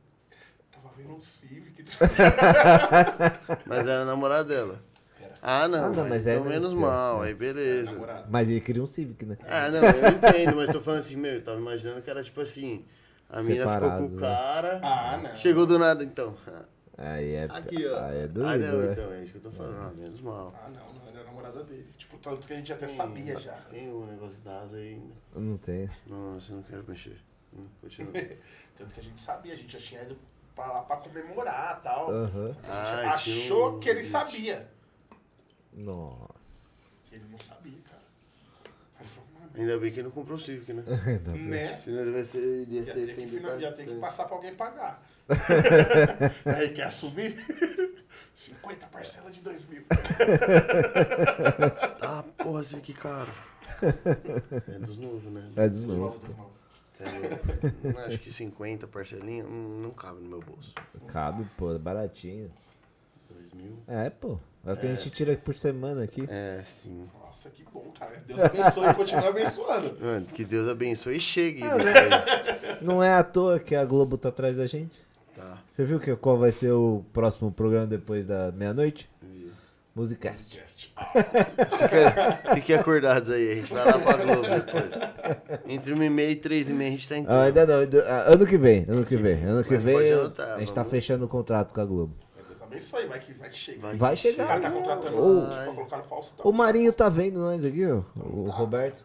S4: tava vendo um Civic.
S2: Mas era a namorada dela.
S4: Era.
S2: Ah, não.
S5: Ah, não, mas
S2: mas
S5: é
S2: é menos,
S5: menos pior,
S2: mal.
S5: né?
S2: Aí beleza.
S4: Namorado.
S5: Mas ele queria um Civic, né?
S2: Ah, não, eu entendo, mas tô falando assim, meu, eu tava imaginando que era tipo assim, a mina ficou com
S5: Separados,
S2: o
S5: né?
S2: cara,
S4: Ah, não.
S2: chegou do nada então.
S5: Aí é,
S2: Aqui, ó.
S5: aí é
S2: ah,
S5: doido,
S2: não,
S5: né?
S2: então, é isso que eu tô falando. Ah, menos mal.
S4: Ah, não, não, era a namorada dele. Tipo, tanto que a gente até sabia já.
S2: Tem um negócio da asa aí ainda.
S5: Não tem.
S2: Nossa, eu não quero mexer. Hum, Continua.
S4: Tanto que a gente sabia, a gente já tinha ido pra lá pra comemorar e tal.
S5: Aham.
S4: A
S2: Ah,
S4: gente
S2: tinha
S4: achou
S2: um-
S4: que ele sabia.
S5: Nossa.
S4: Ele não sabia, cara. Aí ele falou, mano,
S2: Ainda bem que ele não comprou o Civic, né?
S4: né?
S2: Senão ele vai ser. Ele ia
S4: Ia
S2: ser
S4: ter, que,
S2: vendido
S4: finan- ia ter que
S2: bastante.
S4: passar pra alguém pagar. Aí quer assumir? 50 parcelas de 2 mil.
S2: Ah, porra, Civic caro. É dos novos, né?
S5: É desnovo.
S2: Tá louco. Acho que 50 parcelinha hum, não cabe no meu bolso.
S5: Cabe, pô, é baratinho.
S2: 2 mil?
S5: É, pô. É o que a gente tira por semana aqui.
S2: É, sim.
S4: Nossa, que bom, cara. Deus abençoe e continue abençoando.
S2: Mano, que Deus abençoe e chegue.
S5: Ah,
S2: né, nisso
S5: né?
S2: aí.
S5: Não é à toa que a Globo tá atrás da gente.
S2: Tá.
S5: Você viu que, qual vai ser o próximo programa depois da meia-noite?
S2: vi.
S5: Musicast.
S2: Fica- Fiquem acordados aí, a gente vai lá pra Globo depois. Entre 1 e meia e 3 e meia a gente tá em
S5: Ah, ainda não, ainda- ah, ano que vem, ano que vem. Ano que
S2: Mas pode
S5: vem eu-
S2: anotar,
S5: a gente tá
S2: vamos.
S5: fechando o contrato com a Globo.
S4: né? Deus abençoe, vai que, vai que chega.
S2: Vai.
S5: Vai
S4: O cara
S5: chegar.
S4: tá
S5: né?
S4: contratando
S5: Ou-
S4: gente pra colocar no Faustão.
S5: O Marinho tá vendo nós aqui, ó. O o Roberto.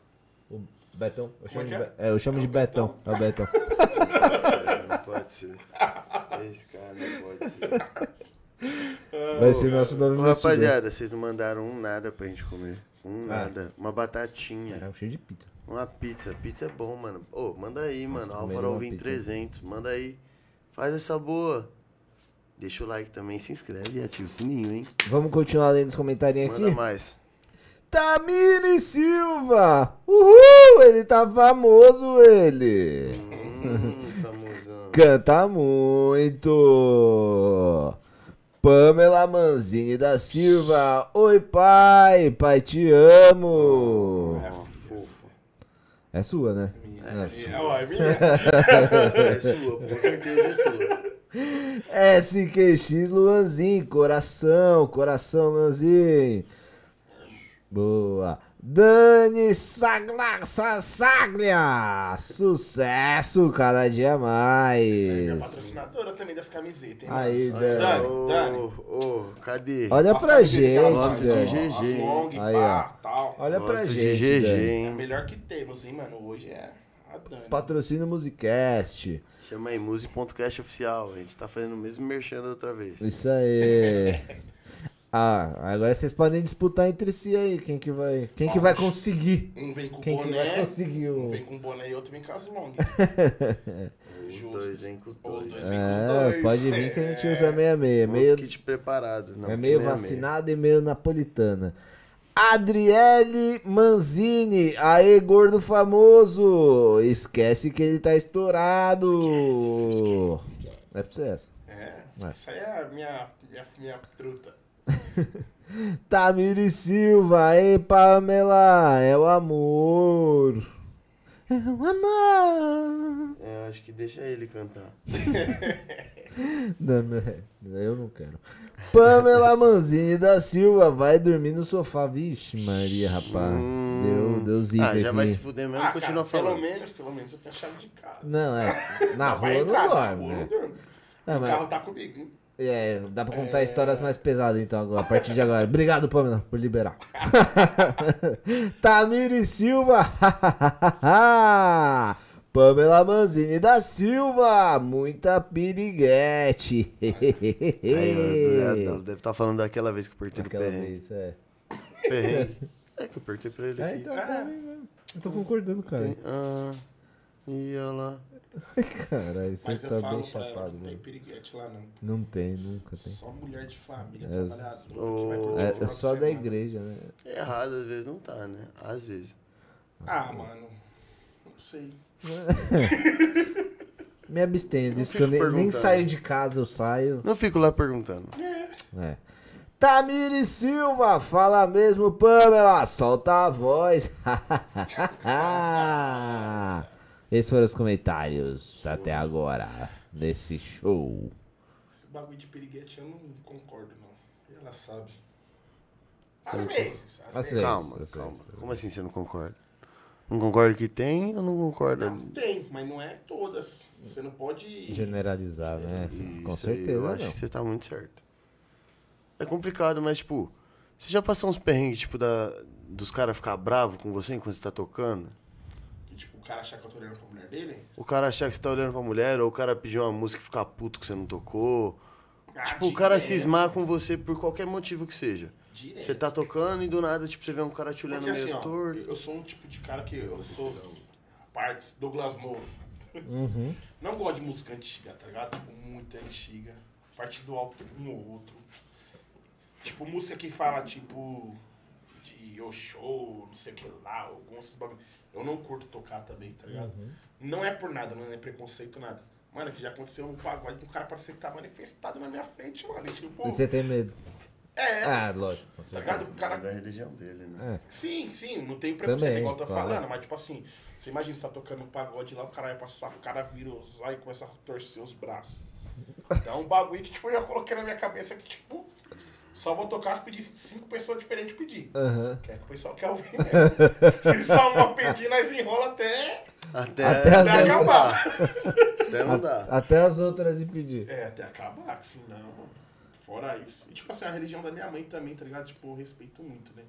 S5: O Betão. Eu chamo,
S4: é
S5: de,
S4: que é?
S5: Be- é, eu chamo de Betão. É o Betão.
S2: Não pode ser. Esse cara não pode ser.
S5: Vai ser nosso novo
S2: Ô,
S5: investidor.
S2: rapaziada, vocês não mandaram um nada pra gente comer.
S5: Ah.
S2: Um nada. Uma batatinha.
S5: É um cheio de pita.
S2: Uma pizza. Pizza é bom, mano. Ô, manda aí, mano.
S5: comer
S2: Álvaro
S5: uma
S2: Alvim
S5: pizza.
S2: 300. Manda aí. Faz essa boa. Deixa o like também, se inscreve e ativa o sininho, hein?
S5: Vamos continuar lendo os comentários
S2: Manda
S5: aqui.
S2: mais.
S5: Tamini Silva! Uhul! Ele tá famoso, ele!
S2: Hum, famosão.
S5: Canta muito! Pamela Manzini da Silva! Oi, pai! Pai, te amo!
S2: Fofo.
S5: É sua, né?
S4: É, ó, é minha.
S2: É sua, com certeza é sua.
S5: SQX Luanzinho, coração, coração Luanzinho. Boa. Dani Sagla, Sa- Saglia, sucesso cada dia
S4: é Minha
S5: mais.
S4: patrocinadora também das camisetas, hein?
S5: Aí, Dani.
S4: Dani, Dani.
S2: Ô, ô, cadê?
S5: Olha
S4: As
S5: pra
S4: camisetas que ela
S5: gente,
S4: gosta,
S5: Dani.
S4: ó, as
S2: GG.
S4: long,
S5: Aí,
S4: pá,
S5: ó.
S4: tal.
S5: Olha
S2: Gosto
S5: pra
S2: de
S5: gente,
S2: GG,
S5: Dani.
S4: A
S2: hein?
S4: melhor que temos, hein, mano? Hoje é a Dani.
S5: Patrocínio Musicast.
S2: Chama aí, Muse.cast oficial. A gente tá fazendo o mesmo merchan da outra vez.
S5: Isso aí. Ah, agora vocês podem disputar entre si aí quem que vai, quem que vai conseguir.
S4: Um vem com
S5: Quem que vai
S4: boné,
S5: conseguir o-
S4: um vem com boné e outro vem com as long.
S2: Os
S4: Justo.
S2: dois, hein? Com os
S4: Os
S2: dois.
S4: dois vem com os
S5: É,
S4: dois.
S5: pode vir que a gente usa
S2: É
S5: 66.
S2: meio
S5: Meio
S2: kit preparado. Não,
S5: é meio
S2: meia-meia.
S5: vacinada e meio napolitana. Adriele Manzini, aê, gordo famoso! Esquece que ele tá estourado! É pra você essa.
S4: É,
S5: É.
S4: isso aí é a minha, minha, minha truta.
S5: Tamiri Silva, aê, Pamela! É o amor! É o amor!
S2: É, acho que deixa ele cantar.
S5: Não, não, eu não quero. Pamela Manzini da Silva vai dormir no sofá. Vixe, Maria, rapaz. Deu, deu zica
S2: Ah, já
S5: aqui.
S2: vai se fuder mesmo,
S4: Ah,
S2: continua
S4: cara,
S2: falando.
S4: Pelo menos, pelo menos eu tenho a chave de casa.
S5: Não, é. Na
S4: Vai
S5: rua
S4: entrar,
S5: não
S4: na
S5: dorme.
S4: rua eu não
S5: né?
S4: durmo.
S5: Não,
S4: o
S5: mas-
S4: carro tá comigo, hein?
S5: É, dá pra contar histórias mais pesadas então agora, a partir de agora. Obrigado, Pamela, por liberar. Tamiri Silva. Pamela Manzini da Silva, muita piriguete.
S2: Aí, ó, do- do- deve estar falando daquela vez que eu apertei
S5: Aquela
S2: o perrengue.
S5: vez, é.
S2: Perrengue. É que eu apertei pra ele
S5: É,
S2: aqui.
S5: então, tá bem, né? Eu tô concordando, cara.
S2: Ah, e olha lá.
S5: Caralho, você
S4: Mas
S5: tá
S4: eu falo
S5: bem
S4: pra
S5: chapado,
S4: ela,
S5: né?
S4: não tem
S5: mano.
S4: piriguete lá, não.
S5: Não tem, nunca tem.
S4: Só mulher de
S5: É,
S4: família trabalhadora que vai
S2: o-
S4: curtir
S5: É,
S4: o final
S5: é
S4: de
S5: só da
S4: semana.
S5: igreja, né?
S2: É Errado, às vezes não tá, né? Às vezes.
S4: Ah, mano. Não sei.
S5: Me abstenho, disso que eu
S2: fico
S5: nem, nem
S2: perguntando.
S5: saio de casa, eu saio.
S2: Não fico lá perguntando.
S5: É. Tamiri Silva, fala mesmo, Pamela, solta a voz. Esses foram os comentários até agora desse show.
S4: Esse bagulho de piriguete eu não concordo, não. Ela sabe. Às vezes, às
S5: Às
S4: vezes.
S5: vezes.
S2: Calma,
S5: às
S2: calma.
S5: vezes.
S2: Como assim você não concorda? Não concordo que tem, eu não concordo.
S4: Não, tem, mas não é todas. Você não pode.
S5: Generalizar, né? Com
S2: Isso aí,
S5: certeza
S2: Eu acho
S5: não.
S2: que você tá muito certo. É complicado, mas, tipo, você já passou uns perrengues, tipo, da, dos caras ficar bravo com você enquanto você tá tocando?
S4: que, Tipo, o cara achar que eu tô olhando pra mulher dele.
S2: O cara achar que você tá olhando pra mulher, ou o cara pedir uma música e ficar puto que você não tocou.
S4: Ah,
S2: tipo, o cara
S4: direto,
S2: cismar com você por qualquer motivo que seja.
S4: Direto.
S2: Você tá tocando e do nada, tipo, você vê um cara te olhando
S4: Porque assim,
S2: meio
S4: ó,
S2: torto.
S4: eu sou um tipo de cara que eu sou partes Douglas Moura. Não gosto de música antiga, tá ligado? Tipo, muito antiga. Partido alto um ou outro. Tipo, música que fala, tipo, de Oxô, não sei o que lá, alguns bagulho. Eu não curto tocar também, tá ligado? Não é por nada, não é preconceito, nada. Mano, que já aconteceu um bagulho de um cara parecia que tá manifestado na minha frente, mano. E, tipo,
S5: E você tem medo.
S4: é,
S5: Ah, lógico. com
S4: tá
S5: certeza.
S4: ligado? O cara
S2: da religião dele, né?
S5: É.
S4: Sim, sim, não tem preconceito é
S5: Também,
S4: igual eu tô
S5: claro.
S4: falando, mas tipo assim, você imagina você tá tocando um pagode lá, o cara vai pra sua cara, vira os olhos e começa a torcer os braços. Então é um bagulho que tipo, eu já coloquei na minha cabeça que tipo, só vou tocar se pedir cinco pessoas diferentes pedir.
S5: Aham.
S4: Que é que o pessoal quer ouvir mesmo. Se só uma pedir, nós enrola até,
S2: Até,
S5: Até
S4: até
S5: Até
S4: acabar.
S2: Até não dá.
S5: Até as outras impedir.
S4: É, até acabar, que senão, fora isso. E tipo assim, a religião da minha mãe também, tá ligado? Tipo, eu respeito muito, né?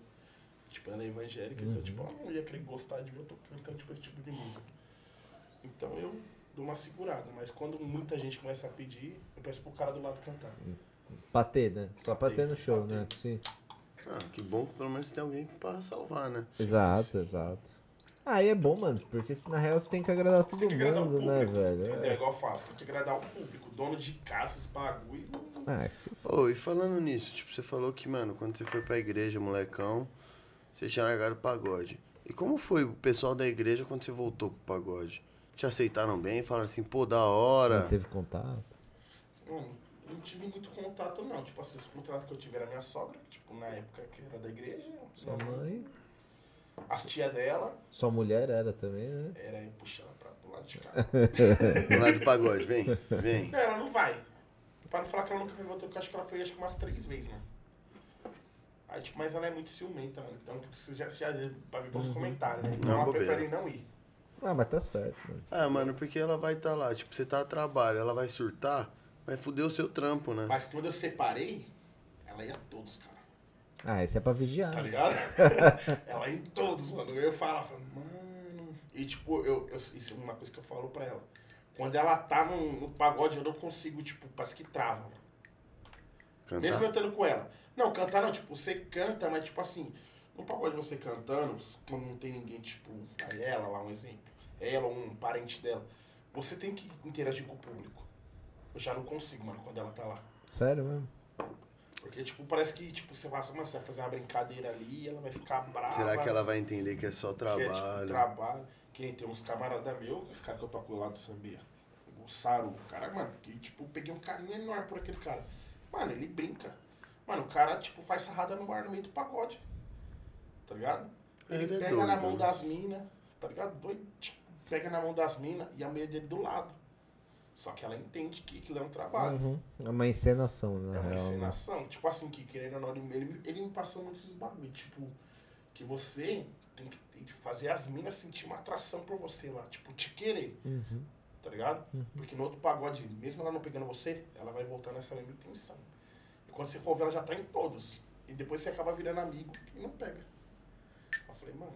S4: Tipo, ela é evangélica,
S5: Uhum.
S4: então, tipo, ela não ia querer gostar de ver eu tocando, então, tipo, esse tipo de música. Então eu dou uma segurada, mas quando muita gente começa a pedir, eu peço pro cara do lado cantar.
S5: Pra ter, né? Só pra ter no show,
S4: Pra
S5: né? Sim.
S2: Ah, que bom que pelo menos tem alguém pra salvar, né?
S5: Exato, exato. Aí é bom, mano, porque na real você tem que agradar todo
S4: Tem que agradar o
S5: mundo,
S4: público,
S5: né, velho?
S4: entendeu?
S5: É.
S4: Igual eu falo, você tem que agradar o público, dono de casa, esse bagulho.
S5: Ah, isso-
S2: Ô, e falando nisso, tipo, você falou que, mano, quando você foi pra igreja, molecão, você tinha largado o pagode. E como foi o pessoal da igreja quando você voltou pro pagode? Te aceitaram bem? Falaram assim, pô, da hora.
S5: Não teve contato.
S4: Mano, não tive muito contato, não. Tipo assim, os contatos que eu tive era minha sogra, que, tipo, na época que era da igreja,
S2: É.
S5: Sua mãe.
S4: as tia dela,
S5: Sua mulher era também, né?
S4: Era eu puxar ela pra, pro lado de cá.
S2: Lá é do pagode, vem, vem.
S4: não, ela não vai. Pra não falar que ela nunca foi voltar, porque eu acho que ela foi acho que umas três vezes, né? Aí, tipo, mas ela é muito ciumenta, mano. Então, porque você já, já vai ver pelos comentários, né? Então
S2: Uhum. Não,
S4: ela
S2: bobeira.
S4: prefere não ir.
S5: Ah, mas tá certo, mano.
S2: Ah, mano, porque ela vai estar tá lá, tipo, você tá a trabalho, ela vai surtar, vai fuder o seu trampo, né?
S4: Mas quando eu separei, ela ia a todos, cara.
S5: Ah, esse é pra vigiar.
S4: Tá
S5: né?
S4: ligado? ela ia em todos, mano. Eu falava, mano. E, tipo, eu, eu- isso é uma coisa que eu falo pra ela. Quando ela tá no, no pagode, eu não consigo, tipo, parece que trava, mano. Mesmo
S2: Cantar.
S4: eu estando com ela. Não, cantar não, tipo, você canta, mas tipo assim, no pagode você cantando, quando não tem ninguém, tipo, aí ela lá, um exemplo, ela ou um parente dela, você tem que interagir com o público. Eu já não consigo, mano, quando ela tá lá.
S5: Sério mesmo.
S4: Porque, tipo, parece que, tipo, você vai, mano, você vai fazer uma brincadeira ali, ela vai ficar brava.
S2: Será que ela vai entender que é só
S4: que é, tipo,
S2: trabalho?
S4: trabalho. Que nem tem uns camarada meu, esse cara que eu toco lá do Sambia. O Saru, o cara, mano, que tipo, eu peguei um carinho enorme por aquele cara. Mano, ele brinca. Mano, o cara, tipo, faz sarrada no ar no meio do pagode. Tá ligado? Ele,
S2: Ele é
S4: pega na
S2: doido,
S4: mão
S2: né?
S4: das minas, tá ligado? Doido. tch, Pega na mão das minas e a mulher dele do lado. Só que ela entende que aquilo é um trabalho.
S5: Uhum. É uma encenação, na
S4: É uma
S5: real. né?
S4: encenação. Tipo assim, que querendo ou não, ele, ele, ele me passou muito esses bagulho. Tipo, que você tem que, tem que fazer as minas sentir uma atração por você lá. Tipo, te querer. Tá ligado? Porque no outro pagode, mesmo ela não pegando você, ela vai voltar nessa mesma intenção. E quando você for ver, ela já tá em todos. E depois você acaba virando amigo e não pega. Eu falei, mano,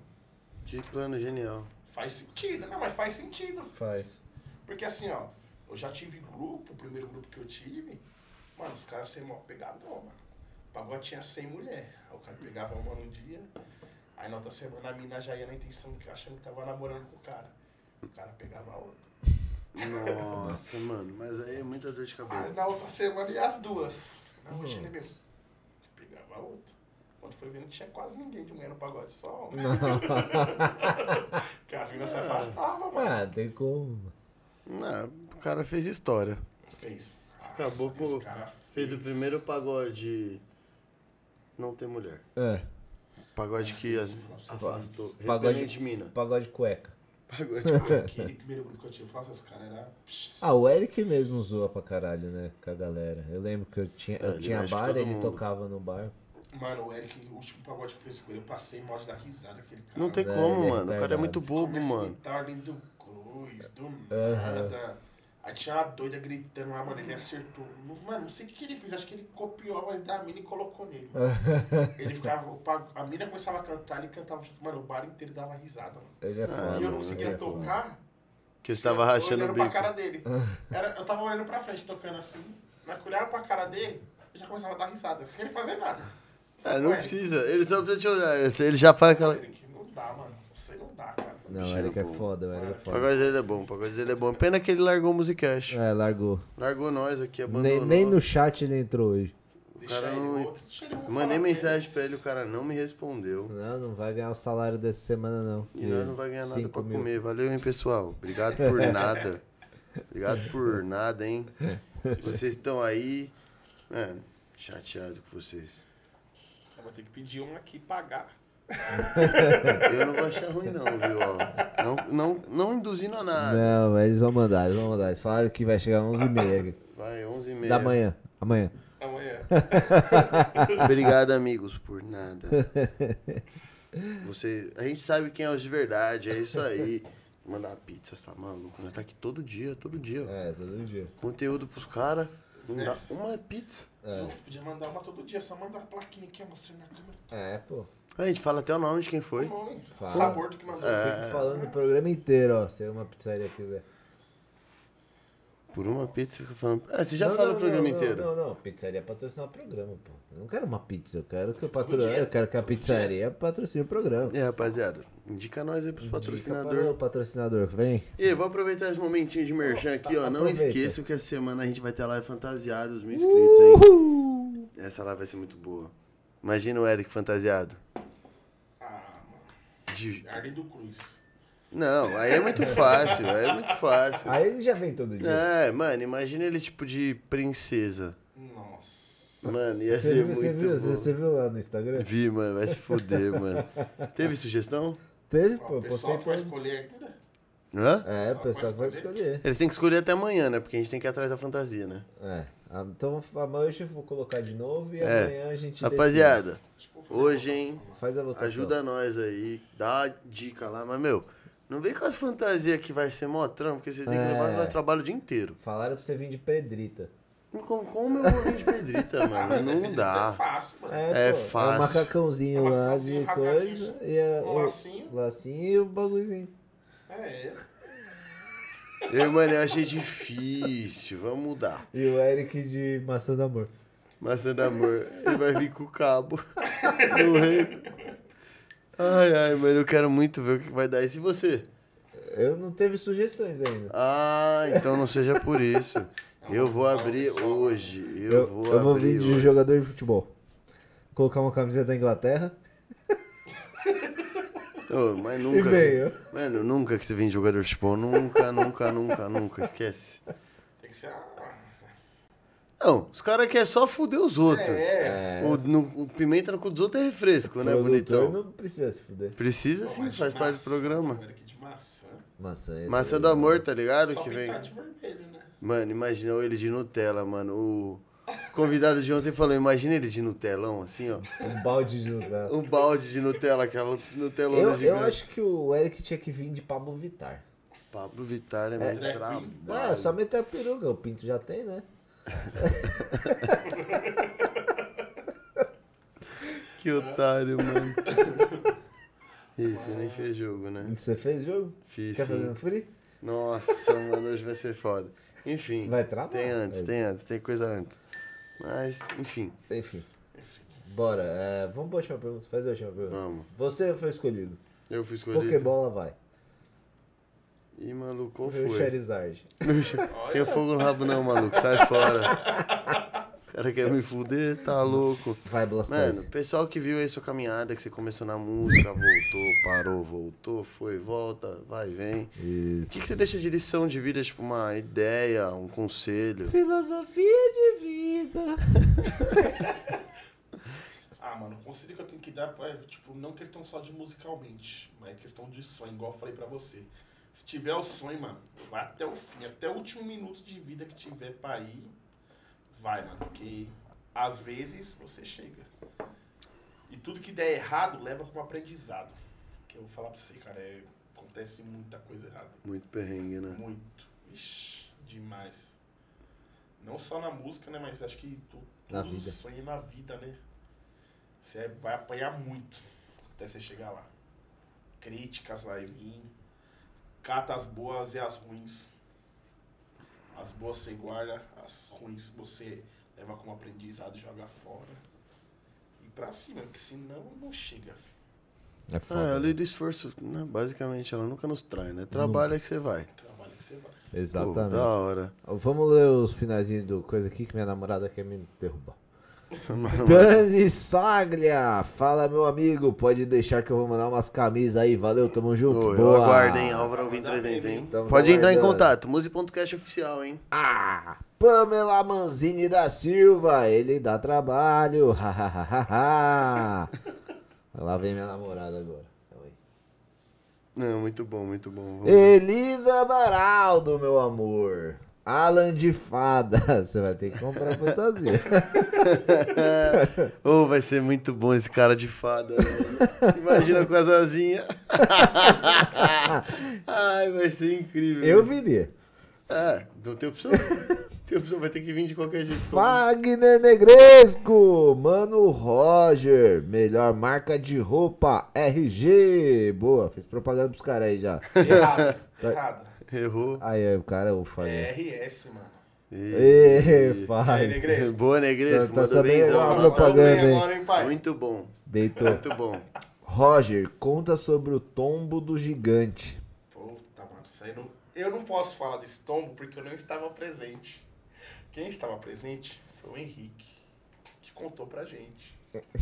S2: Que plano genial.
S4: faz sentido. Não, mas faz sentido.
S5: Faz.
S4: Porque assim, ó, eu já tive grupo, o primeiro grupo que eu tive, mano, os caras sem mó pegadão, mano. O pagode tinha 100 mulher. Aí o cara pegava uma num dia, aí na outra semana a mina já ia na intenção de que achando que tava namorando com o cara. O cara pegava a outra.
S2: Nossa, mano, mas aí é muita dor de
S4: Aí
S2: cabeça.
S4: na outra semana ia as duas.
S2: Hum.
S4: Na rotina mesmo. Pegava a outra. Quando foi vendo, tinha quase ninguém de mulher no pagode, só homem. Porque as minas se afastavam, mano.
S5: Ah, tem como.
S2: Não, o cara fez história.
S4: Fez.
S2: É. Acabou
S4: Nossa, esse
S2: com-
S4: cara
S2: Fez o
S4: fez.
S2: primeiro pagode não ter mulher.
S5: É.
S2: Pagode que afastou.
S5: Pagode-
S2: Pagode de mina.
S5: Pagode cueca.
S2: Pagode.
S4: tipo, Aquele primeiro grupo que eu tive, nossa, os caras eram.
S5: Ah, o Eric mesmo zoa pra caralho, né? Com a galera. Eu lembro que eu tinha,
S2: É,
S5: eu
S2: ele
S5: tinha
S2: mexe com
S5: bar,
S2: todo
S5: ele
S2: mundo.
S5: tocava no bar.
S4: Mano, o Eric, o último pagode que fez com ele, eu passei mod da risada aquele cara.
S2: Não tem
S5: velho,
S2: como, mano.
S5: é
S2: O cara é
S5: retardado.
S2: muito bobo,
S4: Começo
S2: mano.
S4: guitarra do cruz, do nada. Aí tinha uma doida gritando lá, mano, ele acertou. Não- Mano, não sei o que, que ele fez, acho que ele copiou a voz da mina e colocou nele. mano. ele ficava, o pag- a mina começava a cantar, ele cantava junto. Mano, o bar inteiro dava risada, mano.
S2: Ah,
S5: Ele é foda.
S4: e eu
S5: mano,
S4: não conseguia
S5: ele é foda.
S4: tocar.
S2: Que você tava
S4: eu
S2: rachando
S4: é, olhando
S2: o
S4: pra
S2: bico.
S4: cara dele. Era- eu tava olhando pra frente, tocando assim. Na hora que eu olhava pra cara dele, eu já começava a dar risada, sem ele fazer nada.
S2: Ah, não
S4: Ué,
S2: precisa. Ele só precisa te olhar. Ele já faz aquela.
S4: Eric, não dá, mano. Você não dá, cara.
S5: Não, o
S2: Bicho
S5: Eric
S2: é
S5: é
S2: bom.
S5: foda, o Eric é
S2: O
S5: foda.
S2: pagode dele é bom, o pagode dele é bom. Pena que ele largou o Musicash.
S5: É, largou.
S2: Largou nós aqui, abandonou.
S5: Nem, nem no chat ele entrou hoje.
S4: Deixa
S2: cara
S4: ele,
S2: não-
S4: outro, deixa ele, eu vou
S2: Mandei
S4: falar com ele.
S2: mensagem pra ele, o cara não me respondeu.
S5: Não, não vai ganhar o salário dessa semana, não.
S2: E nós não vai ganhar nada
S5: É. Cinco
S2: pra
S5: mil.
S2: comer. Valeu, hein, pessoal. Obrigado por nada. Obrigado por nada, hein. Se vocês estão aí, mano, chateado com vocês.
S4: Eu vou ter que pedir uma aqui e pagar.
S2: Eu não vou achar ruim, não, viu? ó. Não, não, não induzindo a nada.
S5: Não, mas eles vão mandar, eles vão mandar. Eles falaram que vai chegar 11h30 aqui.
S2: Vai, 11h30.
S5: da manhã. Amanhã.
S4: Amanhã.
S2: Obrigado, amigos, por nada. Você, a gente sabe quem é os de verdade, é isso aí. Mandar pizza, você tá maluco? Nós tá aqui todo dia, todo dia. ó.
S5: É, todo dia.
S2: Conteúdo pros caras, não dá
S5: É.
S2: uma pizza.
S4: Eu podia mandar uma todo dia, só manda uma plaquinha aqui, ó, mostrando minha câmera.
S5: É, pô.
S2: A gente fala até o nome de quem
S4: O
S2: foi.
S4: nome,
S5: Fala.
S4: o sabor do que mandou.
S2: É.
S5: Fico falando o programa inteiro, ó. Se uma pizzaria quiser.
S2: Por uma pizza fica falando. Ah, você já
S5: Não,
S2: fala
S5: não,
S2: o programa
S5: não,
S2: inteiro.
S5: Não, não, não. Pizzaria é patrocinar o programa, pô. Eu não quero uma pizza, eu quero que, eu
S4: Todo
S5: patro...
S4: dia.
S5: eu quero que a pizzaria patrocine o programa.
S2: É, rapaziada, indica nós aí pros patrocinadores.
S5: O patrocinador, vem.
S2: E aí, vou aproveitar esse momentinho de merchan aqui, ó. Não
S5: Aproveita.
S2: esqueçam que essa semana a gente vai ter a live fantasiada, os mil inscritos, hein? Essa live vai ser muito boa. Imagina o Eric fantasiado.
S4: Ah, mano.
S2: De-
S4: Arden do Cruz.
S2: Não, aí é muito fácil, aí é muito fácil.
S5: Aí ele já vem todo dia.
S2: É, mano, imagina ele tipo de princesa.
S4: Nossa.
S2: Mano, É, ia
S5: Você
S2: ser
S5: viu,
S2: muito
S5: você viu,
S2: bom.
S5: você- você viu lá no Instagram?
S2: Vi, mano, vai se fuder, mano. Teve sugestão?
S5: Teve,
S4: Ó,
S5: pô,
S4: o
S5: postei
S4: pessoal que vai
S5: todos.
S4: escolher ainda.
S2: Hã?
S5: É, o
S4: Só
S5: pessoal que vai
S4: vai
S5: escolher.
S2: Eles têm que escolher até amanhã, né? Porque a gente tem que ir atrás da fantasia, né?
S5: É. Ah, Então amanhã eu vou colocar de novo e
S2: É.
S5: amanhã a gente.
S2: Rapaziada,
S4: Acho que eu vou fazer
S2: hoje,
S4: uma
S2: hein?
S5: decide. Faz a votação.
S2: Ajuda nós aí, dá uma dica lá, mas, meu, não vem com as fantasias que vai ser mó trampo, porque vocês têm que
S5: É.
S2: levar nós trabalho o dia inteiro.
S5: Falaram pra você vir de Pedrita.
S2: Como, como eu vou vir de pedrita, mano?
S4: mas é
S2: Não
S4: pedido, É
S2: dá.
S4: fácil, mano.
S2: É
S5: É um
S2: fácil.
S5: macacãozinho
S4: É um
S5: lá de
S4: macacãozinho rasgadinho,
S5: coisa. E a,
S4: um
S5: o-
S4: lacinho.
S5: lacinho e o bagulhozinho.
S4: É, é.
S2: Eu, mano, eu achei difícil, vamos mudar.
S5: E o Eric de maçã do amor.
S2: Maçã do amor, ele vai vir com o cabo. No reino. Ai, ai, mano, eu quero muito ver o que vai dar. E se você?
S5: Eu não teve sugestões ainda.
S2: Ah, então não seja por isso. Eu vou abrir hoje. Eu vou
S5: eu vou
S2: abrir
S5: vir de
S2: hoje.
S5: jogador de futebol. Colocar uma camisa da Inglaterra.
S2: Ô, mas nunca.
S5: veio.
S2: Mano, nunca que você vem de jogador de futebol. Nunca, nunca, nunca, nunca. Esquece.
S4: Tem que ser a.
S2: Não, os caras querem só foder os outros.
S4: É.
S2: O, no- o pimenta no cu dos outros é refresco, né,
S5: Produtor
S2: bonitão?
S5: não precisa se fuder.
S2: Precisa
S4: Não,
S2: sim,
S4: mas
S2: assim,
S4: de
S2: faz parte do
S4: maçã,
S2: programa.
S4: o Eric de maçã.
S5: Maçã. esse
S2: Maçã
S5: aí.
S2: do amor, tá ligado?
S4: Só
S2: Que vem.
S4: pintar de vermelho, né?
S2: Mano, imagina ele de Nutella, mano. O convidado de ontem falou, imagina ele de Nutelão, assim, ó.
S5: Um balde de lugar.
S2: Um balde de Nutella, aquela Nutelona
S5: Eu, eu
S2: gigante.
S5: acho que o Eric tinha que vir de Pablo Vittar.
S2: Pablo Vittar é muito
S4: Drag
S2: trabalho.
S4: queen.
S5: Ah, é só meter a peruca, o pinto já tem, né?
S2: Que otário, mano. Ih, você nem fez jogo, né?
S5: Você fez jogo?
S2: Fiz,
S5: Quer
S2: sim.
S5: fazer um free?
S2: Nossa, mano, hoje vai ser foda. Enfim.
S5: Vai travar.
S2: Tem antes,
S5: Vai-
S2: tem antes, tem coisa antes. Mas, enfim,
S5: Enfim. Bora, é, vamos pra última pergunta. Faz a última pergunta.
S2: Vamos.
S5: Você foi escolhido.
S2: eu fui escolhido.
S5: Pokébola vai.
S2: Ih, maluco, qual
S5: Meu
S2: foi?
S5: Charizard.
S2: Tem fogo no rabo não, maluco. Sai fora. O cara quer me fuder, tá louco.
S5: Vai,
S2: Mano,
S5: Blastoise.
S2: pessoal que viu aí sua caminhada, que você começou na música, voltou, parou, voltou, foi, volta, vai, vem. O
S5: Isso.
S2: que, que você deixa de lição de vida? Tipo, uma ideia, um conselho?
S5: Filosofia de vida.
S4: Ah, mano, o conselho que eu tenho que dar é, tipo, não questão só de musicalmente, mas é questão de sonho, igual eu falei pra você. Se tiver o sonho, mano, vai até o fim, até o último minuto de vida que tiver pra ir, vai, mano, porque às vezes você chega. E tudo que der errado leva pra um aprendizado. Que eu vou falar pra você, cara, é- acontece muita coisa errada.
S2: Muito perrengue, né?
S4: Muito. Ixi, demais. Não só na música, né? Mas acho que tu,
S5: Na
S4: todos os
S5: vida.
S4: sonhos na vida, né? Você é, vai apanhar muito até você chegar lá. Críticas vai vir. Cata as boas e as ruins. As boas você guarda, as ruins você leva como aprendizado e joga fora. E pra cima, porque senão não chega. filho.
S5: É
S2: Ah, a
S5: foda.
S2: lei do esforço, né? basicamente, ela nunca nos trai, né? Trabalha que você vai.
S4: Trabalho que você vai.
S2: Pô,
S5: Exatamente.
S2: da hora.
S5: Ó, Vamos ler os finalzinhos do coisa aqui que minha namorada quer me derrubar.
S2: Mano,
S5: Dani Saglia, fala meu amigo, pode deixar que eu vou mandar umas camisas aí, valeu, tamo junto.
S2: Ô, eu
S5: Boa.
S2: aguardo, hein? Álvaro Alvim 300, hein?
S5: Estamos
S2: Pode entrar em
S5: aguardando.
S2: contato, Muse.cast oficial, hein?
S5: Ah, Pamela Manzini da Silva, ele dá trabalho. Lá vem minha namorada agora. Calma aí.
S2: Não, muito bom, muito bom. Vamos-
S5: Elisa Baraldo, meu amor. Alan de Fada, você vai ter que comprar fantasia.
S2: Ô, Oh, vai ser muito bom esse cara de fada. velho. Imagina com as asinhas. Ai, vai ser incrível.
S5: Eu viria.
S2: É, não tem opção. tem opção, vai ter que vir de qualquer jeito.
S5: Fagner Negresco, Mano Roger, melhor marca de roupa RG. Boa, fiz propaganda pros caras aí já.
S4: Errado.
S5: Tá.
S4: errado.
S2: Errou.
S5: Aí, aí, o cara, o Fagner.
S4: É RS, mano.
S2: É.
S5: Ê,
S4: Aí,
S5: Fagner.
S4: Negresco.
S2: Boa, Negresco.
S5: Tá- tá
S2: mandou
S5: sabendo
S2: benzão.
S5: a
S2: Mandou
S5: propaganda,
S2: bem
S5: hein?
S2: agora, pai? Muito bom.
S5: Deitou.
S2: Muito bom.
S5: Roger, conta sobre o tombo do gigante.
S4: Puta, mano, isso aí não... Eu não posso falar desse tombo porque eu não estava presente. Quem estava presente foi o Henrique, que contou pra gente.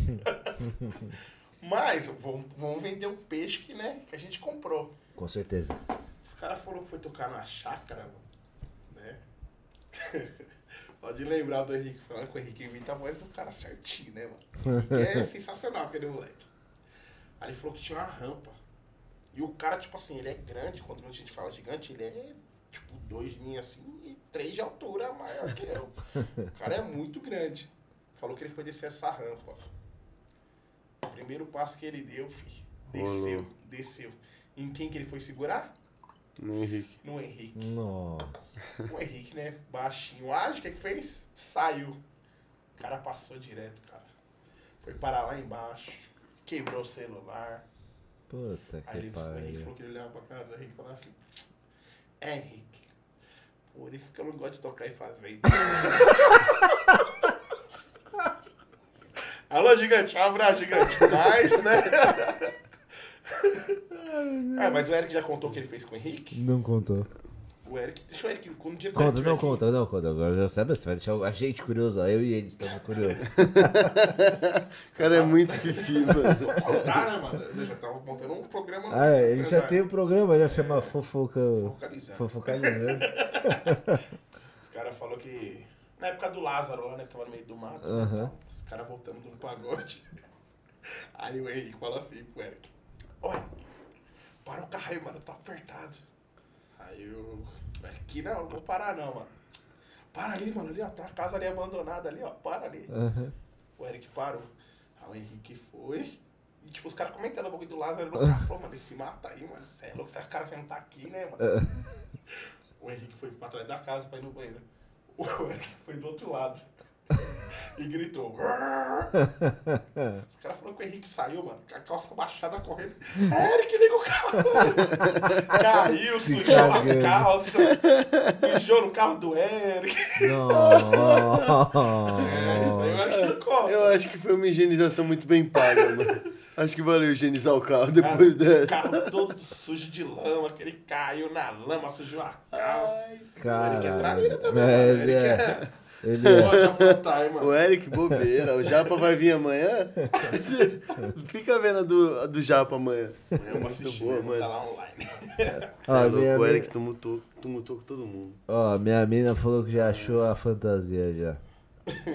S4: Mas vão, vão vender um peixe que, né, que a gente comprou.
S5: Com certeza.
S4: Os caras falaram que foi tocar na chácara, mano. Né? Pode lembrar do Henrique falando que o Henrique imita a voz do cara certinho, né, mano? O Henrique é sensacional aquele moleque. Aí ele falou que tinha uma rampa. E o cara, tipo assim, ele é grande, quando a gente fala gigante, ele é tipo dois de mim assim e três de altura maior que eu. O cara é muito grande. Falou que ele foi descer essa rampa. O primeiro passo que ele deu, filho. Desceu,
S2: Rolou.
S4: desceu. Em quem que ele foi segurar?
S2: Né, Henrique.
S4: No Henrique.
S5: Nossa.
S4: O Henrique, né? Baixinho. Ágil, o que que fez? Saiu. O cara passou direto, cara. Foi parar lá embaixo. Quebrou o celular.
S5: Puta
S4: Aí
S5: que
S4: ele, o Henrique
S5: pariu.
S4: falou que ele olhava pra cara do Henrique e falava assim: É, Henrique. Por isso que eu não gosto de tocar em fazenda. Alô, gigante. Um abraço, gigante. Nice, né? ah, mas o Eric já contou o que ele fez com o Henrique?
S5: Não contou.
S4: O Eric. Deixa o Eric. Quando o dia que o Eric
S5: Conta,
S4: tiver
S5: não
S4: aqui-
S5: conta, não conta. Agora já sabe, você vai deixar a gente curioso. ó, Eu e eles estamos curiosos.
S2: O cara é muito fifi, mano.
S4: Contar, né, mano? Eu já tava montando um programa. no
S5: Ah, é, ele
S4: Instagram,
S5: já tem o programa, já chama Fofoca.
S4: Fofocalizando.
S5: Fofocalizando.
S4: Os caras falaram que. Na época do Lázaro lá, né? Que tava no meio do mato.
S5: Aham.
S4: Os caras voltando de um pagode. Aí o Henrique fala assim pro Eric: Olha, para o carro aí, mano, tá apertado. Aí o Eric: "Que Não, não vou parar não, mano. Para ali, mano, ali, ó, tá a casa ali abandonada ali, ó, para ali. O Eric parou. Aí o Henrique foi. E, tipo, os caras comentando a boca do Lázaro no carro, falou, mano, ele se mata aí, mano, cê é louco, esse cara já não tá aqui, né, mano? O Henrique foi pra trás da casa pra ir no banheiro. O Eric foi do outro lado. E gritou. "Arr!" Os caras falaram que o Henrique saiu, mano, com a calça baixada correndo. É Eric, liga o carro! Caiu, sujou a
S5: cagando.
S4: calça. Sujou no carro do Eric. É, isso aí o Eric não conta.
S2: Eu acho que foi uma higienização muito bem paga, mano. Acho que valeu higienizar o carro depois
S4: Cara, o
S2: dessa.
S4: carro todo sujo de lama, que ele caiu na lama, sujou a calça.
S5: Caralho.
S4: Ele quer traíra também,
S5: É,
S4: mano. Ele
S5: é.
S4: quer.
S5: Ele
S4: Pode apontar, hein,
S2: O
S4: mano.
S2: Eric, bobeira. O Japa vai vir amanhã? Fica vendo a do, a do Japa amanhã. É
S4: Eu vou
S2: muito
S4: assistir,
S2: boa,
S4: né? Tá
S2: mano.
S4: lá online.
S2: Cê é
S5: Ó,
S2: louco,
S5: minha,
S2: o
S5: mina,
S2: Eric tumultou, tumultou com todo mundo.
S5: ó, minha mina falou que já achou a fantasia já.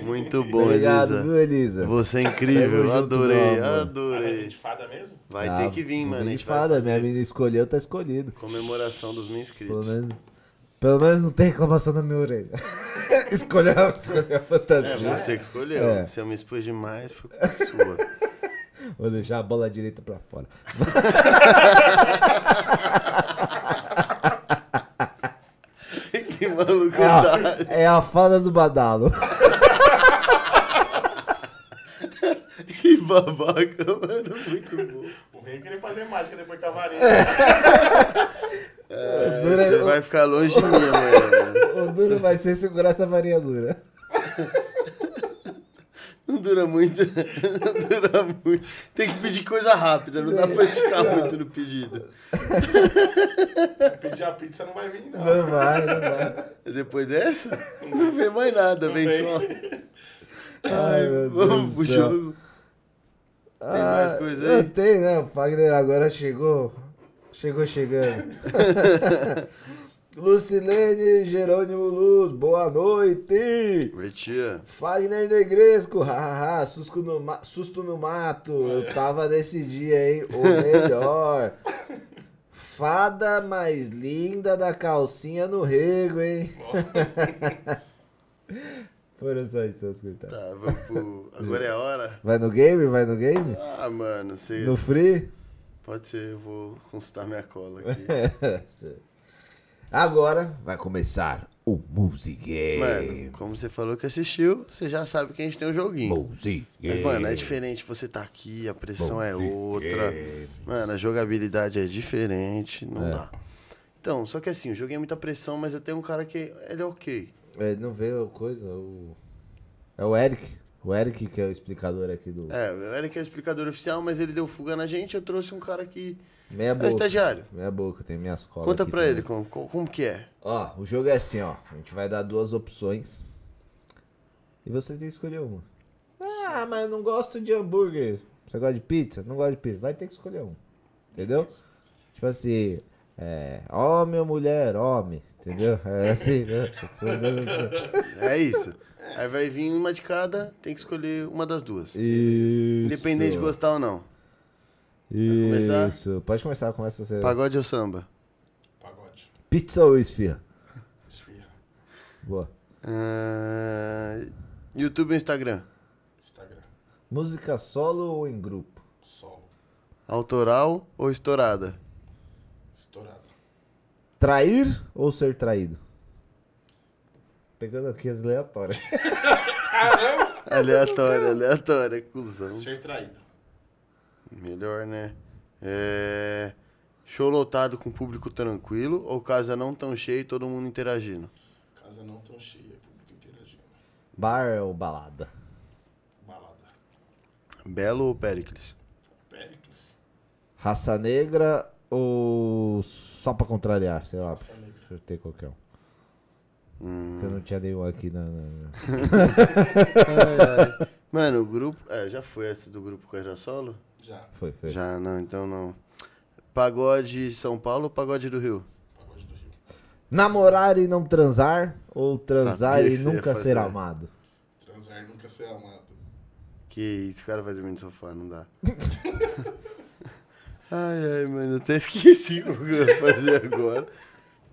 S2: Muito bom,
S5: Obrigado,
S2: Elisa.
S5: viu, Elisa?
S2: Você é incrível.
S5: Tamo junto,
S2: adorei,
S5: meu amor.
S4: Cara, é
S2: adorei.
S4: de fada mesmo?
S2: Vai
S5: Ah,
S2: ter que vir,
S5: não
S2: mano. A
S5: vem
S2: gente
S5: de
S2: vai
S5: fada,
S2: fazer
S5: minha mina escolheu, tá escolhido.
S2: comemoração dos mil
S5: Pelo
S2: inscritos.
S5: menos, pelo menos não tem reclamação na minha orelha. escolheu, escolheu a
S2: É,
S5: fantasia.
S2: você que escolheu.
S5: É.
S2: Se eu me expus demais, foi com a sua.
S5: Vou deixar a bola direita pra fora.
S2: que maluco
S5: É a, é a fada do badalo.
S2: Que babaca, mano. Muito bom.
S4: O rei queria fazer mágica depois com a varinha.
S2: É.
S5: Dura-
S2: Você vai ficar longe de mim amanhã.
S5: O duro vai ser segurar essa varinha dura.
S2: Não dura muito. Não dura muito. Tem que pedir coisa rápida. Não dá pra esticar muito no pedido.
S4: Pedir a pizza não vai vir, não.
S5: Não vai, não vai.
S2: É Depois dessa, não vem mais nada. Vem
S4: vem.
S2: só.
S5: Ai, meu
S2: Vamos
S5: Deus
S2: pro
S5: do céu.
S2: jogo. Tem mais
S5: Ah,
S2: coisa
S5: Não
S2: aí?
S5: tem, né? O Fagner agora chegou. Chegou chegando. Lucilene Jerônimo Luz, boa noite!
S2: Oi, tia.
S5: Fagner Negresco, hahaha, susto no, ma- susto no mato, eu tava nesse dia, hein? O melhor! Fada mais linda da calcinha no rego, hein? Foram só isso, seus coitados.
S2: Tá, vamos pro. Agora é a hora.
S5: Vai no game? Vai no game?
S2: Ah, mano, você.
S5: No free?
S2: Pode ser, eu vou consultar minha cola aqui.
S5: Agora
S3: Vai começar o Music Game.
S2: Mano, como você falou que assistiu, você já sabe que a gente tem um joguinho.
S3: Music
S2: Mas,
S3: Game.
S2: mano, é diferente, você tá aqui, a pressão é outra. Mano, a jogabilidade é diferente, não
S5: É.
S2: dá. Então, só que assim, eu joguei muita pressão, mas eu tenho um cara que. Ele é ok.
S5: Ele não veio a coisa, o. É o Eric. O Eric que é o explicador aqui do.
S2: É, eu era que é o explicador oficial, mas ele deu fuga na gente, eu trouxe um cara que.
S5: Tá Meia
S2: É
S5: boca.
S2: o estagiário.
S5: Meia boca, tem minhas colas.
S2: Conta
S5: aqui
S2: pra
S5: também.
S2: ele como, como que é.
S5: Ó, o jogo é assim, ó. A gente vai dar duas opções. E você tem que escolher uma. Ah, mas eu não gosto de hambúrguer. Você gosta de pizza? Não gosta de pizza. Vai ter que escolher uma. Entendeu? Tipo assim, é. Homem ou mulher? Homem. Entendeu? É assim, né? São duas opções.
S2: É isso. Aí vai vir uma de cada, tem que escolher uma das duas.
S5: Isso.
S2: Independente de gostar ou não. começar?
S5: Isso. Pode começar, começa você.
S2: Pagode ou samba?
S4: Pagode.
S5: Pizza ou esfirra?
S4: Esfria.
S5: Boa.
S2: Ah, YouTube ou Instagram?
S4: Instagram.
S5: Música solo ou em grupo?
S4: Solo.
S2: Autoral ou estourada?
S4: Estourado.
S5: Trair ou ser traído? Pegando aqui as aleatórias.
S2: Aleatória, aleatória, cuzão.
S4: Ser traído.
S2: Melhor, né? É, Show lotado com público tranquilo ou casa não tão cheia e todo mundo interagindo?
S4: Casa não tão cheia, público interagindo.
S5: Bar ou balada?
S4: Balada.
S2: Belo ou Péricles?
S4: Péricles.
S5: Raça negra ou só pra contrariar? Sei lá, chutei qualquer um.
S2: Hum.
S5: Porque eu não tinha nenhum aqui na. na- na-
S2: Mano, o grupo. É, já foi essa do grupo Carreira Solo?
S4: Já.
S5: Foi, foi.
S2: Já não, então não. Pagode São Paulo ou pagode do Rio?
S4: Pagode do Rio.
S5: Namorar e não transar? Ou transar
S2: Sabia
S5: e
S2: que você ia
S5: nunca
S2: é fazer.
S5: ser amado?
S4: Transar e nunca ser amado.
S2: Que isso, o cara vai dormir no sofá, não dá. ai, ai, mano, eu até esqueci o que eu ia fazer agora.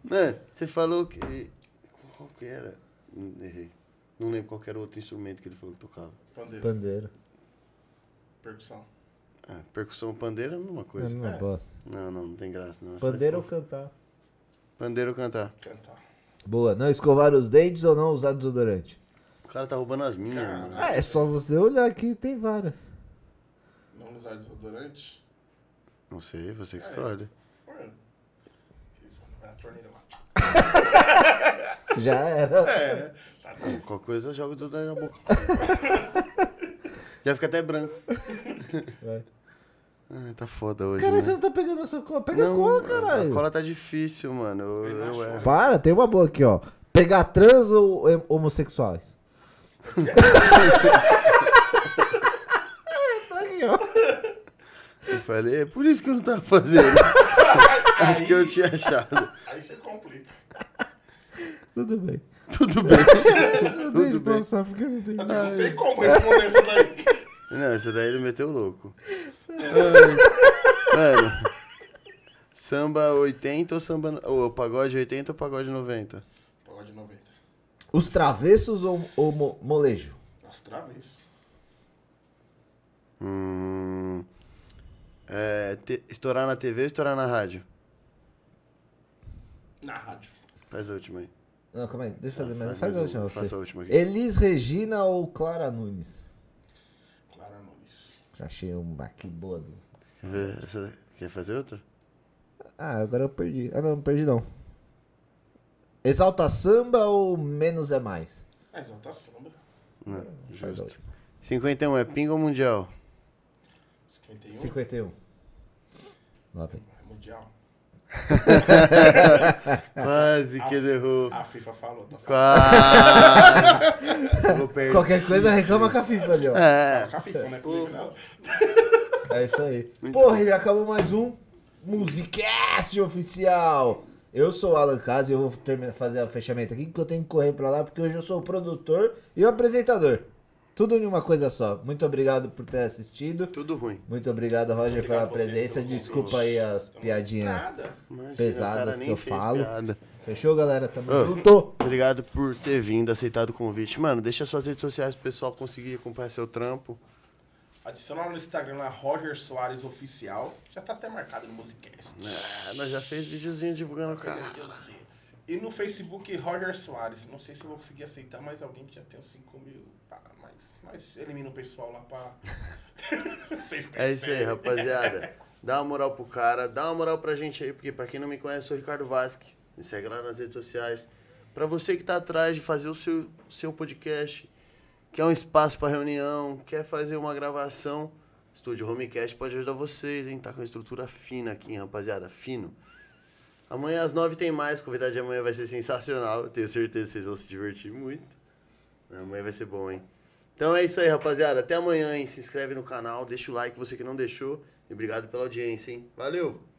S2: Mano, você falou que. Qual que era? Hum, Errei. Não lembro qual que era o outro instrumento que ele falou que tocava.
S4: Pandeiro.
S5: Pandeiro.
S4: Percussão.
S2: Ah, percussão pandeiro é a mesma
S5: É a
S2: coisa.
S5: mesma bosta.
S2: Não, não, não tem graça. Não, Essa
S5: Pandeiro
S2: é
S5: ou
S2: fofa.
S5: cantar?
S2: Pandeiro ou cantar.
S4: Cantar.
S5: Boa. Não escovar os dentes ou não usar desodorante?
S2: O cara tá roubando as minhas,
S4: Cara.
S2: mano.
S5: Ah, é só você olhar aqui, tem várias.
S4: Não usar desodorante.
S2: Não sei, você que escolhe.
S4: Mano. Vai na É torneira lá.
S5: Já era.
S4: É. Tá bom.
S2: Qualquer coisa eu jogo tudo na boca. Já fica até branco.
S5: Vai.
S2: Ah, tá foda hoje.
S5: Cara,
S2: né?
S5: você não tá pegando a sua cola. Pega a cola, é caralho.
S2: A cola tá difícil, mano. Eu,
S4: Ele
S2: eu
S4: achou.
S2: erro.
S5: Para, tem uma boa aqui, ó. Pegar trans ou hem- homossexuais? Tá aqui, ó.
S2: Eu falei, é por isso que eu não tava fazendo. Acho que eu tinha achado.
S4: Aí você complica.
S5: Tudo bem.
S2: Tudo bem.
S5: Eu
S2: Tudo
S5: deixo
S2: bem.
S5: passar porque não tem.
S4: Não tem como responder isso daí.
S2: Não, essa daí ele meteu o louco.
S5: É.
S2: Ai, Mano. Samba 80 ou samba. Ou pagode 80 ou pagode 90?
S4: Pagode 90.
S5: Os travessos ou, ou mo- molejo?
S4: Nossa, travês.
S2: Hum, é, te- estourar na TV ou estourar na rádio?
S4: Na rádio.
S2: Faz a última aí.
S5: Não, calma aí, deixa eu fazer,
S2: faz
S5: mas faz a
S2: mais
S5: última
S2: uma,
S5: você. É.
S2: faça a última aqui.
S5: Elis Regina ou Clara Nunes?
S4: Clara Nunes.
S5: Já achei um baque boa. do-
S2: Quer, ver essa- quer fazer outra?
S5: Ah, agora eu perdi. Ah, não, não perdi não. Exalta samba ou menos é mais?
S4: É, Exalta Samba.
S2: Não,
S5: Faz a
S2: justo.
S5: última.
S2: 51 é pinga ou mundial?
S4: 51.
S5: 51. Lá vem.
S4: É mundial.
S2: É. Quase que ele errou.
S4: A FIFA falou, tá falando.
S2: Quase. Vou perder.
S5: Qualquer coisa reclama com a FIFA ali, ó.
S2: É.
S4: Com a FIFA, né? Comigo, não.
S5: É isso aí. Porra, e acabou mais um Musicast oficial. Eu sou o Alan Casa e eu vou terminar, fazer o fechamento aqui, porque eu tenho que correr pra lá, porque hoje eu sou o produtor e o apresentador. Tudo em uma coisa só. Muito obrigado por ter assistido.
S2: Tudo ruim.
S5: Muito obrigado, Roger,
S4: Obrigado a
S5: pela
S4: vocês
S5: presença.
S4: pelo convite.
S5: Desculpa aí as piadinhas.
S4: Nada.
S2: Imagina, o
S5: Pesadas
S2: cara
S5: que
S2: nem
S5: eu
S2: fez
S5: falo.
S2: piada.
S5: Fechou, galera? Tamo
S2: Ô.
S5: junto.
S2: Obrigado por ter vindo, aceitado o convite. Mano, deixa suas redes sociais pro pessoal conseguir acompanhar seu trampo.
S4: Adiciona lá no Instagram lá, Roger Soares Oficial. Já tá até marcado no Musicast.
S2: Ah, nós já fez videozinho divulgando o cara.
S4: E no Facebook, Roger Soares. Não sei se eu vou conseguir aceitar, mas alguém que já tem uns 5 mil. Tá, mas, mas elimina o pessoal lá pra. Vocês
S2: É isso aí,
S4: percebem.
S2: rapaziada. Dá uma moral pro cara, dá uma moral pra gente aí, porque pra quem não me conhece, eu sou o Ricardo Vasque. Me segue lá nas redes sociais. Pra você que tá atrás de fazer o seu, seu podcast, quer um espaço pra reunião, quer fazer uma gravação, Estúdio Homecast pode ajudar vocês, hein? Tá com a estrutura fina aqui, hein, rapaziada, fino. Amanhã às nove tem mais, convidado de amanhã vai ser sensacional. Eu tenho certeza que vocês vão se divertir muito. Amanhã vai ser bom, hein? Então é isso aí, rapaziada. Até amanhã, hein? Se inscreve no canal, deixa o like, você que não deixou. E obrigado pela audiência, hein? Valeu!